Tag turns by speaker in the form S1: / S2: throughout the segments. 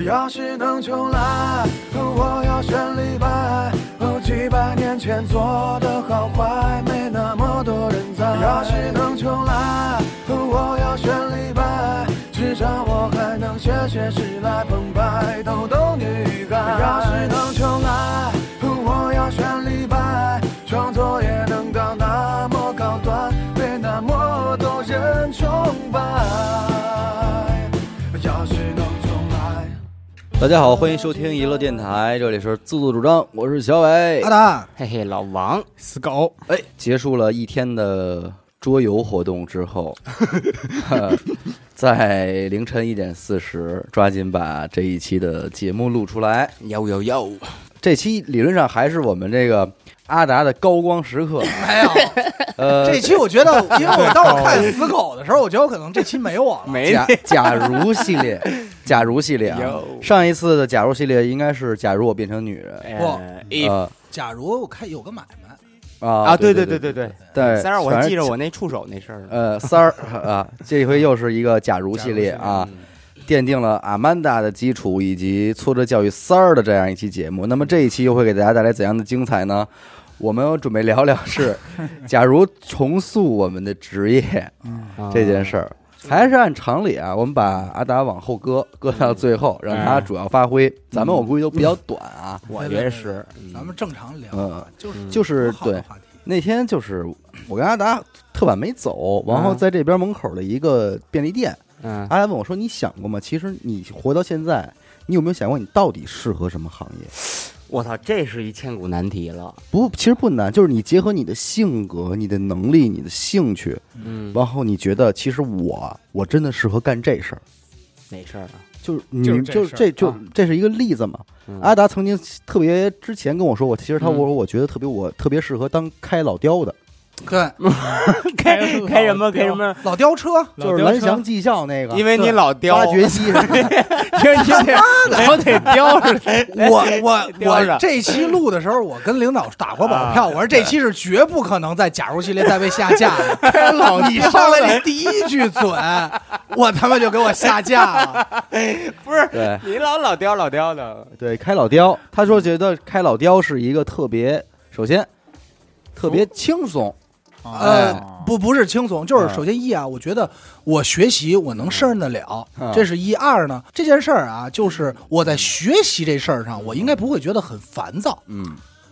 S1: 要是能重来，我要选李白。哦，几百年前做的好坏，没那么多人在。要是能重来，我要选李白，至少我还能写写诗来澎湃，逗逗女孩。要是能重来，我要选李白，创作也能到那么高端，被那么多人崇拜。要是能重来。
S2: 大家好，欢迎收听娱乐电台，这里是自作主张，我是小伟。
S3: 阿达
S4: 嘿嘿，老王，
S3: 死狗，
S2: 哎，结束了一天的桌游活动之后，呃在凌晨一点四十，抓紧把这一期的节目录出来。
S4: 呦呦呦，
S2: 这期理论上还是我们这个阿达的高光时刻。啊
S3: 没有。
S2: 呃，
S3: 这期我觉得，因为我当我看死狗的时候，我觉得我可能这期没我了。
S4: 没
S2: 假假如系列， 假如系列啊，
S4: 有
S2: 上一次的假如系列应该是假如我变成女人
S4: 哎
S3: 哇
S4: 一
S2: 啊
S3: 假如我看有个买卖，
S2: 啊
S4: 啊，对
S2: 对
S4: 对
S2: 对，
S4: 对对，
S2: 对
S4: 三儿，我
S2: 反
S4: 还
S2: 正
S4: 记着我那触手那事儿呢。
S2: 呃，三儿啊，这回又是一个假如系列啊，奠定了阿曼达的基础以及挫折教育三儿的这样一期节目。那么这一期又会给大家带来怎样的精彩呢？我们准备聊聊是，假如重塑我们的职业
S4: 啊
S2: 这件事儿，还是按常理啊，我们把阿达往后搁，搁到最后，让他主要发挥。咱们我估计都比较短啊，
S4: 我觉得是，
S3: 咱们正常聊
S2: 嗯
S3: 啊，就是
S2: 就是
S3: 多好的话题
S2: 那天就是我跟阿达特晚没走，然后
S4: 嗯
S2: 在这边门口的一个便利店，
S4: 嗯，
S2: 阿达问我说：“你想过吗？其实你活到现在，你有没有想过你到底适合什么行业？
S4: 我操，这是一千古难题了。
S2: 不，其实不难，就是你结合你的性格、你的能力、你的兴趣，
S4: 嗯，
S2: 然后你觉得其实我我真的适合干这事儿。
S4: 哪事儿啊？
S2: 就是你
S3: 就是这
S2: 就
S3: 事儿
S2: 这就
S4: 啊
S2: 这是一个例子嘛。
S4: 嗯
S2: 阿达曾经特别之前跟我说过，其实他
S4: 嗯
S2: 我我觉得特别我特别适合当开老雕的，
S3: 对，
S4: 开开什么开什么？
S3: 老雕车，
S2: 就是蓝翔技校那个
S4: 因为你老雕，
S2: 挖掘机什么的。
S4: 因为 你得老得雕着。
S3: 我我
S4: 雕着
S3: 我这期录的时候，我跟领导打过保票，我说这期是绝不可能在假如系列再被下架的。老你上来你第一句嘴，我他妈就给我下架了。
S4: 不是
S2: 对
S4: 你老老雕老雕的，
S2: 对，开老雕，他说觉得开老雕是一个特别，首先特别轻松，
S3: 呃，不不是轻松，就是首先一啊，我觉得我学习我能胜任得了
S2: 嗯，
S3: 这是一。二呢，这件事儿啊，就是我在学习这事儿上，我应该不会觉得很烦躁，
S2: 嗯，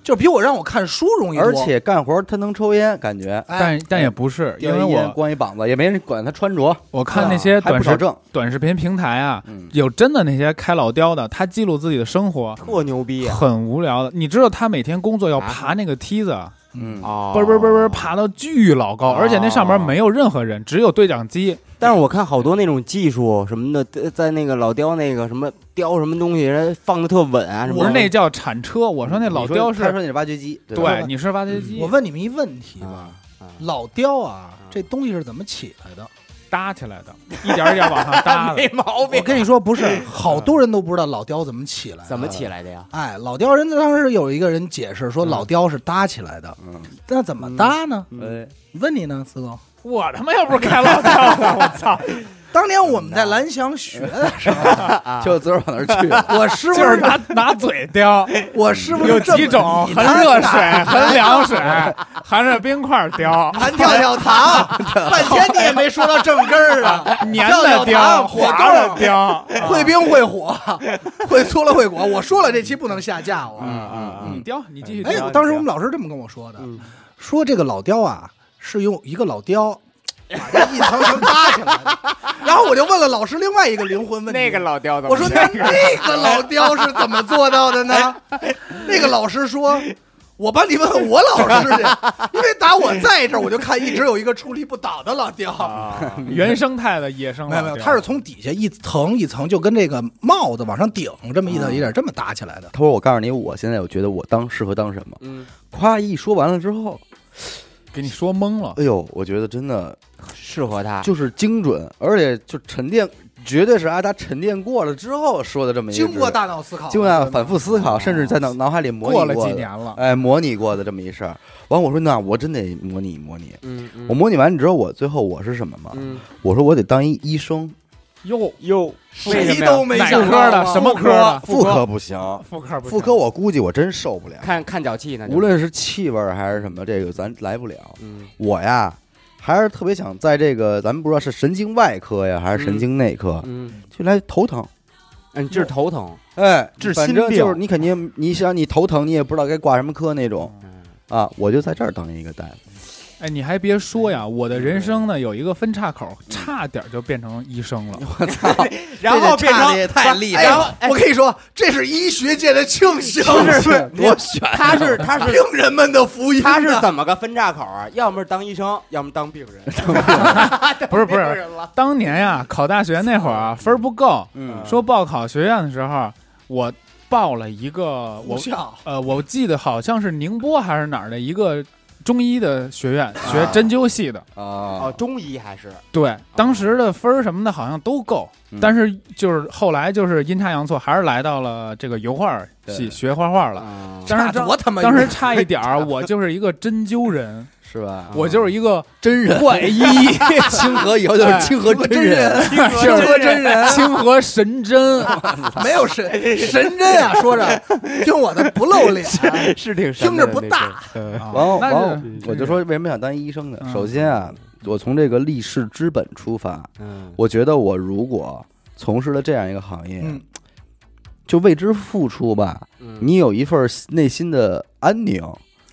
S3: 就比我让我看书容易多。
S2: 而，且干活他能抽烟，感觉
S3: 哎，
S5: 但但也不是，因
S2: 叼一
S5: 为
S2: 烟
S5: 我
S2: 光一膀子，也没人管他穿着，
S5: 我看那些
S2: 还
S5: 短
S2: 不少
S5: 视
S2: 挣，
S5: 短视频平台啊
S2: 嗯，
S5: 有真的那些开老雕的，他记录自己的生活，
S4: 特牛逼啊！
S5: 很无聊的。你知道他每天工作要爬那个梯子，
S2: 嗯，
S4: 哦
S5: 嘣嘣嘣嘣，爬到巨老高，
S4: 哦
S5: 而且那上面没有任何人，只有对讲机。
S4: 但是我看好多那种技术什么的，呃在那个老雕那个什么雕什么东西，人家放的特稳啊什
S5: 不
S4: 么
S5: 是
S4: 的。
S5: 那叫铲车，我说那老雕
S2: 他
S5: 是
S2: 说你是挖掘机，对吧
S5: 对，你是挖掘机，
S3: 我问你们一问题吧，
S4: 啊啊
S3: 老雕啊，这东西是怎么起来的？
S5: 搭起来的，一点儿一点儿往上搭的。
S4: 毛
S3: 我跟你说，不是，好多人都不知道老雕怎么起来。
S4: 怎么？起来的呀？
S3: 哎，老雕人当时有一个人解释说，
S4: 嗯
S3: 老雕是搭起来的。
S2: 嗯，
S3: 那怎么搭呢？
S2: 呃，
S3: 问你呢，四哥。
S5: 我他妈要不是开老雕的，我操！
S3: 当年我们在蓝翔学的时候，
S2: 就自个儿往那儿去了，
S3: 我师傅
S5: 就是
S3: 是
S5: 拿拿嘴雕，
S3: 我师傅
S5: 有
S3: 是这么
S5: 几种，
S3: 你
S5: 含
S3: 看
S5: 热水、含凉水、含着冰块 雕、
S3: 含跳跳 糖，半天你也没说到正根儿啊！
S5: 粘
S3: 跳跳
S5: 的
S3: 糖
S5: 雕、
S3: 火
S5: 滑的
S3: 豆，
S5: 雕。
S3: 会冰会火，会搓了会裹。我说了，这期不能下架我。
S5: 你雕，你继续
S3: 哎
S5: 雕。，
S3: 当时我们老师这么跟我说的，说这个老雕啊是用一个老雕把这一层层搭起来的。然后我就问了老师另外一个灵魂问题，
S4: 那个老雕的，
S3: 我说那那个老雕是怎么做到的呢？那个老师说。我帮你问我老师去，因为打我在这儿，我就看一直有一个矗立不倒的老雕。
S4: 啊
S5: 原生态的野生
S3: 没
S5: 老
S3: 有
S5: 雕，
S3: 没有，它是从底下一层一层，就跟这个帽子往上顶，这么一
S4: 啊
S3: 层一点这么搭起来的。
S2: 他 说我告诉你，我现在我觉得我当适合当什么，
S4: 嗯，
S2: 夸一说完了之后，
S5: 给你说懵了。
S2: 哎呦，我觉得真的
S4: 适合他，
S2: 就是精准，而且就沉淀，绝对是阿达沉淀过了之后说的这么一个，
S3: 经过。大脑思考，
S2: 经过反复思考，甚至在脑脑海里模拟
S5: 过了
S2: 的
S5: 几年了，
S2: 哎，模拟过的这么一事儿。完，我说那我真得模拟模拟。
S4: 嗯，
S2: 我模拟完，你知道我最后我是什么吗？
S4: 嗯
S2: 我说我得当一医生，
S5: 哟，
S4: 哟，
S5: 为什
S6: 谁
S5: 么呀
S6: 都没
S5: 哪
S6: 想
S5: 科的
S6: 到啊
S5: 什么科的
S2: 妇科不行，
S5: 妇科不行
S7: 妇科我估计我真受不了。
S4: 看看脚气呢，
S2: 无论是气味儿还是什么，这个咱来不了。
S4: 嗯
S2: 我呀，还是特别想在这个咱们不知道是神经外科呀，还是神经内科，
S4: 嗯
S2: 就来头疼。
S4: 嗯，治头疼，
S2: 哎，
S4: 治
S2: 反
S4: 心
S2: 正就是
S4: 病
S2: 你肯定，你想你头疼，你也不知道该挂什么科那种
S4: 嗯
S2: 啊。我就在这儿等一个大夫，
S5: 哎，你还别说呀，我的人生呢有一个分岔口，差点就变成医生 了。
S4: 然后变
S2: 这
S4: 成
S2: 得也太厉
S6: 哎
S2: 害了。
S6: 呀，我跟你说，这是医学界的庆幸，
S2: 多悬啊！
S4: 他是他是
S6: 病人们的福音。啊
S4: 他是怎么个分岔口啊？要么是当医生，要么当病人，
S5: 不是不是，当年呀考大学那会儿啊分儿不够，
S2: 嗯
S5: 说报考学院的时候，我报了一个我
S6: 无效，
S5: 呃，我记得好像是宁波还是哪儿的一个中医的学院，学针灸系的。
S2: 啊，
S4: 哦，中医还是
S5: 对，当时的分儿什么的好像都够，
S2: 嗯
S5: 但是就是后来就是阴差阳错，还是来到了这个油画系
S2: 对
S5: 学画画了。
S4: 嗯
S5: 但是
S6: 差
S5: 当
S6: 多他妈
S5: 当时差一点儿，我就是一个针灸人，
S2: 是吧？
S5: 我就是一个
S2: 真人，
S5: 怪医，
S2: 清河以后就是清河真人，啊
S5: 清河真人，清河神针。啊
S6: 没有神神针啊，说着听我的不露 脸，啊
S4: 是挺神
S6: 听
S4: 的
S6: 着不，大，
S5: 啊
S2: 完后
S5: 那
S2: 完后
S5: 是
S2: 我就说为什么想当医生呢？
S5: 嗯
S2: 首先啊，我从这个立世之本出发，
S4: 那是嗯，
S2: 我觉得我如果从事了这样一个行业，
S6: 嗯
S2: 就为之付出吧，
S4: 嗯
S2: 你有一份内心的安宁。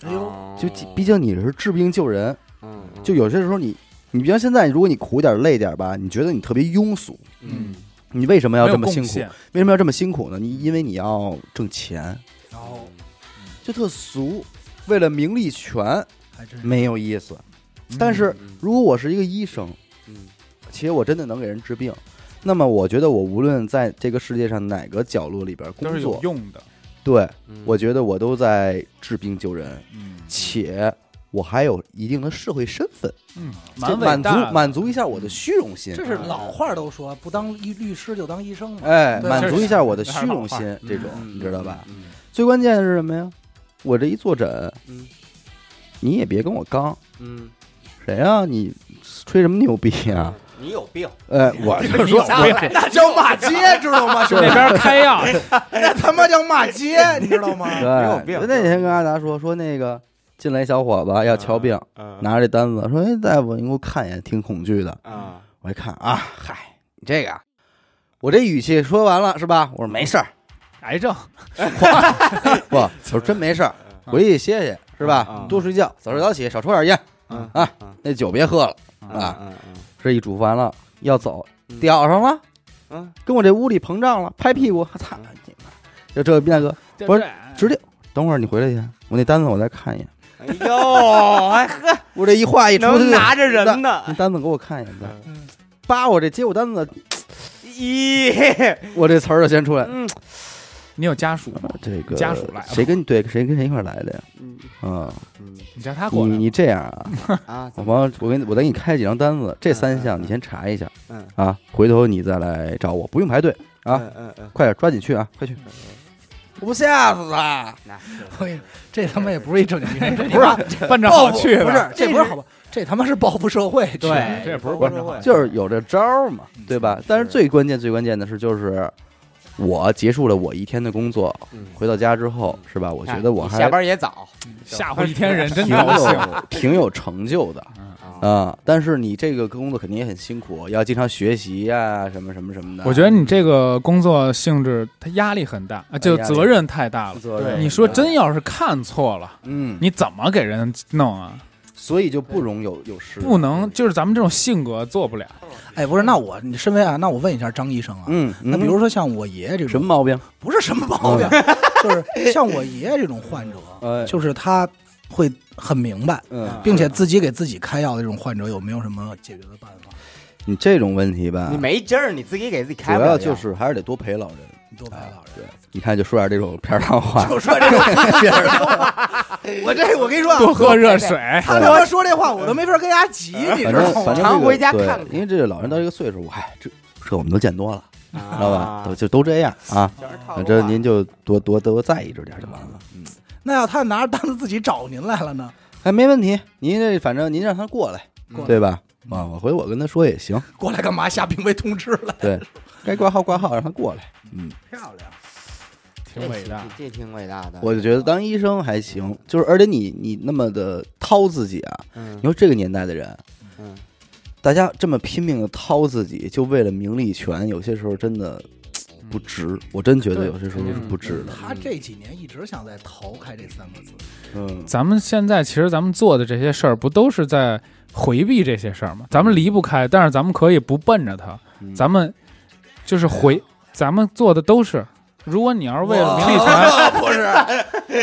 S6: 哎呦，
S2: 就毕竟你是治病救人，
S4: 哦嗯嗯
S2: 就有些时候你，你比方现在，如果你苦点儿累点儿吧，你觉得你特别庸俗，
S4: 嗯
S2: 你为什么要
S5: 没有
S2: 这么
S5: 贡
S2: 辛苦？
S5: 献，
S2: 为什么要这么辛苦呢？你因为你要挣钱，
S5: 然后
S2: 就特俗，为了名利权
S5: 还真是嗯
S2: 没有意思。但是如果我是一个医生，
S4: 嗯
S2: 其实我真的能给人治病。那么我觉得我无论在这个世界上哪个角落里边
S5: 都
S2: 工
S5: 是有
S2: 作，
S5: 用的。
S2: 对
S4: 嗯
S2: 我觉得我都在治病救人，
S5: 嗯
S2: 且我还有一定的社会身份，
S5: 嗯，
S2: 这
S5: 蛮伟
S2: 满足
S5: 大的，嗯
S2: 满足一下我的虚荣心啊
S6: 这。是老话都说，不当医律师就当医生嘛。
S2: 哎，
S6: 对
S2: 满
S5: 这
S2: 足
S5: 是
S2: 一下我的虚荣
S5: 还
S2: 心，这种你知道吧？？
S4: 嗯
S2: 最关键的是什么呀？我这一坐诊，
S4: 嗯
S2: 你也别跟我刚，
S4: 嗯
S2: 谁啊？你吹什么牛逼 啊？
S4: 嗯，你有病，
S2: 哎，我就说，我
S6: 那叫骂 街，知道吗？兄弟
S5: 那，边开 药，
S6: 那他妈叫骂 街，你知道吗？
S4: 有
S2: 对
S4: 病，
S2: 那哎天跟阿达说说那个进来一小伙子要瞧病，
S4: 嗯
S2: 拿着这单子说：“哎，大夫，你给我看一眼。”挺恐惧的。
S4: 啊
S2: 我一看啊，嗨，你这个啊，我这语气说完了是吧？我说没 事儿，
S5: 癌症，
S2: 不，我说真没事儿，回去歇歇是吧
S4: 嗯？
S2: 多睡觉，早睡早起，少抽点烟，
S4: 嗯
S2: 啊那酒别喝了。啊
S4: 嗯嗯
S2: 这一煮完了要走，
S4: 嗯
S2: 屌上了，
S4: 嗯
S2: 跟我这屋里膨胀了，拍屁股，操
S4: 嗯
S2: 你妈！就这那个，不是
S5: 对
S2: 直接等会儿你回来去，我那单子我再看一眼。
S4: 嗯，哎 呦，还呵，
S2: 我这一话一出去
S4: 能，拿着人
S2: 那
S4: 呢，
S2: 单子给我看一眼，再
S5: 嗯
S2: 扒我这接我单子，
S4: 咦，
S2: 我这词儿就先出来。啊
S4: 嗯
S5: 你有家属吗？
S2: 这个
S5: 家属来了
S2: 谁跟对谁跟谁一块儿来的呀？
S4: 嗯
S2: 啊，
S4: 嗯
S5: 你叫他
S2: 你
S5: 过来，
S2: 你这样啊，
S4: 啊，
S2: 我
S4: 怎么
S2: 帮我给你我再给你开几张单子，这三项
S4: 嗯嗯
S2: 你先查一下
S4: 嗯
S2: 啊，回头你再来找我，不用排队，啊
S4: 嗯嗯嗯，
S2: 快点抓紧去啊，快去！
S6: 我不吓死他！
S4: 那
S6: 哎呀，这他妈也不是一正经人，这
S5: 不是奔着好去的，
S6: 不是，这不是好吧？这他妈是报复社会去，
S4: 对，
S5: 这不是关着好
S2: 就是有这招儿嘛，对吧？但是最关键最关键的是，就是我结束了我一天的工作，
S4: 嗯
S2: 回到家之后，是吧？我觉得我
S4: 你
S2: 还
S4: 下班也早，
S5: 吓唬一天人，真
S2: 挺
S5: 高兴。
S2: 有挺有成就的
S4: 啊
S2: 啊。但是你这个工作肯定也很辛苦，要经常学习呀、什么什么什么的。啊
S5: 我觉得你这个工作性质，它压力很大啊，就
S2: 压力
S5: 责任啊太大了。
S2: 责任
S5: 你说真要是看错了，
S2: 嗯，
S5: 你怎么给人弄啊？
S2: 所以就不容有有失，
S5: 不能，就是咱们这种性格做不了。
S6: 哎，不是，那我你身为啊，那我问一下张医生啊，
S2: 嗯，嗯
S6: 那比如说像我爷爷这
S2: 什
S6: 种
S2: 么，毛病？
S6: 不是什嗯么毛病，就是像我爷爷这种患者，
S3: 哎
S2: 呃，
S6: 就是他会很明白，
S2: 嗯，
S6: 并且自己给自己开药的这种患者，有没有什么解决的办法？
S2: 你这种问题吧
S4: 你，没劲儿，你自己给自己
S2: 主
S4: 开不了
S2: 要
S4: 药
S2: 就是还是得多陪老人。
S6: 你多白老人。
S2: 你看，就说点这种片儿汤话，
S6: 就嗯说这种我这我跟你说啊，
S5: 多喝热水，
S6: 他他妈说这话，我都没法跟他急，你知
S2: 反
S6: 道
S2: 正
S6: 吗？
S2: 反正
S4: 常
S2: 这个
S4: 回家
S2: 对
S4: 看看
S2: 因为这个老人到这个岁数，哎，这这我们都见多了，
S4: 啊
S2: 知道吧？都就都这样啊。
S4: 全是套路啊
S2: 反正您就多多多在意着点就完了，
S6: 那要他拿着单子自己找您来了呢？
S2: 哎，没问题。您这反正您让他过来
S4: 嗯
S6: 过，来
S2: 对吧？啊，我回我跟他说也行，
S3: 过来干嘛？下病危通知了，
S2: 对，该挂号挂号，让他过来。嗯，
S3: 漂亮。
S5: 挺伟大。
S4: 这挺伟大的。
S2: 我就觉得当医生还行，就是而且你你那么的掏自己啊，
S4: 嗯
S2: 你说这个年代的人，
S4: 嗯，
S2: 大家这么拼命的掏自己，就为了名利权，有些时候真的
S5: 嗯
S2: 不值。我真觉得有些时候
S5: 对
S2: 是不值的。
S3: 他这几年一直想在逃开这三个字，
S2: 嗯，
S5: 咱们现在其实咱们做的这些事儿，不都是在回避这些事儿吗？咱们离不开，但是咱们可以不奔着它，
S2: 嗯
S5: 咱们就是回，咱们做的都是。如果你要是为了名利权，
S3: 我不是，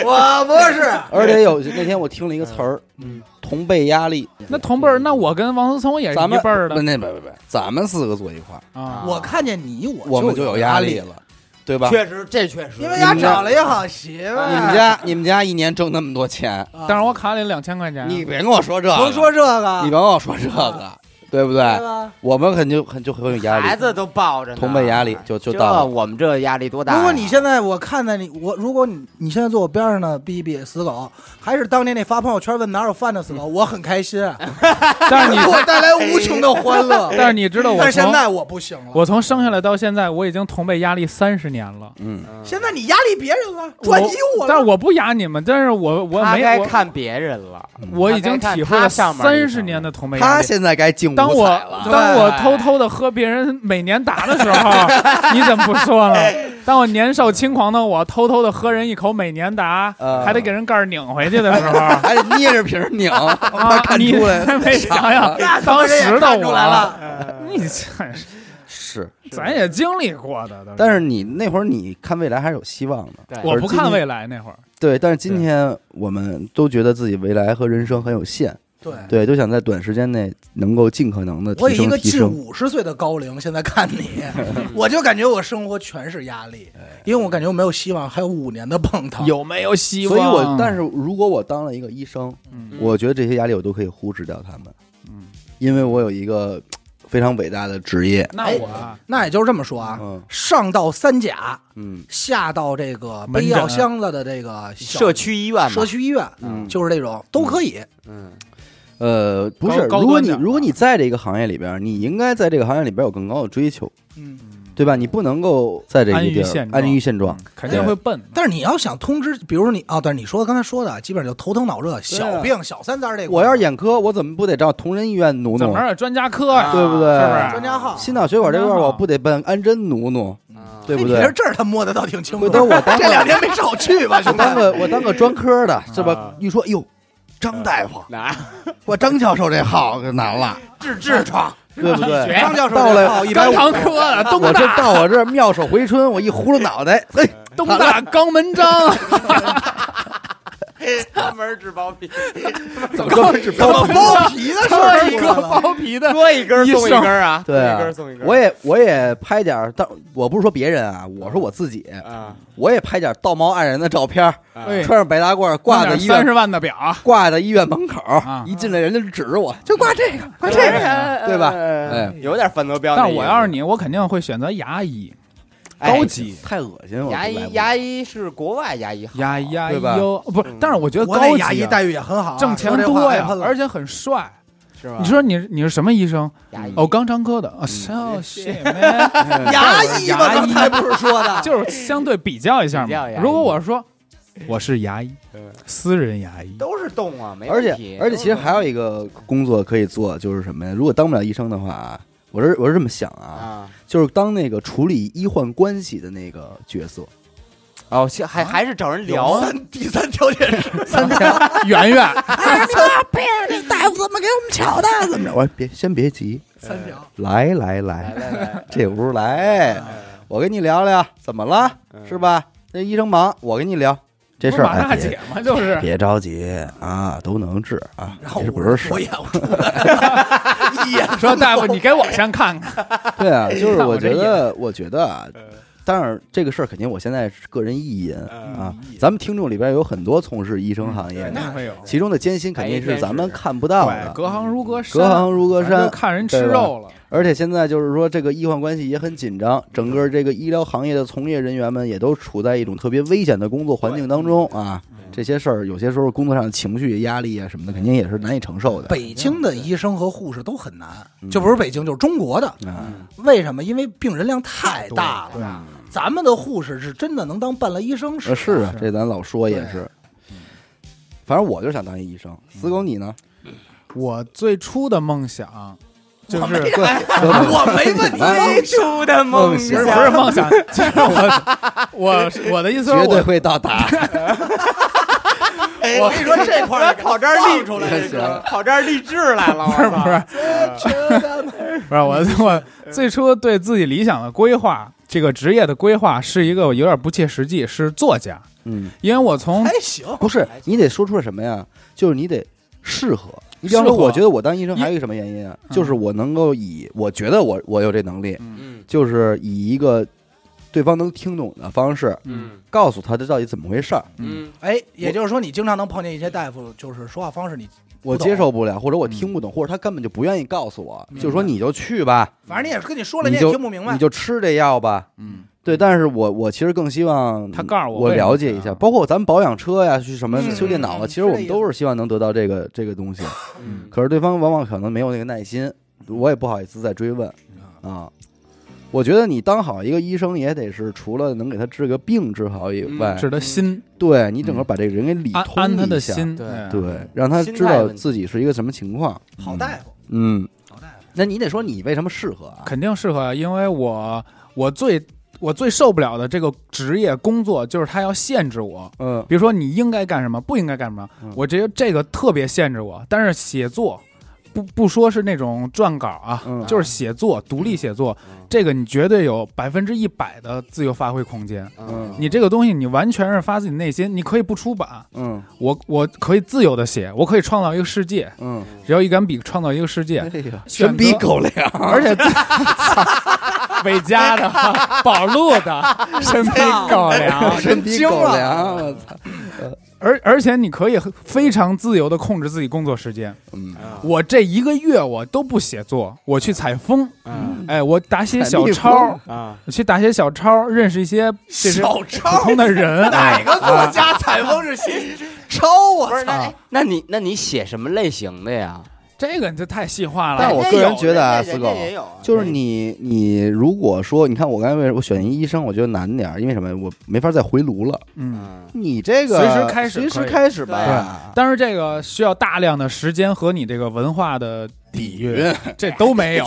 S3: 我不是，
S2: 而且有那天我听了一个词儿，
S4: 嗯，
S2: 同辈压力。
S5: 那同辈儿，那我跟王思聪也是
S2: 咱
S5: 一
S2: 们嗯
S5: 辈儿
S2: 不
S5: 的
S2: 那不不不，咱们四个坐一块儿，
S5: 啊。
S3: 我看见你，我
S2: 我们就有
S3: 有
S2: 压
S3: 力
S2: 力，了，对吧？
S4: 确实这确实
S3: 因为家找了一好媳妇儿。
S2: 你们家你们家一年挣那么多钱，
S3: 啊，
S5: 但是我卡里两千块钱，
S2: 你别跟我说这，
S3: 甭说，这个，啊
S2: 你甭跟我说这个，对不对？
S3: 对啊吧？
S2: 我们肯定很就很有压力，
S4: 孩子都抱着呢
S2: 同辈压力就就
S4: 这
S2: 到了
S4: 我们这压力多大呀？
S3: 如果你现在我看在你我，如果你你现在坐我边上呢，逼逼死狗，还是当年那发朋友圈问哪有饭的死狗，我很开心，
S5: 但是你。
S3: 给我带来无穷的欢乐
S5: 但是你知道我
S3: 但是
S5: 从
S3: 现在我不行了，
S5: 我从生下来到现在，我已经同辈压力三十年了。
S2: 嗯，
S4: 嗯
S3: 现在你压力别人了，转移我了，
S5: 但是我不压你们，但是我我
S4: 他
S5: 没
S4: 该
S5: 有，
S4: 看别人了，
S5: 我已经体会了
S4: 他上班
S5: 三
S4: 儿
S5: 十年的同辈压
S2: 他
S5: 力。
S2: 现在该进五
S5: 当我
S2: 彩了，
S5: 当我偷偷的喝别人每年打的时 候，你怎么不说呢？
S3: 哎
S5: 当我年少轻狂的我偷偷的喝人一口每年达，
S2: 呃
S5: 还得给人盖儿拧回去的时候，
S2: 还得捏着瓶儿拧，
S5: 啊，
S2: 看
S5: 你
S2: 出 来
S5: 没想想
S3: 那他
S5: 当
S3: 们人也
S5: 时的
S3: 看出来
S5: 我，
S3: 了，
S5: 你这
S2: 是。
S5: 咱也经历过的，都
S2: 但是你那会儿你看未来还是有希望的，
S4: 对
S5: 我不看
S2: 未
S5: 未来那会儿，
S2: 对。但是今天我们都觉得自己未来和人生很有限，
S3: 对。
S2: 对，都想在短时间内能够尽可能的
S3: 我
S2: 提
S3: 以一
S2: 升
S3: 个
S2: 提
S3: 近
S2: 升。
S3: 五十岁的高龄，现在看你， 我就感觉我生活全是压力，因为我感觉我没有希望，还有五年的碰头。
S5: 有没有希
S2: 所
S5: 望？
S2: 以我，但是如果我当了一个医生，
S5: 嗯
S2: 我觉得这些压力我都可以忽视掉他们，
S5: 嗯，
S2: 因为我有一个嘖非常伟大的职业。
S5: 那我啊
S3: 那也就是这么说啊，
S2: 嗯
S3: 上到三甲，
S2: 嗯
S3: 下到这个
S5: 门
S3: 背
S5: 诊
S3: 药箱子的这个小
S4: 社区医院嘛
S3: 社，区医院，
S2: 嗯，
S3: 就是这种都可以。
S4: 嗯，
S2: 呃，不是，
S5: 高
S2: 如果
S5: 端
S2: 你
S5: 点儿
S2: 如果
S5: 吧
S2: 你在这个行业里边儿，你应该在这个行业里边儿有更高的追求，
S3: 嗯，
S2: 对吧？你不能够在这个
S5: 安于
S2: 地
S5: 现
S2: 儿
S5: 状
S2: 安于现状，
S5: 肯定会笨。
S3: 但是你要想通知，比如你啊，对，你说刚才说的，基本上就头疼脑热、小病、小三灾这块儿。
S2: 啊我要是眼科，我怎么不得找同仁医院努
S5: 嗯怎
S2: 努
S5: 么？着也啊专家课呀？
S2: 对不对
S5: 是不啊是
S3: 专家号，
S2: 心脑血管这块儿，我不得奔安贞努努，
S4: 嗯
S5: 啊
S2: 对不
S3: 哎你
S2: 对
S3: 这？这儿他摸得倒挺清楚
S2: 回。头我当
S3: 这
S2: 个
S3: 两天没少去吧，
S2: 我
S3: 兄 弟
S2: 当。个 我当个专科的，是吧
S4: 啊？
S2: 一说哟，张大夫，
S4: 哪
S2: 我张教授这号可难了，
S3: 治痔疮，
S2: 对 不对？
S3: 张教授
S2: 到
S3: 这
S2: 了
S3: 号一百
S5: 肛
S3: 五，
S5: 肠科的东
S2: 我这
S5: 大
S2: 到我这儿妙手回春，我一葫芦脑袋，哎 嘿，
S5: 东大肛门章，
S4: 专门治包 皮，
S2: 怎么这么治
S3: 怎么包皮的事儿出
S5: 一
S2: 啊
S3: 来
S5: 个
S3: 了？
S5: 包皮的，
S4: 割一根儿送一根儿啊，
S2: 对
S4: 割
S2: 啊
S4: 一根儿送一根儿，
S2: 我也我也拍点儿，但我不是说别人啊，我说我自己，
S4: 啊，
S2: 我也拍点儿道貌岸然的照片儿，
S4: 啊
S5: 哎
S2: 穿上白大褂儿挂在医
S5: 三
S2: 院
S5: 十万的表，
S2: 挂在医院门口儿，
S5: 啊
S2: 一进来人家就指着我，就挂这个，
S4: 嗯
S2: 挂这
S5: 哎
S2: 个，
S5: 呀
S2: 对吧？
S4: 哎
S2: 哎，
S4: 有点反德标那意
S5: 但
S4: 思。
S5: 我要是你，我肯定会选择牙医，
S4: 哎
S5: 高级
S2: 太恶心了，
S4: 牙医，牙医是国外牙医好，
S5: 牙医牙医
S2: 对吧
S5: 哟，不是
S4: 嗯，
S5: 但是我觉得
S3: 国
S5: 高
S3: 内
S5: 级
S3: 牙医
S5: 啊
S3: 待遇也很好啊，
S5: 挣钱
S3: 说这话
S5: 多
S3: 别
S5: 呀
S1: 哎
S3: 喷，了
S5: 而且很帅。
S4: 是吧？
S5: 你说你你是什么医生？
S4: 牙医
S5: 哦，肛肠科的。哦，哦 shit, man
S3: 牙医嘛，
S5: 牙
S3: 刚
S5: 医
S3: 才不是说的，
S5: 就是相对比较一下
S4: 比较
S5: 嘛
S4: 牙。医
S5: 如果我说我是牙医
S4: 嗯，
S5: 私人牙医，
S4: 都是动啊，没
S2: 而
S4: 问
S2: 且
S4: 题
S2: 而且其实还有一个工作可以做，就是什么呀？如果当不了医生的话啊，我是我是这么想啊，
S4: 啊，
S2: 就是当那个处理医患关系的那个角色，
S4: 哦，其还还是找人
S2: 哦
S4: 聊呢，
S3: 三第三条件是
S2: 三天
S5: 圆圆，
S2: 怎么着？我说别先别急，
S3: 三条，
S2: 来来
S4: 来
S2: 来，
S4: 来来，
S2: 这屋来，我跟你聊聊，怎么了？
S4: 嗯
S2: 是吧？那医生忙，我跟你聊这事儿。
S5: 马大
S2: 哎
S5: 姐
S2: 别
S5: 嘛，就是
S2: 别着急啊，都能治啊，
S3: 然后
S2: 这
S3: 我
S2: 不是事
S3: 我
S2: 儿。
S3: 演我出来了，一眼
S5: 说大夫，你给我先看看。
S2: 对啊，就是
S5: 看
S2: 我
S5: 我这
S2: 觉得，我觉得啊，当然这个事儿肯定我现在是个人意淫啊，咱们听众里边有很多从事医生行业
S5: 肯
S2: 的，
S5: 定会有。
S2: 其中的艰辛肯定是咱们看不到
S5: 对，
S2: 的。
S5: 隔行如隔山，
S2: 隔行如隔
S5: 咱
S2: 山
S5: 就，看人吃肉了。
S2: 而且现在就是说，这个医患关系也很紧张，整
S5: 嗯
S2: 个这个医疗行业的从业人员们也都处在一种特别危险的工作环境当中啊。这些事儿有些时候工作上的情绪压力啊什么的，肯定也是难以承受的。
S3: 北京的医生和护士都很难，就不是北京，就是中国的。
S2: 嗯，
S3: 为什么？因为病人量太大了。咱们的护士是真的能当半拉医生使
S2: 呃
S3: 的。
S2: 是啊，这咱老说也是。反正我就想当一医生。
S5: 嗯
S2: 死狗你呢？
S5: 我最初的梦想就
S3: 我
S5: 是
S3: 没
S5: 不
S3: 我没问你
S2: 哎
S3: 这
S4: 出的梦
S5: 是不是梦想，就是我我我的意思是
S2: 绝对
S5: 我
S2: 会到 达。
S3: 我跟你说这块儿
S4: 跑这儿立
S3: 出
S4: 出
S3: 来
S4: 来
S2: 这个
S4: 了，跑这儿励志来了，不是不是，
S5: 不是我
S2: 嗯
S5: 我最初对自己理想的规划，这个职业的规划是一个有点不切实际，是作家，
S2: 嗯，
S5: 因为我从
S3: 还哎行，
S2: 不是，你得说出来什么呀？就是你得适合。你比方说，
S5: 适合
S2: 我觉得我当医生还有一个
S5: 因
S2: 什么原因啊？
S5: 嗯
S2: 就是我能够以我觉得我我有这能力，
S4: 嗯
S2: 就是以一个对方能听懂的方式
S4: 嗯
S2: 告诉他这到底怎么回事儿。
S4: 嗯
S3: 哎，也就是说你经常能碰见一些大夫，就是说话方式你，
S2: 我
S3: 不懂
S2: 接受不了，或者我听不懂，或者他根本就不愿意告诉我，就说你就去吧，
S3: 反正你也是跟你说了，
S2: 你
S3: 也
S2: 就
S3: 听不明白
S2: 你。就吃这药吧。
S5: 嗯
S2: 对，但是我我其实更希望
S5: 他告诉我
S2: 我
S5: 为什么
S2: 了解一
S5: 这
S2: 下，
S5: 样
S2: 包括咱们保养车呀，去什么
S3: 嗯
S2: 修电脑啊，
S3: 嗯
S2: 其实我
S3: 是这
S2: 们
S3: 意思
S2: 都是希望能得到这个这个东西，
S4: 嗯，
S2: 可是对方往往可能没有那个耐心，我也不好意思再追问啊。我觉得你当好一个医生，也得是除了能给他治个病治好以外，
S5: 嗯指的心
S2: 对你整个把这个人给理
S5: 嗯安
S2: 哎通
S5: 安他的
S2: 一下，
S5: 心，嗯
S4: 对
S2: 对，让他
S4: 心
S2: 知
S4: 态
S2: 道
S4: 问题
S2: 自己是一个什么情况。
S3: 好大夫，
S2: 嗯，
S3: 好大夫，
S2: 那你得说你为什么适合啊？
S5: 肯定适合啊，因为我我最我最受不了的这个职业工作就是他要限制我，
S2: 嗯，
S5: 比如说你应该干什么，不应该干什么
S2: 嗯，
S5: 我觉得这个特别限制我。但是写作，不不说是那种撰稿啊，
S2: 嗯
S5: 就是写作，独立写作，
S4: 嗯
S5: 这个你绝对有百分之一百的自由发挥空间。
S2: 嗯
S5: 你这个东西，你完全是发自己内心，你可以不出版，
S2: 嗯
S5: 我我可以自由的写，我可以创造一个世界，
S2: 嗯，
S5: 只要一杆笔创造一个世 界，
S2: 哎呀，
S5: 选择
S2: 真逼狗粮，
S5: 而且自伟嘉的、宝路 的、身披狗粮，
S2: 真逼狗粮，啊我操！
S5: 而而且你可以很非常自由的控制自己工作时间。
S2: 嗯，
S5: 我这一个月我都不写作，我去采风，
S4: 嗯
S5: 哎，我打写小
S2: 采蜜
S5: 抄
S2: 蜂，
S4: 啊，
S5: 我去打写小抄，认识一些这些
S3: 小
S5: 普
S3: 超
S5: 通的人。啊
S3: 哪个作家采风是写超
S4: 不
S3: 啊？
S4: 是那哎那你那你写什么类型的呀？
S5: 这个你就太细化
S2: 但
S5: 了
S2: 我。
S4: 人家
S2: 个人
S4: 有
S2: 觉得啊
S4: 人家
S2: 死狗
S4: 人家也有啊
S2: 就是你，你如果说，你看我刚才为什么我选一医生，我觉得难点儿，因为什么？我没法再回炉了。
S5: 嗯，
S4: 嗯
S2: 你这个
S5: 随时开始
S2: 随
S5: 可
S2: 时
S5: 以
S2: 开始
S4: 对
S2: 吧。
S5: 但是这个需要大量的时间和你这个文化的底蕴，这都没有。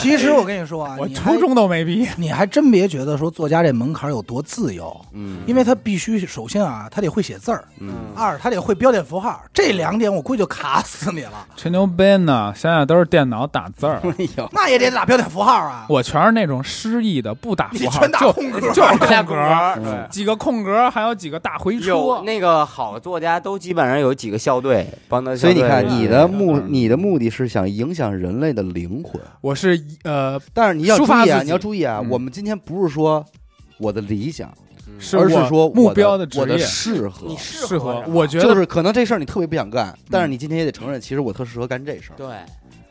S3: 其实我跟你说啊，
S5: 我
S3: 你还
S5: 初中都没毕业。
S3: 你还真别觉得说作家这门槛有多自由，
S2: 嗯
S3: 因为他必须首先啊，他得会写字儿，
S2: 嗯
S3: 二他得会标点符号，这两点我估计就卡死你了。
S5: 吹牛逼呢，想想都是电脑打字儿。
S2: 哎呦，
S3: 那也得打标点符号啊！
S5: 我全是那种诗意的，不打
S3: 你
S5: 符号，
S3: 全打
S5: 就
S3: 空格
S5: 就是空
S4: 大
S5: 格
S4: 格
S5: 儿，
S2: 嗯
S5: 几个空格儿，还有几个大回
S4: 有
S5: 戳。
S4: 那个好作家都基本上有几个校队帮他校
S2: 所以
S4: 队，
S2: 你看，你的目，
S4: 嗯
S2: 你的目的是想影响人类的灵魂，
S5: 我是一呃，
S2: 但是你要
S5: 抒
S2: 注
S5: 发
S2: 意啊，
S5: 自
S2: 你要
S5: 己
S2: 注意啊，
S5: 嗯
S2: 我们今天不是说我的理想，
S5: 是
S2: 而
S5: 我
S2: 是说我
S5: 目标
S2: 的
S5: 职
S2: 我的
S5: 业
S2: 适合
S4: 你。适
S5: 适合
S4: 合，
S5: 我觉
S2: 就
S5: 得
S2: 是可能这事儿你特别不想干，但是你今天也得承认，其实我特适合干这事儿。
S4: 对，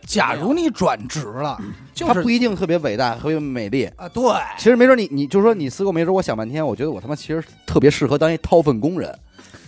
S3: 假如你转职了，就
S2: 它
S3: 是
S2: 不一定特别伟大，特别美丽，
S3: 啊，对，
S2: 其实没准你，你就说你思过没准，我想半天，我觉得我他妈其实特别适合当一掏粪工人，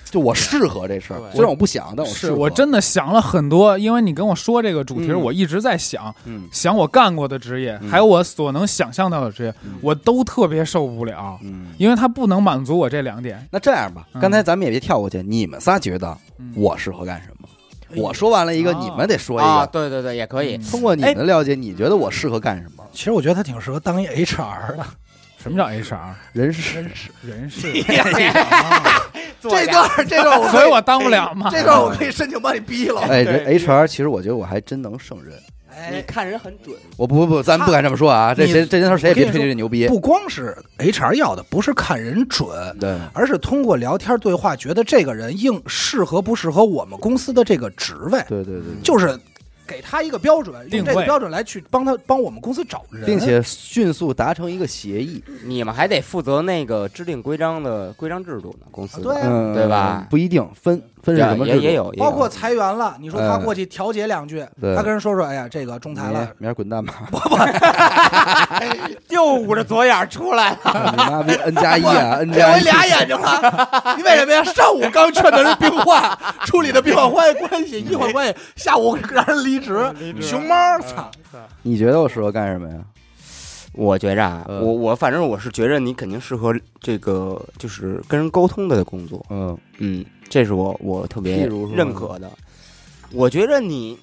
S2: 就我适合这事儿。
S4: 对
S2: 虽然我不想，但我适
S5: 是
S2: 合。
S5: 我真的想了很多，因为你跟我说这个主题，
S2: 嗯
S5: 我一直在想
S2: 嗯
S5: 想我干过的职业，
S2: 嗯
S5: 还有我所能想象到的职业，我都特别受不了，
S2: 嗯。
S5: 因为它不能满足我这两点。
S2: 那这样吧，
S5: 嗯
S2: 刚才咱们也别跳过去，你们仨觉得
S5: 嗯
S2: 我适合干什么？
S3: 哎呦
S2: 我说完了一个，
S5: 啊
S2: 你们得说一
S4: 啊，
S2: 个。
S4: 对对对，也可以
S5: 嗯。
S2: 通过你们的了解，你觉得我适合干什么？
S3: 其实我觉得他挺适合当一 HR 的。
S5: 什么叫 HR
S2: 人事，
S5: 人事？
S3: 这段这段我
S5: 所以我当不了 嘛。
S3: 这段我可以申请帮你逼了。
S2: 哎，人 HR，其实我觉得我还真能胜任。
S4: 你
S3: 哎，
S4: 看人很准，
S2: 我不不不，咱不敢这么说啊，这
S3: 你
S2: 谁这件事谁也别
S3: 我跟你
S2: 吹
S3: 说
S2: 这牛逼。
S3: 不光是 HR 要的，不是看人准，
S2: 对，
S5: 嗯
S3: 而是通过聊天对话，觉得这个人应适合不适合我们公司的这个职位，
S2: 对对对，
S3: 就是。给他一个标准，
S5: 定
S3: 用这个
S5: 位
S3: 标准来去帮他帮我们公司找人，
S2: 并且迅速达成一个协议，
S4: 你们还得负责那个制定规章的规章制度呢，公司的
S3: 对啊
S2: 嗯，
S4: 对吧
S2: 不一定分分是
S4: 也
S2: 什么制
S4: 也
S2: 度
S4: 也有，也有
S3: 包括裁员了，你说他
S2: 嗯
S3: 过去调解两句，
S2: 对
S3: 他跟人说哎说，哎呀，这个仲裁
S2: 明
S3: 了
S2: 儿，明儿滚蛋吧！
S4: 就捂着左眼出来了，
S2: 你妈逼 N 加一啊，N
S3: 给
S2: 加
S3: 我
S2: 一，
S3: 俩眼睛 了，你为什么呀？上午刚劝的是病患，处理的病患关关系、医患关系，下午让人离职，熊猫，操！
S2: 你觉得我适合干什么呀？
S4: 我觉着啊，
S2: 嗯
S4: 我我反正我是觉着你肯定适合这个，就是跟人沟通的工作，
S2: 嗯，
S4: 嗯，这是我我特
S2: 譬
S4: 别
S2: 如说
S4: 认可的。我觉着你，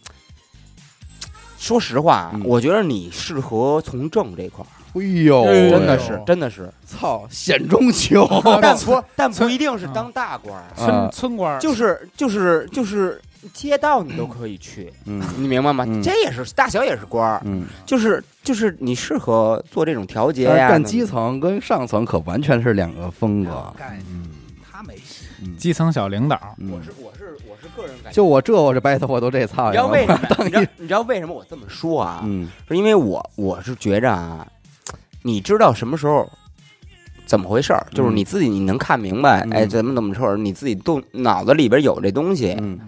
S4: 说实话啊，
S2: 嗯
S4: 我觉着你适合从政这块儿，
S2: 哎呦，
S4: 真的是真的是，
S2: 操，险中求，
S4: 但不但不
S5: 村
S4: 一定
S2: 嗯
S4: 是当大官儿，
S2: 啊
S5: 村村官儿
S4: 就是就是就是街道你都可以去，
S2: 嗯
S4: 你明白吗？
S2: 嗯
S4: 这也是大小也是官儿，
S2: 嗯，
S4: 就是就是你适合做这种调节
S2: 但是
S4: 哎呀，
S2: 呃干基层跟上层可完全是两个风格。
S3: 概
S2: 嗯，
S3: 他没戏，
S5: 基层小领导，
S2: 嗯
S4: 我是我是我是个人感觉，
S2: 就哎我这我这白头发都这操
S4: 你知道
S2: 样
S4: 为
S2: 了。
S4: 什么？你知道你知道为什么我这么说啊？
S2: 嗯
S4: 是因为我我是觉着啊，你知道什么时候怎么回事儿，就是
S2: 嗯
S4: 你自己你能看明白，
S2: 嗯
S4: 哎，怎么怎么事你自己动脑子里边有这东西，
S2: 嗯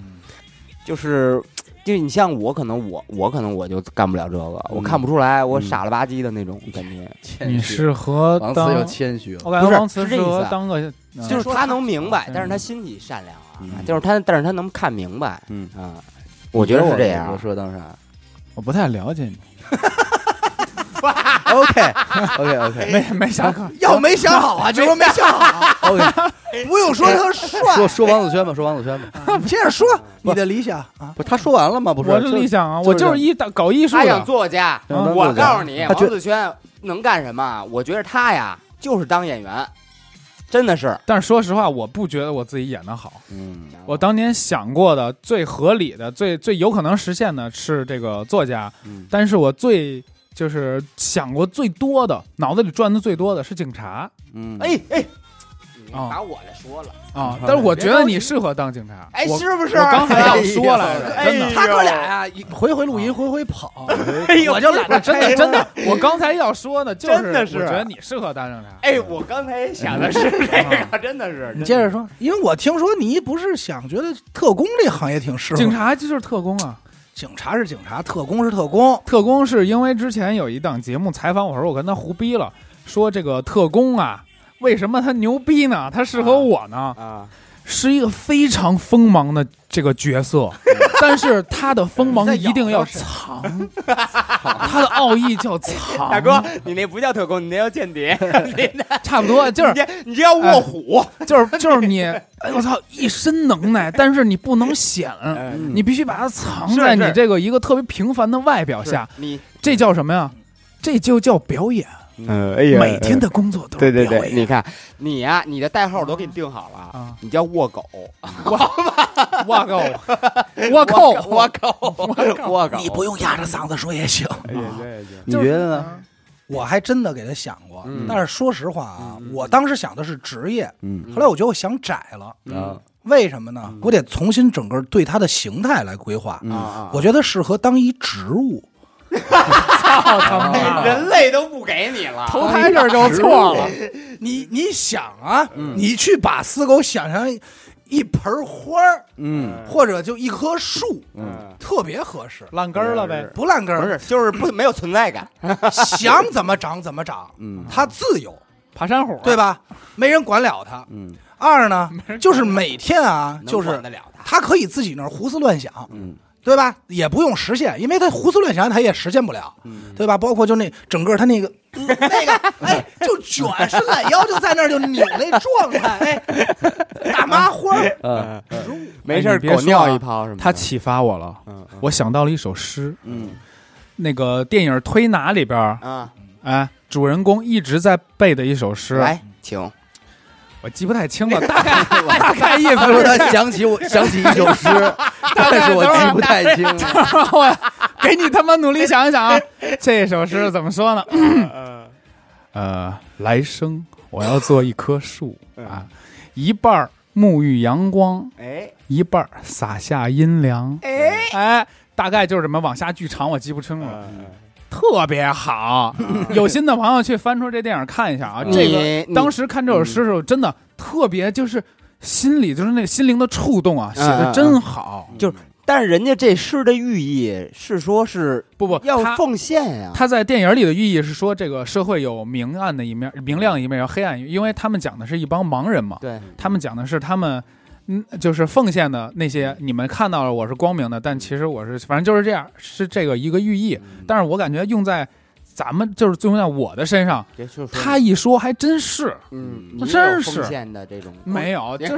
S4: 就是。就你像我，可能我我可能我就干不了这个，我
S2: 嗯
S4: 看不出来，我
S2: 嗯
S4: 傻了吧唧的那种感觉。
S2: 谦虚
S5: 你适合
S2: 王
S5: 当哦
S2: 慈又谦虚了。
S5: 我感觉
S4: 不是
S5: 王慈
S4: 是这
S5: 适
S4: 意思
S5: 合
S4: 啊
S5: 当个，嗯
S4: 就是
S3: 说
S4: 他
S3: 他
S4: 能明白
S5: 嗯，
S4: 但是他心里善良啊，
S2: 嗯
S4: 就是他，但是他能看明白
S2: 嗯，
S4: 啊。我觉得是这
S2: 我
S4: 样
S2: 适，合当 啥
S5: 我不太了解你，
S2: ？OK OK
S4: 哎
S2: OK
S5: 没没啥可
S3: 要没想好啊，就说没想好，哎
S2: OK，
S3: 不用说他
S2: 说
S3: 帅，
S2: 说王子轩吧，说王子轩吧。
S3: 你接着说你的理想啊，
S2: 不是他说完了吗？不是，
S5: 我的理想啊，
S2: 就
S5: 我
S2: 是
S5: 就是一大搞艺术
S4: 他想
S5: 的，
S4: 作家。
S2: 想当
S4: 我
S2: 作家
S4: 告诉你，
S2: 他
S4: 王
S2: 觉
S4: 子轩能干什么啊？我觉得他呀，就是当演员，真的是。
S5: 但是说实话，我不觉得我自己演的好。
S2: 嗯
S5: 我当年想过的最合理的、最最有可能实现的是这个作家，
S2: 嗯
S5: 但是我最就是想过最多的、脑子里转的最多的是警察
S2: 嗯，
S4: 哎哎，你
S5: 啊
S4: 把我的说了，
S5: 啊。但是我觉得你适合当警察，
S4: 哎，
S5: 我
S4: 是不是？
S5: 我刚才
S4: 哎
S5: 要说来着，真
S1: 哎
S5: 的。
S3: 他哥俩呀，一啊回回录音，回回 跑，我就懒得
S5: 真
S3: 开
S5: 的真的，我刚才要说的就是，
S4: 哎真的是
S5: 我觉得你适合当警察。
S4: 哎，我刚才也想的是这个，真的是。
S3: 你接着说，因为我听说你不是想觉得特工这行业挺适合，
S5: 警察就是特工啊，
S3: 警察是警察，特工是特工，
S5: 特工是因为之前有一档节目采访我时候，我跟他胡逼了，说这个特工啊，为什么他牛逼呢？他适合我呢？
S4: 啊，
S5: 是一个非常锋芒的这个 角色，但是他的锋芒一定要藏， 他的奥义叫藏。
S4: 大哥，，你那不叫特工，你那叫间谍，
S5: 差不 多就是
S4: 你这你这叫卧虎。
S5: 就是就是你，哎我操，一身能耐，但是你不能显，
S4: 哎
S5: 你必须把它藏
S4: 是
S5: 在你
S4: 是
S5: 这个一个特别平凡的外表下，
S4: 你
S5: 这叫什么呀？这就叫表演，
S4: 嗯，哎
S5: 每天的工作都
S2: 嗯
S4: 对
S5: 是
S4: 对
S5: 表演。
S4: 对，你看你呀、你的代号我都给你定好了，
S5: 啊
S4: 你叫卧狗，
S5: 我靠，我靠，
S4: 卧狗，卧狗，啊
S3: 你不用压着嗓子说也行。
S4: 哎呀，对对
S2: 你觉啊得呢？
S3: 我还真的给他想过，
S4: 嗯
S3: 但是说实话啊，我当时想的是职业，
S2: 嗯
S3: 后来我觉得我想窄了，
S2: 啊
S3: 为什么
S4: 嗯
S3: 呢？我得重新整个对它的形态来规划。
S4: 啊啊！
S3: 我觉得适合当一植物，
S4: 人类都不给你了，
S5: 投胎这儿就错了，
S3: 你你想啊，
S4: 嗯
S3: 你去把死狗想象一盆花儿，
S2: 嗯
S3: 或者就一棵树，
S4: 嗯，
S3: 特别合适，
S5: 烂根儿了呗。
S3: 不烂根
S4: 不
S3: 儿，
S4: 是，就是不没有存在感，
S3: 想怎么长怎么长，
S2: 嗯
S3: 它自由，
S5: 爬山虎，啊
S3: 对？吧？没人管了它。
S2: 嗯
S3: 二呢，就是每天啊，就
S4: 能管
S3: 是
S4: 得了他。
S3: 他可以自己那儿胡思乱想，
S2: 嗯
S3: 对吧？也不用实现，因为他胡思乱想，他也实现不了，
S7: 嗯
S3: 对吧？包括就那整个他那个、嗯那个， 哎，就卷伸懒腰就在那儿就扭那状态， 哎，大麻花儿，
S2: 嗯
S4: 没事儿，
S5: 你别
S4: 狗
S5: 说
S4: 尿
S5: 啊
S4: 一泡什么的？
S5: 他启发我了，
S4: 嗯嗯
S5: 我想到了一首诗，
S2: 嗯
S5: 那个电影《推拿》里边儿，
S4: 啊，
S5: 哎，主人公一直在背的一首诗，
S4: 来，请
S5: 我记不太清了，大概大概意思
S2: 他
S5: 是
S2: 说他想起我想起一首 诗，但是我记不太清了。
S5: 我给你他妈努力想一想啊，这首诗怎么 说呢？
S4: 嗯
S5: 呃，来生我要做一棵树
S4: 嗯
S5: 啊，一半儿沐浴阳光，
S4: 哎
S5: 一半儿洒下阴凉，哎哎，大概就是什么往下剧长我记不清楚了，
S4: 嗯
S5: 特别好。有心的朋友去翻出这电影看一下
S4: 嗯
S5: 啊！这个
S4: 你
S5: 当时看这首诗的时候，真的特别就是心里就是那个心灵的触动啊，写
S4: 嗯
S5: 的真好。
S4: 就是，但是人家这诗的寓意是说是
S5: 不不，
S4: 要
S5: 他
S4: 奉献呀，
S5: 他在电影里的寓意是说，这个社会有明暗的一面，明亮的一面，有黑暗一面，因为他们讲的是一帮盲人嘛，
S4: 对，
S5: 他们讲的是他们，嗯，就是奉献的那些，你们看到了我是光明的，但其实我是，反正就是这样，是这个一个寓意。但是我感觉用在咱们，就是用在我的身上，
S4: 也就是说
S5: 他一说还真是
S4: 嗯，
S5: 真
S4: 你也有
S5: 是
S4: 奉献的这种
S5: 没有，就是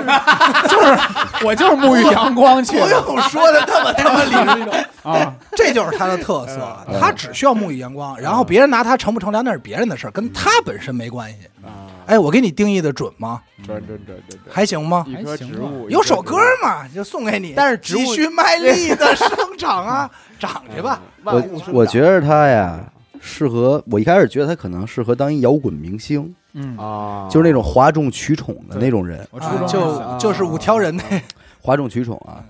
S5: 就是我就是沐浴阳光去
S3: 不
S5: 的
S3: 用说的 那么他妈理直气壮，
S5: 啊，
S3: 这就是他的特色。
S7: 嗯
S3: 他只需要沐浴阳光，然后别人拿他乘不乘凉那是别人的事儿，跟他本身没关系。哎，我给你定义的准吗？
S7: 嗯准准准准准，
S3: 还行吗？
S7: 一棵植物
S3: 有首歌嘛，就送给你。
S4: 但是植物
S3: 急需卖力的生长 啊，长去吧。
S4: 万物
S2: 我
S4: 生
S2: 我
S4: 长
S2: 觉得他呀，适合我一开始觉得他可能适合当一摇滚明星，
S5: 嗯，
S4: 啊，
S2: 就是那种哗众取宠的那种人，
S5: 我初
S3: 啊
S5: 中
S3: 就
S4: 啊
S3: 就是五条人那
S2: 哗众取宠啊。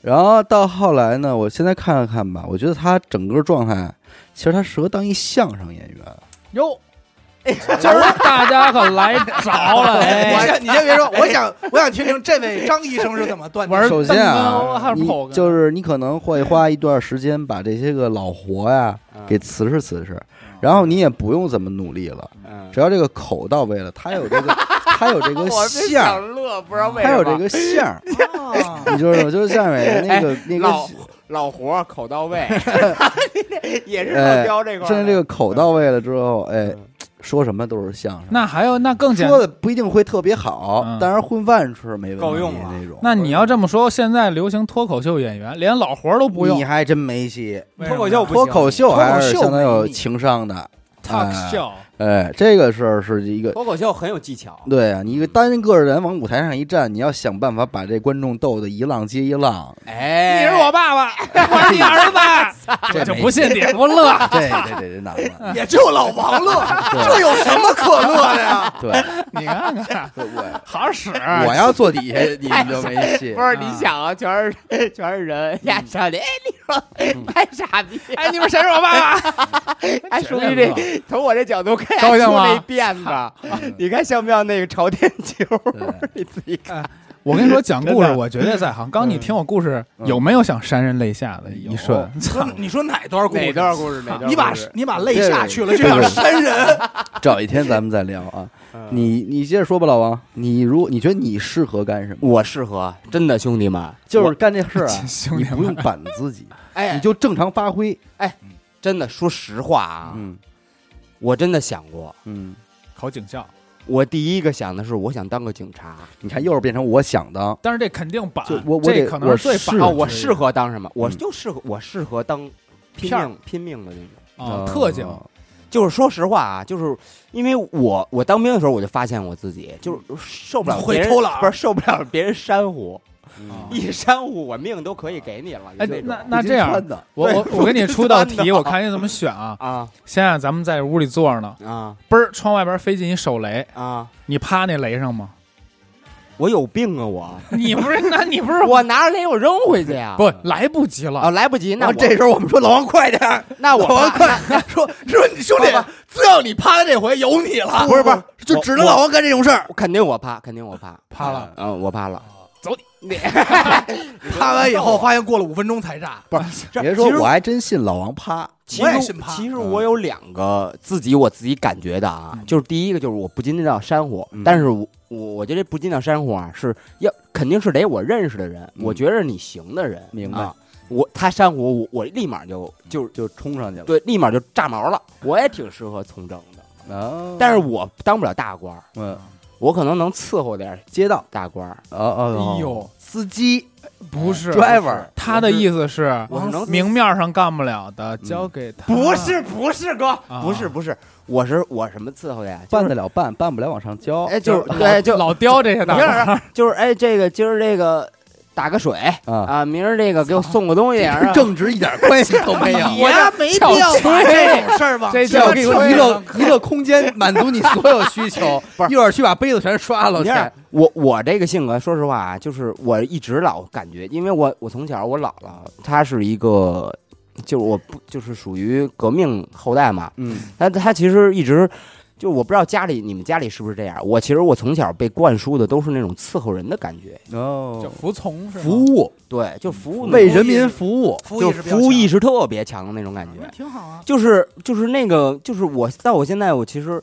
S2: 然后到后来呢，我现在看了看吧，我觉得他整个状态，其实他适合当一相声演员。
S5: 哟，今儿大家可来 着了，
S3: 你
S5: 哎，
S3: 先你先别说，我想我想听听这位张医生是怎么断定
S5: 玩儿
S2: 首先
S5: 蹬蹬还
S2: 啊，
S5: 是
S2: 你
S5: 跑个
S2: 就是你可能会花一段时间把这些个老活呀
S4: 嗯
S2: 给辞是辞是，然后你也不用怎么努力了，
S4: 嗯
S2: 只要这个口到位了，他有这 个他有这个
S4: 我是
S2: 相儿，
S4: 想乐，不知道为
S2: 他
S4: 什
S2: 有
S4: 么
S2: 这个相儿，
S3: 啊？
S2: 你就是就是下面那个那个
S4: 哎老老活儿口到 位，也呃是
S2: 哎
S4: 老刁这块儿的，
S2: 甚至这个口到位了之后，哎
S4: 嗯，
S2: 说什么都是相声。
S5: 那还有那更简
S2: 说的不一定会特别好
S5: 嗯，
S2: 当然混饭吃没问题
S4: 够用
S3: 啊
S4: 了
S2: 那种。
S5: 那你要这么说，现在流行脱口秀演员，连老活儿都不用
S2: 你，还真没戏，
S5: 为
S4: 脱
S5: 什么
S4: 口秀不
S2: 脱口秀还是
S3: 脱口秀
S2: 相当有
S3: 没你
S2: 情商的。
S5: talk
S2: 哎
S5: show，
S2: 哎，这个事儿是一个，
S4: 脱口秀很有技巧，
S2: 对啊，你一个单个人往舞台上一站，你要想办法把这观众逗得一浪接一 浪。
S4: 哎，
S5: 你是我爸爸， 我是你儿子，我就不信你不乐。
S2: 对对对，这难了。
S3: 也就老王乐，这有什么可乐的呀？
S2: 对，
S5: 你看看，
S2: 我
S5: 好使。啊
S2: 我要坐底下，你们就没 戏
S4: 不。是你想啊，全是 全是人，呀，上去，哎，你说太傻逼，啊
S5: 哎，你们谁是我爸爸？
S4: 哎，
S5: 绝
S4: 属
S5: 对
S4: 于
S5: 不
S4: 这从我这角度看，
S5: 高兴
S4: 出
S5: 吗
S4: 那辫 子，你看像不像那个朝天球？
S2: 对
S4: 你自己看，
S5: 我跟你说，讲故
S4: 真
S5: 事
S4: 的
S5: 我绝对在行。刚你听我故事，有没有想潸然泪下的一瞬？
S3: 说你说哪段故事？
S4: 哪段故事？哪段故事？
S3: 你把你把泪
S2: 这
S3: 下去了，就
S2: 这
S3: 想
S2: 个
S3: 扇人。
S2: 找一天咱们再聊啊。你你接着说吧，老王，你如你觉得你适合干什么？
S4: 我适合，真的兄弟们，
S2: 就是干这事儿 啊，
S5: 兄
S2: 你
S5: 弟们
S2: 不用板自己，你
S4: 哎，
S2: 就正常发挥。
S4: 真的说实话啊，
S2: 嗯
S4: 我真的想过，
S2: 嗯，
S5: 考警校，
S4: 我第一个想的是我想当个警察，啊
S2: 你看又是变成我想当，
S5: 但是这肯定板
S2: 就我我，
S5: 这
S2: 得
S5: 可能是最
S2: 是
S5: 板
S4: 啊，
S5: 的。
S4: 我适合当什么？我
S2: 嗯
S4: 就适合，我适合当拼
S5: 片儿
S4: 命拼命的那种。
S5: 啊
S2: 嗯
S5: 特警，
S4: 就是说实话啊，就是因为我我当兵的时候，我就发现我自己就是受不了
S3: 会
S4: 别人
S3: 偷懒儿
S4: 不是受不了别人煽呼，
S2: 嗯
S4: 啊一煽呼我命都可以给你了。
S5: 哎，
S4: 就
S5: 那
S4: 种
S5: 那这样
S2: 不经，穿的
S5: 我我
S4: 对
S5: 我给你出道题，
S4: 不
S5: 我看你怎么选 啊。
S4: 啊
S5: 现在咱们在屋里坐着呢，
S4: 啊
S5: 嘣儿，窗外边飞进一手雷，
S4: 啊！
S5: 你趴那雷上吗？
S4: 我有病啊我！
S5: 你不是，那你不是
S4: 我拿着那我扔回去呀、
S5: 不来不及了
S4: 啊，来不及。那
S3: 然
S4: 我
S3: 后这时候我们说老王快点儿，
S4: 那我
S3: 老王
S4: 怕
S3: 快点儿说说你兄弟，只要你趴的这回有你了，不是不是，就
S4: 我
S3: 只能老王干这种事儿。
S4: 我肯定我怕，肯定我怕，
S5: 趴了。
S4: 嗯，我怕了。
S3: 趴完以后发现过了五分钟才炸，
S4: 这
S2: 别
S4: 其
S2: 说
S4: 实
S2: 我还真信老王趴，
S4: 其
S3: 我也
S4: 实
S3: 信趴
S4: 其实我有两个自己我自己感觉的啊，就是第一个就是我不禁那道山火，
S2: 嗯
S4: 但是我我我觉得这不禁那道山火啊是要肯定是得我认识的人，
S2: 嗯
S4: 我觉着你行的人，
S2: 明白
S4: 啊我他山火我我立马就嗯就
S2: 就冲上去了。
S4: 对立马就炸毛了，我也挺适合从政的，
S2: 啊，
S4: 但是我当不了大官儿，
S2: 嗯，
S4: 我可能能伺候点
S2: 街道，
S4: 大官儿，
S2: 哦哦，
S5: 哎呦，
S2: 司机
S5: 不是
S2: driver，
S5: 他的意思是，
S4: 我是能嗯
S5: 明面上干不了的，交给他。
S4: 不是不是哥
S5: 啊，
S4: 不是不是，我是我什么伺候的呀？就
S2: 办
S4: 是
S2: 得了办，办不了往上交。
S4: 哎，就是
S5: 老
S4: 对就
S5: 老刁这些
S4: 你
S5: 大
S4: 看，就是哎，这个今儿这个打个水
S2: 啊
S4: 啊，明儿这个给我送个东西，啊然后
S2: 政治一点关系都 没有。
S3: 我家没必要把这种事儿往
S5: 这
S2: 这我
S5: 叫
S2: 跟你说，娱乐娱乐空间满足你所有需求，
S4: 不是
S2: 一会儿去把杯子全刷了
S4: 你
S2: 去。
S4: 看我我这个性格，说实话啊，就是我一直老感觉，因为我我从小我姥姥她是一个，就是我不就是属于革命后代嘛，
S2: 嗯，
S4: 她她其实一直。就我不知道家里你们家里是不是这样，我其实我从小被灌输的都是那种伺候人的感觉，
S5: 就
S2: 哦，
S5: 服从是吗
S2: 服务
S4: 对，就服务
S2: 为人民服务，
S3: 服务
S4: 就
S3: 意识比较
S4: 服务
S3: 强
S4: 意识特别强的那种感觉，
S3: 挺好啊。
S4: 就是就是那个就是我到我现在我其实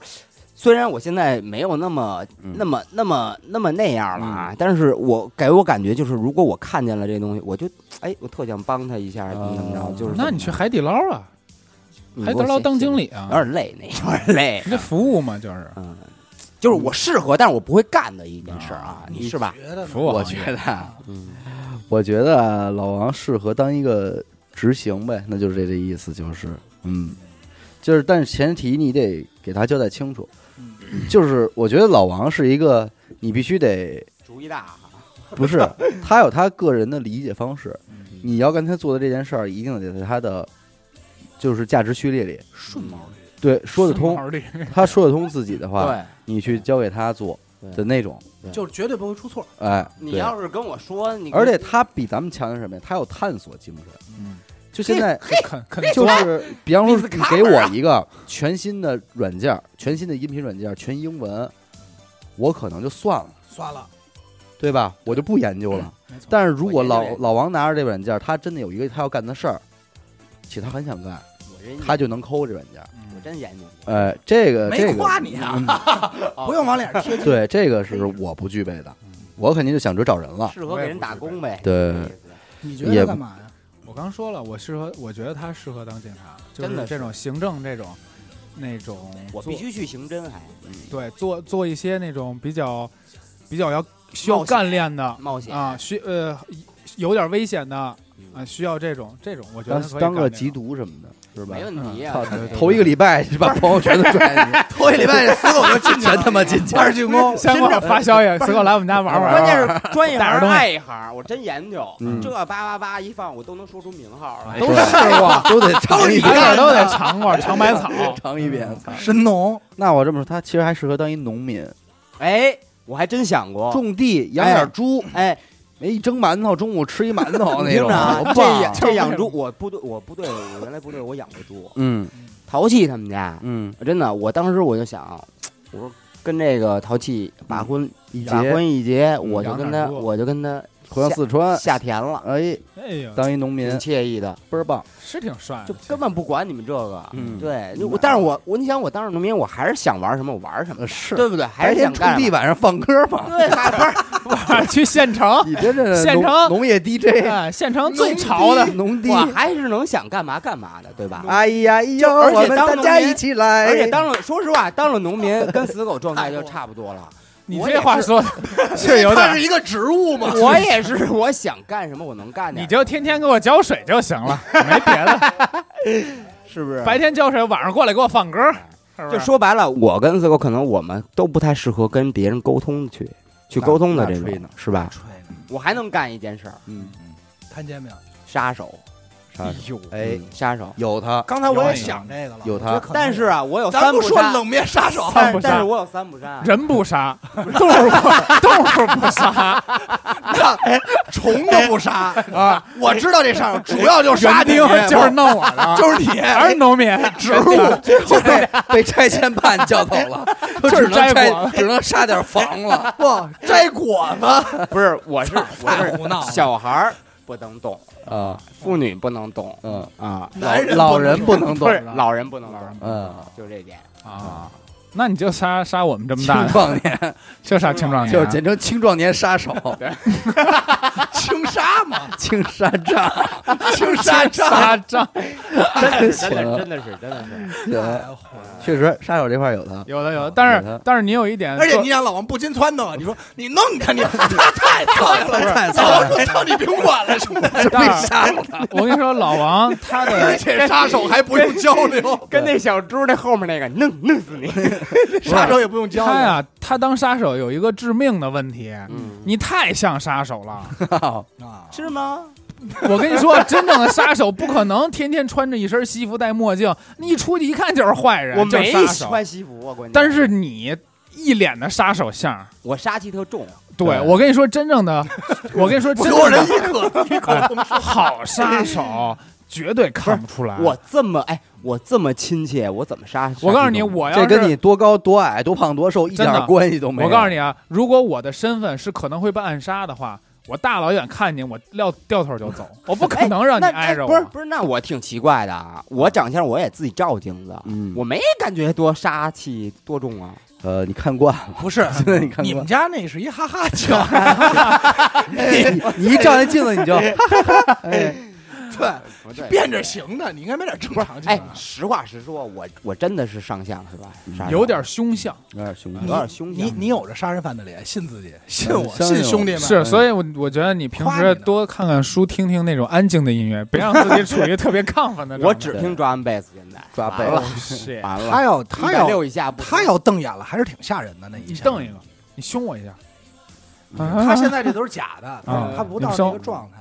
S4: 虽然我现在没有那么
S2: 嗯
S4: 那么那么那么那样了啊，但是我给我感觉就是如果我看见了这东西，我就哎我特想帮他一下，怎么怎么着，就是
S5: 那你去海底捞啊，海底捞当经
S4: 理
S5: 理啊
S4: 有，点累，那有点累
S5: 你，这服务嘛就是
S4: 嗯，就是我适合，但是我不会干的一件事儿啊，你是吧？
S3: 觉得呢
S5: 服务行
S2: 我
S5: 业
S2: 觉得啊，
S4: 嗯，
S2: 我觉得啊老王适合当一个执行呗，那就是这这意思，就是嗯，就是但是前提你得给他交代清楚， 就是我觉得老王是一个你必须得
S4: 主意大哈，
S2: 不 是，他有他个人的理解方式。你要跟他做的这件事儿，一定得在他的就是价值序列里，
S4: 顺毛
S2: 对，说得通。
S5: 顺毛利
S2: 他说得通自己的话，
S4: 对，
S2: 你去交给他做的那种，
S3: 就是绝对不会出错。
S2: 哎，
S4: 你
S2: 对
S4: 要是跟我说，你
S2: 而且他比咱们强的是什么呀？他有探索精神。
S5: 嗯，
S2: 就现在，
S5: 肯肯
S2: 就是比方说，
S4: Miss
S2: 你给
S3: 啊
S2: 我一个全新的软件儿、全新的音频软件儿、全英文，我可能就算了，
S3: 算了，
S2: 对吧？我就不研究了。
S5: 没错
S2: 但是如果
S4: 我觉得
S2: 老
S4: 这个
S2: 老王拿着这软件儿，他真的有一个他要干的事儿，且他很想干，
S4: 我真
S2: 他就能抠这软件儿。
S4: 我真研究，
S5: 嗯
S2: 呃，这个这
S3: 没
S2: 个
S3: 夸你啊，
S4: 不
S3: 不用往脸上 贴金。
S2: 对，这个是我不具备
S5: 嗯
S2: 的，我肯定就想着找人了。
S4: 适合给人打工呗，
S2: 对
S4: 这意思
S3: 你觉得
S2: 也
S3: 他干嘛呀？
S5: 我刚说了，我适合，我觉得他适合当警察，就
S4: 真的是
S5: 是这种行政这种，那种
S4: 我
S5: 做
S4: 必须去刑侦还，嗯
S5: 对做做一些那种比较比较要需
S4: 冒险
S5: 要干练的
S4: 冒险嗯
S5: 啊，需呃有点危险的啊，需要这种这种，我觉得
S2: 当
S5: 可以
S2: 当
S5: 干
S2: 个
S5: 这
S2: 缉毒什么的，是吧
S4: 没？问题
S2: 操
S4: 啊。
S5: 对对
S2: 头一个礼拜就把朋友圈都转 进去，
S6: 头一礼拜死狗就进去
S2: 全
S6: 了，
S2: 他妈进去。
S6: 二进攻，
S5: 先给我发消息，随后来我们家玩玩。
S4: 哦 关键是专一
S5: 打着
S4: 行
S5: 灯
S4: 爱一行，我真研究
S2: 嗯，
S4: 这叭叭叭一放，我都能说出名号来。
S5: 都试过，
S2: 都得尝一
S5: 一
S2: 遍，
S5: 点都得尝过尝百 草。
S2: 尝一遍。操
S3: 神农，
S2: 那我这么说，他其实还适合当一农民，
S4: 哎，我还真想过，
S2: 种地养点猪，
S4: 哦哎，
S2: 哎，一蒸馒头，中午吃一馒头那
S4: 你听
S2: 种，
S4: 着啊
S2: 多，
S4: 这
S2: 棒
S4: 养
S2: 啊！
S4: 这养猪，我部队我部队我原来部队我养过猪，
S2: 嗯
S4: 淘气他们家，
S2: 嗯，
S4: 真的，我当时我就想，我说跟这个淘气把婚
S2: 一
S4: 把
S2: 节
S4: 婚一结，我就跟
S5: 养
S4: 他
S5: 点猪
S4: 我就跟他
S2: 回到
S4: 下
S2: 四川，
S4: 下田了，
S2: 哎，
S5: 哎呦，
S2: 当一农民
S4: 挺惬意的。
S2: 倍儿棒。
S5: 是挺帅的，
S4: 就根本不管你们这个，
S2: 嗯
S4: 对，就我但是我我你想我当时农民，我还是想玩什么我玩什么，
S2: 呃是
S4: 对不对？还
S2: 白
S4: 是
S2: 天
S4: 想
S2: 种
S4: 干
S2: 地，
S4: 什么
S2: 晚上放歌 嘛。
S4: 对，还不是
S5: 去县城，
S2: 你这这
S5: 县
S2: 农
S5: 城
S2: 农业 DJ
S5: 哎，县城最潮的，
S2: 农地，
S4: 我还是能想干嘛干嘛的，对吧？
S2: 哎呀哎呦，
S4: 而且
S2: 我们
S4: 当
S2: 大
S4: 农
S2: 家
S4: 民
S2: 一起来，
S4: 而且当了，说实话，当了农 民跟死狗状态就差不多了。
S5: 你
S4: 我也
S5: 这话
S4: 是
S5: 说的 是有
S6: 它
S5: 点
S6: 是，一个植物嘛，
S4: 我也是，我想干什么我能干点
S5: 你
S4: 儿，
S5: 就天天给我浇水就行了，没别的。
S4: 是不是？哎
S5: 白天浇水，晚上过来给我放歌，是不
S4: 就是说白了，我跟死狗可能我们都不太适合跟别人沟通去去沟通的
S2: 那
S4: 这
S2: 吹
S4: 种
S2: 呢，
S4: 是吧？我还能干一件事儿，
S2: 嗯，
S3: 看见没有？
S4: 杀手，
S2: 啥？
S4: 呦，
S2: 哎，
S4: 杀手。
S2: 有他，
S3: 刚才我也想这个了，
S2: 有他
S3: 我觉得可能
S4: 但是啊，我有
S6: 咱
S4: 三
S6: 不
S4: 不
S6: 说
S4: 杀，
S6: 冷面杀手，
S5: 三
S4: 但
S5: 不
S4: 是
S5: 杀
S4: 但是我有三不杀，
S5: 人不杀，动物不动物不杀，
S6: 虫都 不杀啊！我知道这事儿，主要就杀
S5: 园
S6: 你
S5: 丁，就是弄我的，
S6: 就是你，
S5: 还是农民，
S6: 植 物。
S2: 就被被拆迁办叫走了，就
S5: 就是
S2: 只能
S5: 摘
S2: 拆
S5: 果，
S2: 只能杀点房了。
S6: 哇，摘果子，
S4: 不是，我是我是
S3: 胡闹了
S4: 小孩儿不能动，
S2: 啊，
S4: 妇女不能动
S2: 嗯，
S4: 啊，
S2: 老老人不能
S4: 不
S2: 动
S4: 是，老人不能动，
S2: 嗯，
S4: 就这点。
S5: 啊。那你就杀杀我们这么
S2: 青
S5: 大的，
S2: 壮年
S5: 就杀青壮年，啊
S2: 就是简称青壮年杀手，
S6: 青纱嘛，
S3: 哎
S2: 青杀仗，
S6: 青纱帐，
S5: 杀仗。
S4: 真的是，
S2: 行
S4: 真的，真的是，真的是。
S2: 对，确实杀手这块有他，
S5: 有的有的，但
S2: 有的
S5: 是但是你有一点，
S6: 而且
S5: 做
S6: 你让老王不禁撺掇，你说你弄他， 你他太脏了，
S2: 太
S6: 老
S2: 操
S6: 王
S2: 了，
S6: 说操你别管了，兄弟，
S5: 但
S2: 被
S5: 是
S2: 杀了，
S5: 我跟你说，老王
S6: 而
S5: 他的
S6: 且杀手还不用交流，
S4: 跟那小猪那后面那个，弄弄死你！
S6: 杀手也不用交
S5: 他
S6: 流，
S5: 呀，他当杀手有一个致命的问题，
S4: 嗯，
S5: 你太像杀手了。
S3: 啊，
S4: 是吗？
S5: 我跟你说，真正的杀手不可能天天穿着一身西服戴墨镜，你一出去一看就是坏人，
S4: 我
S5: 啊就是
S4: 没
S5: 杀手。
S4: 穿西服啊，关键
S5: 但是你一脸的杀手相儿。
S4: 我杀气特重，
S5: 对
S2: 对
S5: 我跟你说，真正的，我跟你说，真
S6: 所有
S5: 正
S6: 人
S5: 的哎
S6: 一口一口同声。
S5: 好杀手绝对看不出来。
S4: 我这么哎，我这么亲切，我怎么杀？
S5: 我告诉
S4: 杀
S5: 你，
S4: 气重
S5: 我要
S2: 这
S5: 是
S2: 跟你多高多矮多胖多瘦一点
S5: 真
S2: 儿
S5: 的
S2: 关系都没有。
S5: 我告诉你啊，如果我的身份是可能会被暗杀的话，我大老远看见我撂掉头就走，我不可能让你
S4: 那
S5: 挨着
S4: 哎
S5: 我。
S4: 不是不是，那我挺奇怪的啊，我长相我也自己照镜子，
S2: 嗯，
S4: 我没感觉多杀气多重啊。
S2: 呃，你看惯了，
S3: 不是，
S2: 现在你看
S3: 你
S2: 惯
S3: 们
S2: 了，
S3: 家那是一哈哈笑，
S2: 你一照那镜子你就 哎
S4: 哦
S3: 对，变着形的，你应该买点正常就
S4: 哎
S3: 行。，
S4: 实话实说，我我真的是上相是吧？杀手
S5: 有点凶相，
S2: 有点凶
S4: 有点凶相
S6: 啊
S3: 你你有着杀人犯的脸，信自己，信我，
S2: 相信
S3: 信
S2: 我
S3: 兄弟们。
S5: 是，哎所以我我觉得你平
S3: 夸你
S5: 时
S3: 呢
S5: 多看看书，听听那种安静的音乐，别让自己处于特别亢奋的状态。
S4: 我只听抓 r 贝斯，现在
S2: 抓
S4: 完
S2: 贝
S4: 了，
S5: 是，
S4: 完了，
S3: 他要他
S4: 106
S3: 要
S4: 一下不行，
S3: 他要瞪眼了，还是挺吓人的那一
S5: 你
S3: 下。
S5: 瞪一个，你凶我一下。
S3: 他
S5: 他
S3: 现在这都是假的，
S5: 啊
S3: 他不到那
S5: 你生
S3: 个状态，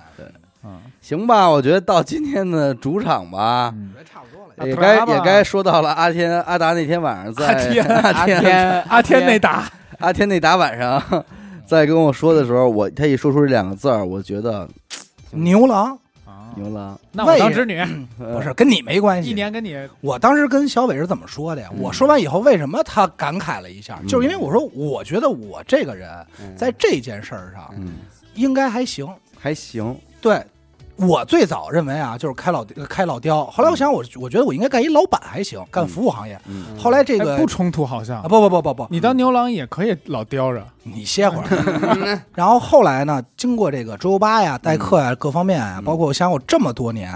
S2: 行吧？我觉得到今天的主场吧，
S3: 我觉得差不多了。
S5: 嗯
S2: 也
S5: 啊
S2: 该
S5: 特拉吧
S2: 也该说到了阿天阿达那天晚上在
S5: 阿
S2: 哎
S5: 天嗯
S2: 阿
S4: 阿
S2: 天
S4: 天
S5: 阿天那打，
S2: 阿天那打晚上 在跟我说的时候，我他一说出这两个字儿，我觉得
S3: 牛郎
S2: 牛郎
S5: 啊那我当
S3: 为
S5: 织女，
S3: 不是跟你没关系。
S5: 呃一年跟嗯你
S3: 我当时跟小伟是怎么说的呀？我说完以后，为什么他感慨了一下？
S2: 嗯
S3: 就是因为我说，我觉得我这个人
S4: 嗯
S3: 在这件事儿上
S2: 嗯
S3: 应该还行。
S2: 还行，
S3: 对，我最早认为啊，就是开老开老刁，后来我想我，我觉得我应该干一老板还行，干服务行业。
S2: 嗯
S3: 后来这
S5: 哎
S3: 个
S5: 不冲突，好
S3: 啊，
S5: 像
S3: 不不不不不，
S5: 你当牛郎也可以老叼着，
S3: 你歇会儿。然后后来呢，经过这个周八呀、代课呀、各方面啊，包括我想我这么多年，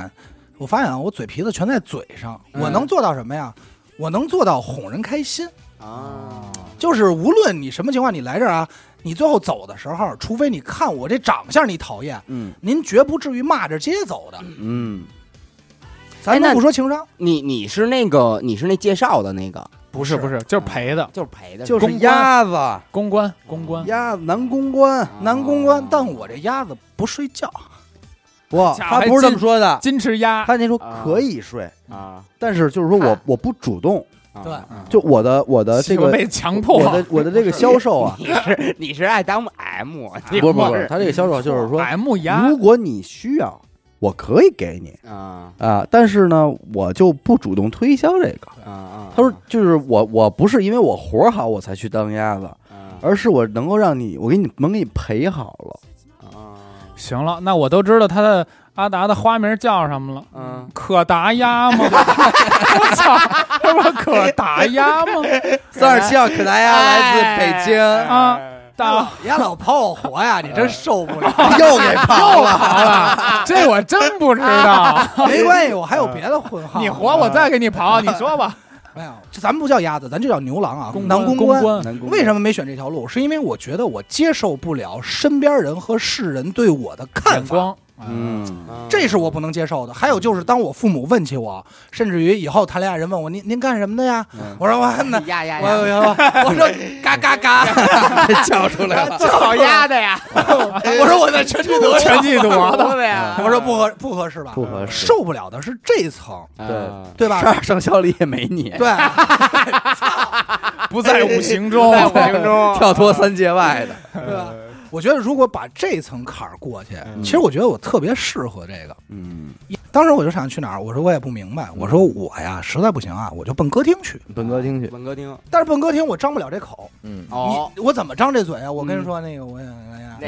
S3: 我发现啊，我嘴皮子全在嘴上。我能做到什么呀？我能做到哄人开心，
S4: 啊，
S3: 就是无论你什么情况，你来这儿啊，你最后走的时候，除非你看我这长相你讨厌，
S2: 嗯
S3: 您绝不至于骂着街走的。
S2: 嗯，
S3: 咱
S4: 哎那
S3: 们不说情商，
S4: 你你是那个你是那介绍的那个，
S5: 不是不是，就是陪的
S4: 就是陪的，
S2: 就是
S5: 公关
S2: 鸭子
S5: 公关公关。
S2: 鸭子男公
S5: 啊
S2: 关，
S3: 男公关，但我这鸭子不睡觉，
S2: 哇，
S5: 假
S2: 他
S5: 还
S2: 不是这
S5: 进
S2: 么说的，
S5: 金翅鸭，
S2: 他那时候
S4: 啊
S2: 可以睡，
S4: 啊，
S2: 但是就是说我
S4: 看
S2: 我不主动，
S4: 啊
S3: 对
S4: 啊
S2: 就我的我的呃这
S5: 我
S2: 个
S5: 被强迫，
S2: 我的我的这个销售啊，
S4: 你是你是爱当 M，
S2: 不是不是不是，他这个销售就是说，
S5: M 鸭
S2: 如果你需要，我可以给你
S4: 啊
S2: 啊，但是呢，我就不主动推销这个。
S4: 啊啊，
S2: 他说：“就是我，我不是因为我活儿好我才去当鸭子，
S4: 啊
S2: 而是我能够让你，我给你能给你陪好了。
S4: 啊
S5: 行了，那我都知道他的阿达的花名叫什么了，
S4: 嗯，
S5: 可达鸭吗？ 我操，他妈可达鸭吗？
S2: 三十七号可达鸭来自北京，
S1: 哎
S5: 啊， 大
S3: 呀，老炮我活呀，你真受不 了。
S2: 又给刨了。
S5: 好了，这我真不知道，
S3: 没关系，我还有别的混号。
S5: 你活我再给你刨，你说吧，
S3: 没有，这咱们不叫鸭子，咱就叫牛郎啊，
S5: 公
S3: 男
S5: 公
S3: 公关。
S2: 南宫
S3: 为什么没选这条路？是因为我觉得我接受不了身边人和世人对我的看
S5: 眼
S3: 法，
S5: 光，
S2: 嗯，
S3: 这是我不能接受的。还有就是，当我父母问起我，甚至于以后谈恋爱人问我您您干什么的呀？我说我呢，
S4: 呀呀
S3: 我
S4: 呀，
S3: 我我说 嘎嘎嘎，
S2: 叫出来 了？
S4: 烤鸭的呀，
S3: 我说我在全聚德，
S5: 全季赌王的，
S4: 的呀，
S3: 我说不合不合适吧？
S2: 不合适
S3: 受不了的是这层，
S4: 对，啊
S3: 对
S2: 十
S3: 吧？
S2: 二生肖里也没你，
S3: 对，
S5: 不在五行中，
S4: 五 中
S2: 跳脱三界外的。
S3: 对吧？我觉得如果把这层坎儿过去，其实我觉得我特别适合这个。
S2: 嗯，
S3: 当时我就想去哪儿，我说我也不明白，我说我呀实在不行啊，我就奔歌厅去。
S2: 本哥听去，
S4: 文哥厅
S3: 但是奔歌厅我张不了这口，
S4: 哦，
S3: 你我怎么张这嘴啊？我
S2: 嗯
S3: 跟你说那个我也。哎呀
S4: 那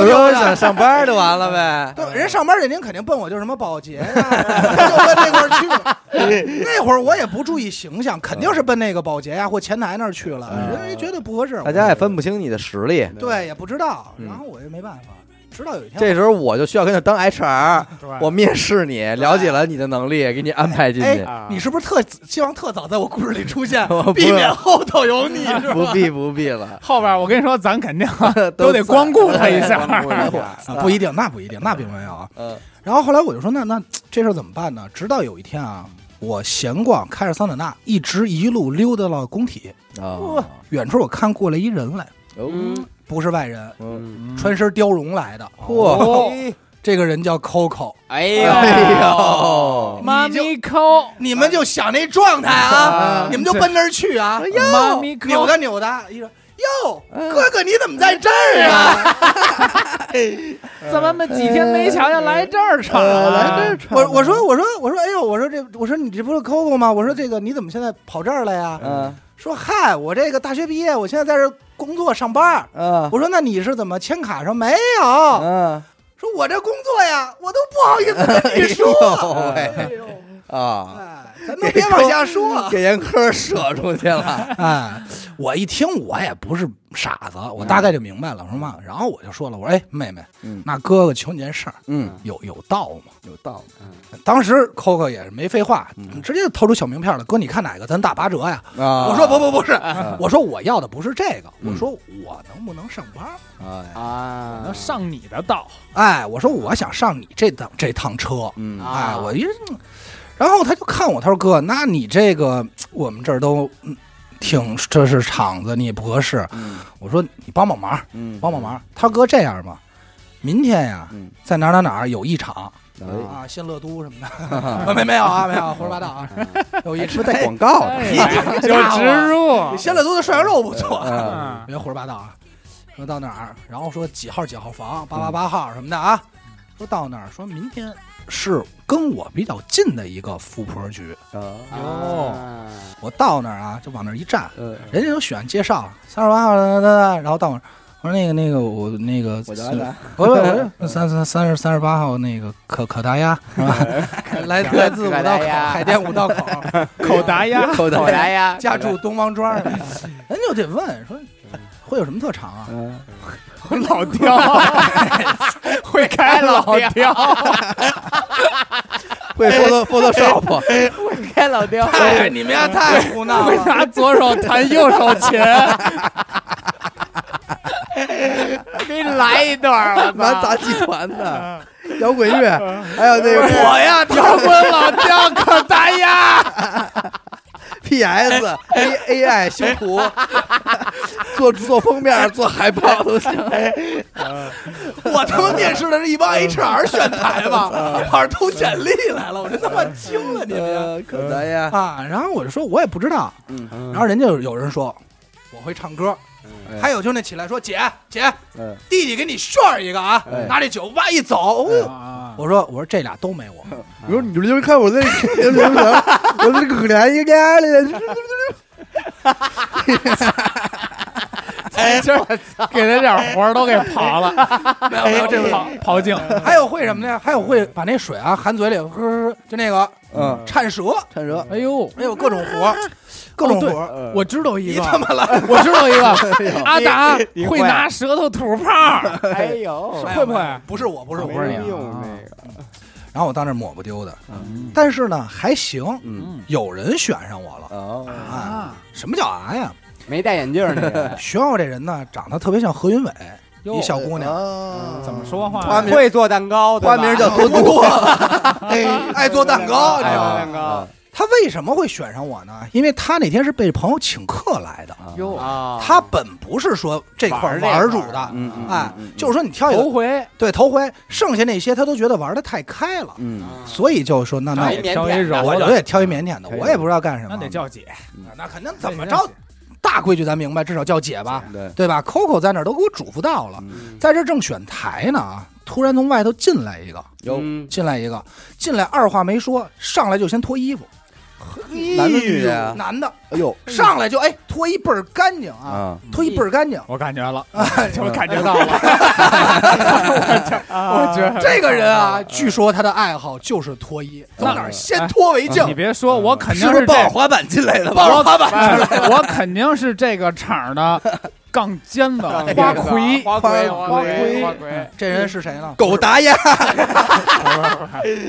S2: 有时候想上班就完了呗。
S3: 对，人上班去，您肯定奔我就是什么保 洁呀、就奔那块儿去。那会儿我也不注意形象，肯定是奔那个保洁呀、或前台那儿去了，
S2: 嗯
S3: 人家觉得不合适。
S2: 大家也分不清你的实力，
S3: 对，也不知道。
S2: 嗯
S3: 然后我也没办法，直到有一天
S2: 这时候我就需要跟他当 HR，
S5: 对
S2: 我面试你，了解了你的能力，给你安排进去。
S3: 哎，你是不是特希望特早在我故事里出现
S2: 我不，
S3: 避免后头有你？是吧
S2: 不必不必了，
S5: 后边我跟你说，咱肯定
S2: 都
S5: 都得光顾他一下，
S3: 啊不一定，那不一定，那并没有啊。
S2: 嗯
S3: 然后后来我就说，那那这事儿怎么办呢？直到有一天啊，我闲逛，开着桑塔纳，一直一路溜达到工体。
S2: 啊，
S3: 远处我看过来一人来，
S2: 嗯，
S3: 不是外人，
S2: 嗯
S3: 穿身貂绒来的。
S5: 哦
S3: 哦
S2: 嚯，
S3: 这个人叫 Coco，
S4: 哎
S2: 哎
S4: 呦，
S2: 呦，
S5: 妈咪哎抠，
S3: 你们就想那状态啊
S2: 啊，
S3: 你们就奔那儿去啊，
S5: 哎妈咪嗯抠，
S3: 扭哒扭哒，一说哟，哥哥你怎么在这儿啊？
S5: 怎么没几天没瞧见来这儿场了？来这
S3: 哎我我说我说我说哎呦，我说这我说你这不是 Coco 吗？我说这个你怎么现在跑这儿来呀？
S2: 嗯
S3: 说嗨，我这个大学毕业，我现在在这儿工作上班儿。
S2: 嗯
S3: 我说那你是怎么签卡上没有？
S2: 嗯
S3: 说我这工作呀，我都不好意思跟你说。
S2: 哎
S3: 呦，
S2: 啊，
S3: 哎，咱都别往下说。啊
S2: 给严科射出去了，
S3: 哎，我一听我也不是傻子，我大概就明白了，我说嘛，然后我就说了，我说哎，妹妹，
S2: 嗯
S3: 那哥哥求你件事儿，
S2: 嗯，
S3: 有有道吗？
S2: 有道嗯
S3: 当时 Coco 也是没废话，直接就掏出小名片了，哥你看哪个，咱打八折呀？
S2: 理啊。
S3: 我说不不不是
S2: 啊，
S3: 我说我要的不是这个，
S2: 嗯
S3: 我说我能不能上班？
S2: 哎，
S4: 啊，
S5: 能上你的道，
S3: 哎，我说我想上你这趟这趟车，
S2: 嗯
S4: 啊
S3: 哎，我一，然后他就看我，他说哥，那你这个我们这儿都嗯挺这是厂子，你也不合适。
S2: 嗯
S3: 我说你帮帮忙，
S2: 嗯，
S3: 帮帮忙。他说哥这样吧，明天呀
S2: 嗯，
S3: 在哪儿哪儿哪儿有一场
S2: 哎，
S3: 啊，新乐都什么的，没没有啊，没有胡说八道啊， 有一
S2: 是不是
S3: 场
S2: 带广告的？
S5: 哎呀有植入，
S3: 新乐都的涮羊肉不错，
S2: 啊
S5: 嗯
S3: 别胡说八道啊！说到哪儿，然后说几号几号房，八八八号什么的啊。说到那儿，说明天是跟我比较近的一个富婆局。
S2: 啊，
S5: 哟
S3: 我到那儿啊，就往那儿一站，
S2: 嗯
S3: 人家就喜欢介绍三十八号，哒哒哒然后到那儿，我说那个那个我那个，
S2: 我叫安南，
S3: 我说我三三三十三十八号那个可可达鸭是吧？来来自五道
S4: 可达
S3: 口，
S2: 啊
S4: 鸭
S3: 海淀五道口，
S5: 口达鸭，
S2: 口
S4: 口来 呀，
S3: 家
S6: 哎
S3: 住东方庄儿的，人就得问说会有什么特长啊？
S2: 嗯，
S5: 老刁，会开老刁，
S2: 会 photo photoshop，
S6: 哎
S4: 开老 刁，
S3: 哎，你们家太胡闹
S5: 会
S3: 了。
S5: 拿左手弹右手琴，
S4: 给你来一段儿，我
S2: 玩
S4: 操！
S2: 杂技团的
S6: 嗯
S2: 摇滚乐，还有那个
S5: 我呀，摇滚老刁，可达鸭，
S2: PS A AI 修图， 做做封面、做海报都行。
S6: 哎
S2: 嗯
S6: 我他妈面试的是一帮 HR 选材吧，
S2: 嗯
S6: 我是投简历来了，我真他妈惊了你们。嗯
S2: 呃，嗯可咱呀，
S3: 啊，然后我就说我也不知道，
S2: 嗯，
S3: 然后人家有有人说我会唱歌，
S2: 嗯
S3: 还有就那起来说姐姐
S2: 嗯，
S3: 弟弟给你炫一个啊
S2: 哎，
S3: 拿这酒哇一走，
S5: 啊
S3: 哦
S5: 嗯
S3: 呦我说我说这俩都没我，
S2: 你说你就看我这，我这可怜一个的，
S5: 哎，今儿给他点活儿都给刨 了，
S3: 没有没有这个。
S5: 刨刨净，
S3: 哎还有会什么呢？还有会把那水啊含嘴里，呵呵呵就那个
S2: 嗯，
S3: 颤舌，
S2: 看着，
S5: 哎呦，
S3: 哎呦各种活儿，各种活儿。
S5: 我知道一
S6: 你
S5: 个，
S6: 他妈来，
S5: 我知道一个， 阿达会拿舌头吐泡儿，
S4: 哎呦，
S5: 会不会？
S3: 不是我，不是我
S5: 不，是你啊
S4: 用那个，
S3: 然后我到那儿抹不丢的，但是呢还行，
S2: 嗯，
S3: 有人选上我了。
S2: 哦，
S3: 啊，什么叫啊呀？
S4: 没戴眼镜儿那个，
S3: 学校这人呢，长得特别像何云伟，
S5: 哟
S3: 一小姑娘，
S2: 啊
S5: 怎么 说话？
S2: 花名
S4: 会做蛋糕，对吧
S2: 花名叫多哎多，
S3: 哎
S6: 爱做蛋糕，你
S4: 爱
S6: 知道
S4: 做
S6: 吗？
S2: 啊
S4: 蛋糕
S3: 她为什么会选上我呢？因为她那天是被朋友请客来的，
S2: 哟，
S4: 啊，
S3: 她本不是说这块儿玩儿主的，
S2: 嗯嗯，
S3: 哎，就是说你挑一
S5: 头
S3: 个，
S5: 回
S3: 对头回，剩下那些她都觉得玩的太开了，
S2: 嗯，
S3: 所以就说那那
S4: 哎
S3: 我
S4: 腼
S5: 稍微
S4: 腆
S5: 柔
S3: 我就
S5: 了，
S3: 得挑一腼腆的，
S2: 可以
S3: 我也不知道干什么，
S5: 那得叫姐，
S3: 那肯定怎么着，大规矩咱明白，至少叫姐吧，
S2: 对，
S3: 对吧？Coco 在那儿都给我嘱咐到了，在这正选台呢啊，突然从外头进来一个。
S2: 有
S4: 嗯
S3: 进来一个，进来二话没说，上来就先脱衣服，
S2: 男
S3: 哎
S2: 的女的呀？
S3: 男的
S2: 哎呦，
S3: 上来就哎脱衣倍儿干净啊，
S2: 啊，
S3: 脱衣倍儿干净。
S5: 我感觉 了，我感觉到了， 我觉 得
S3: 这个人啊， 嗯哎据说他的爱好就是脱衣，走哪儿先脱为
S5: 你
S3: 敬。
S5: 别说，我肯定
S2: 是不是
S5: 这
S2: 抱着滑板进来的？
S5: 抱滑板，哎我肯定是这个厂的杠尖子花魁，
S4: 花
S2: 魁
S4: 魁，
S2: 花
S5: 魁
S4: 花魁，
S3: 这人是谁呢？
S2: 狗达鸭，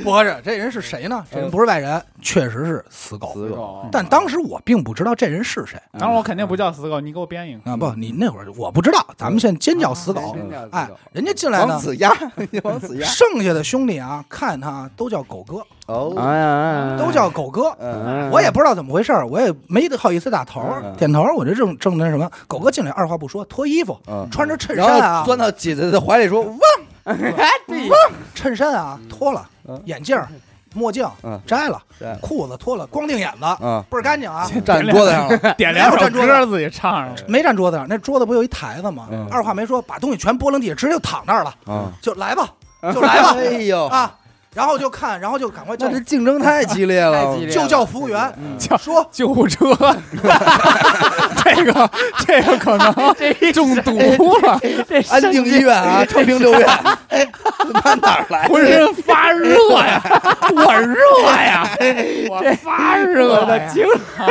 S3: 不是，这人是谁呢？这人不是外人，确实是哎死狗。
S2: 死狗，
S3: 但当时我并不知道这人是谁
S5: 当然我肯定不叫死狗，你给我编一个，
S3: 啊！不，你那会儿我不知道，咱们现在尖叫死狗。
S4: 真叫
S3: 哎
S4: 狗，
S3: 人家进来
S2: 王
S3: 呢，
S2: 子鸭，王子鸭，
S3: 剩下的兄弟啊，看他都叫狗哥，
S2: 哦，
S4: 啊，
S3: 都叫狗哥。
S2: 嗯
S3: 我也不知道怎么回事儿，我也没好意思打头儿
S2: 嗯嗯
S3: 点头儿，我就正正那什么，狗哥进来二话不说脱衣服，
S2: 嗯，
S3: 穿着衬
S2: 然
S3: 衫啊
S2: 后，钻到姐姐的怀里说哇，
S3: 衬衫啊脱了
S2: 嗯，
S3: 眼镜儿、墨镜
S2: 嗯
S3: 摘了
S2: 摘了，
S3: 裤子脱了，光腚眼子
S2: 嗯，
S3: 倍儿干净啊，
S2: 站桌子上了，
S5: 点两首歌自己唱上了，
S3: 没站桌子上，那桌子不有一台子吗
S2: 嗯？
S3: 二话没说，把东西全拨楞地，直接就躺那儿了，
S2: 嗯，
S3: 就来吧，就来吧，
S2: 哎呦，
S3: 啊，然后就看，然后就赶快叫
S2: 那这竞争太激烈了，
S3: 就叫服务员，
S2: 嗯
S5: 叫
S3: 说
S5: 救护车， 这个这个可能中毒了，
S2: 安定医院啊，昌平六院，他哪儿来？
S5: 浑身发热呀，我热呀，我发热
S4: 我的
S5: 呀，
S4: 精
S2: 他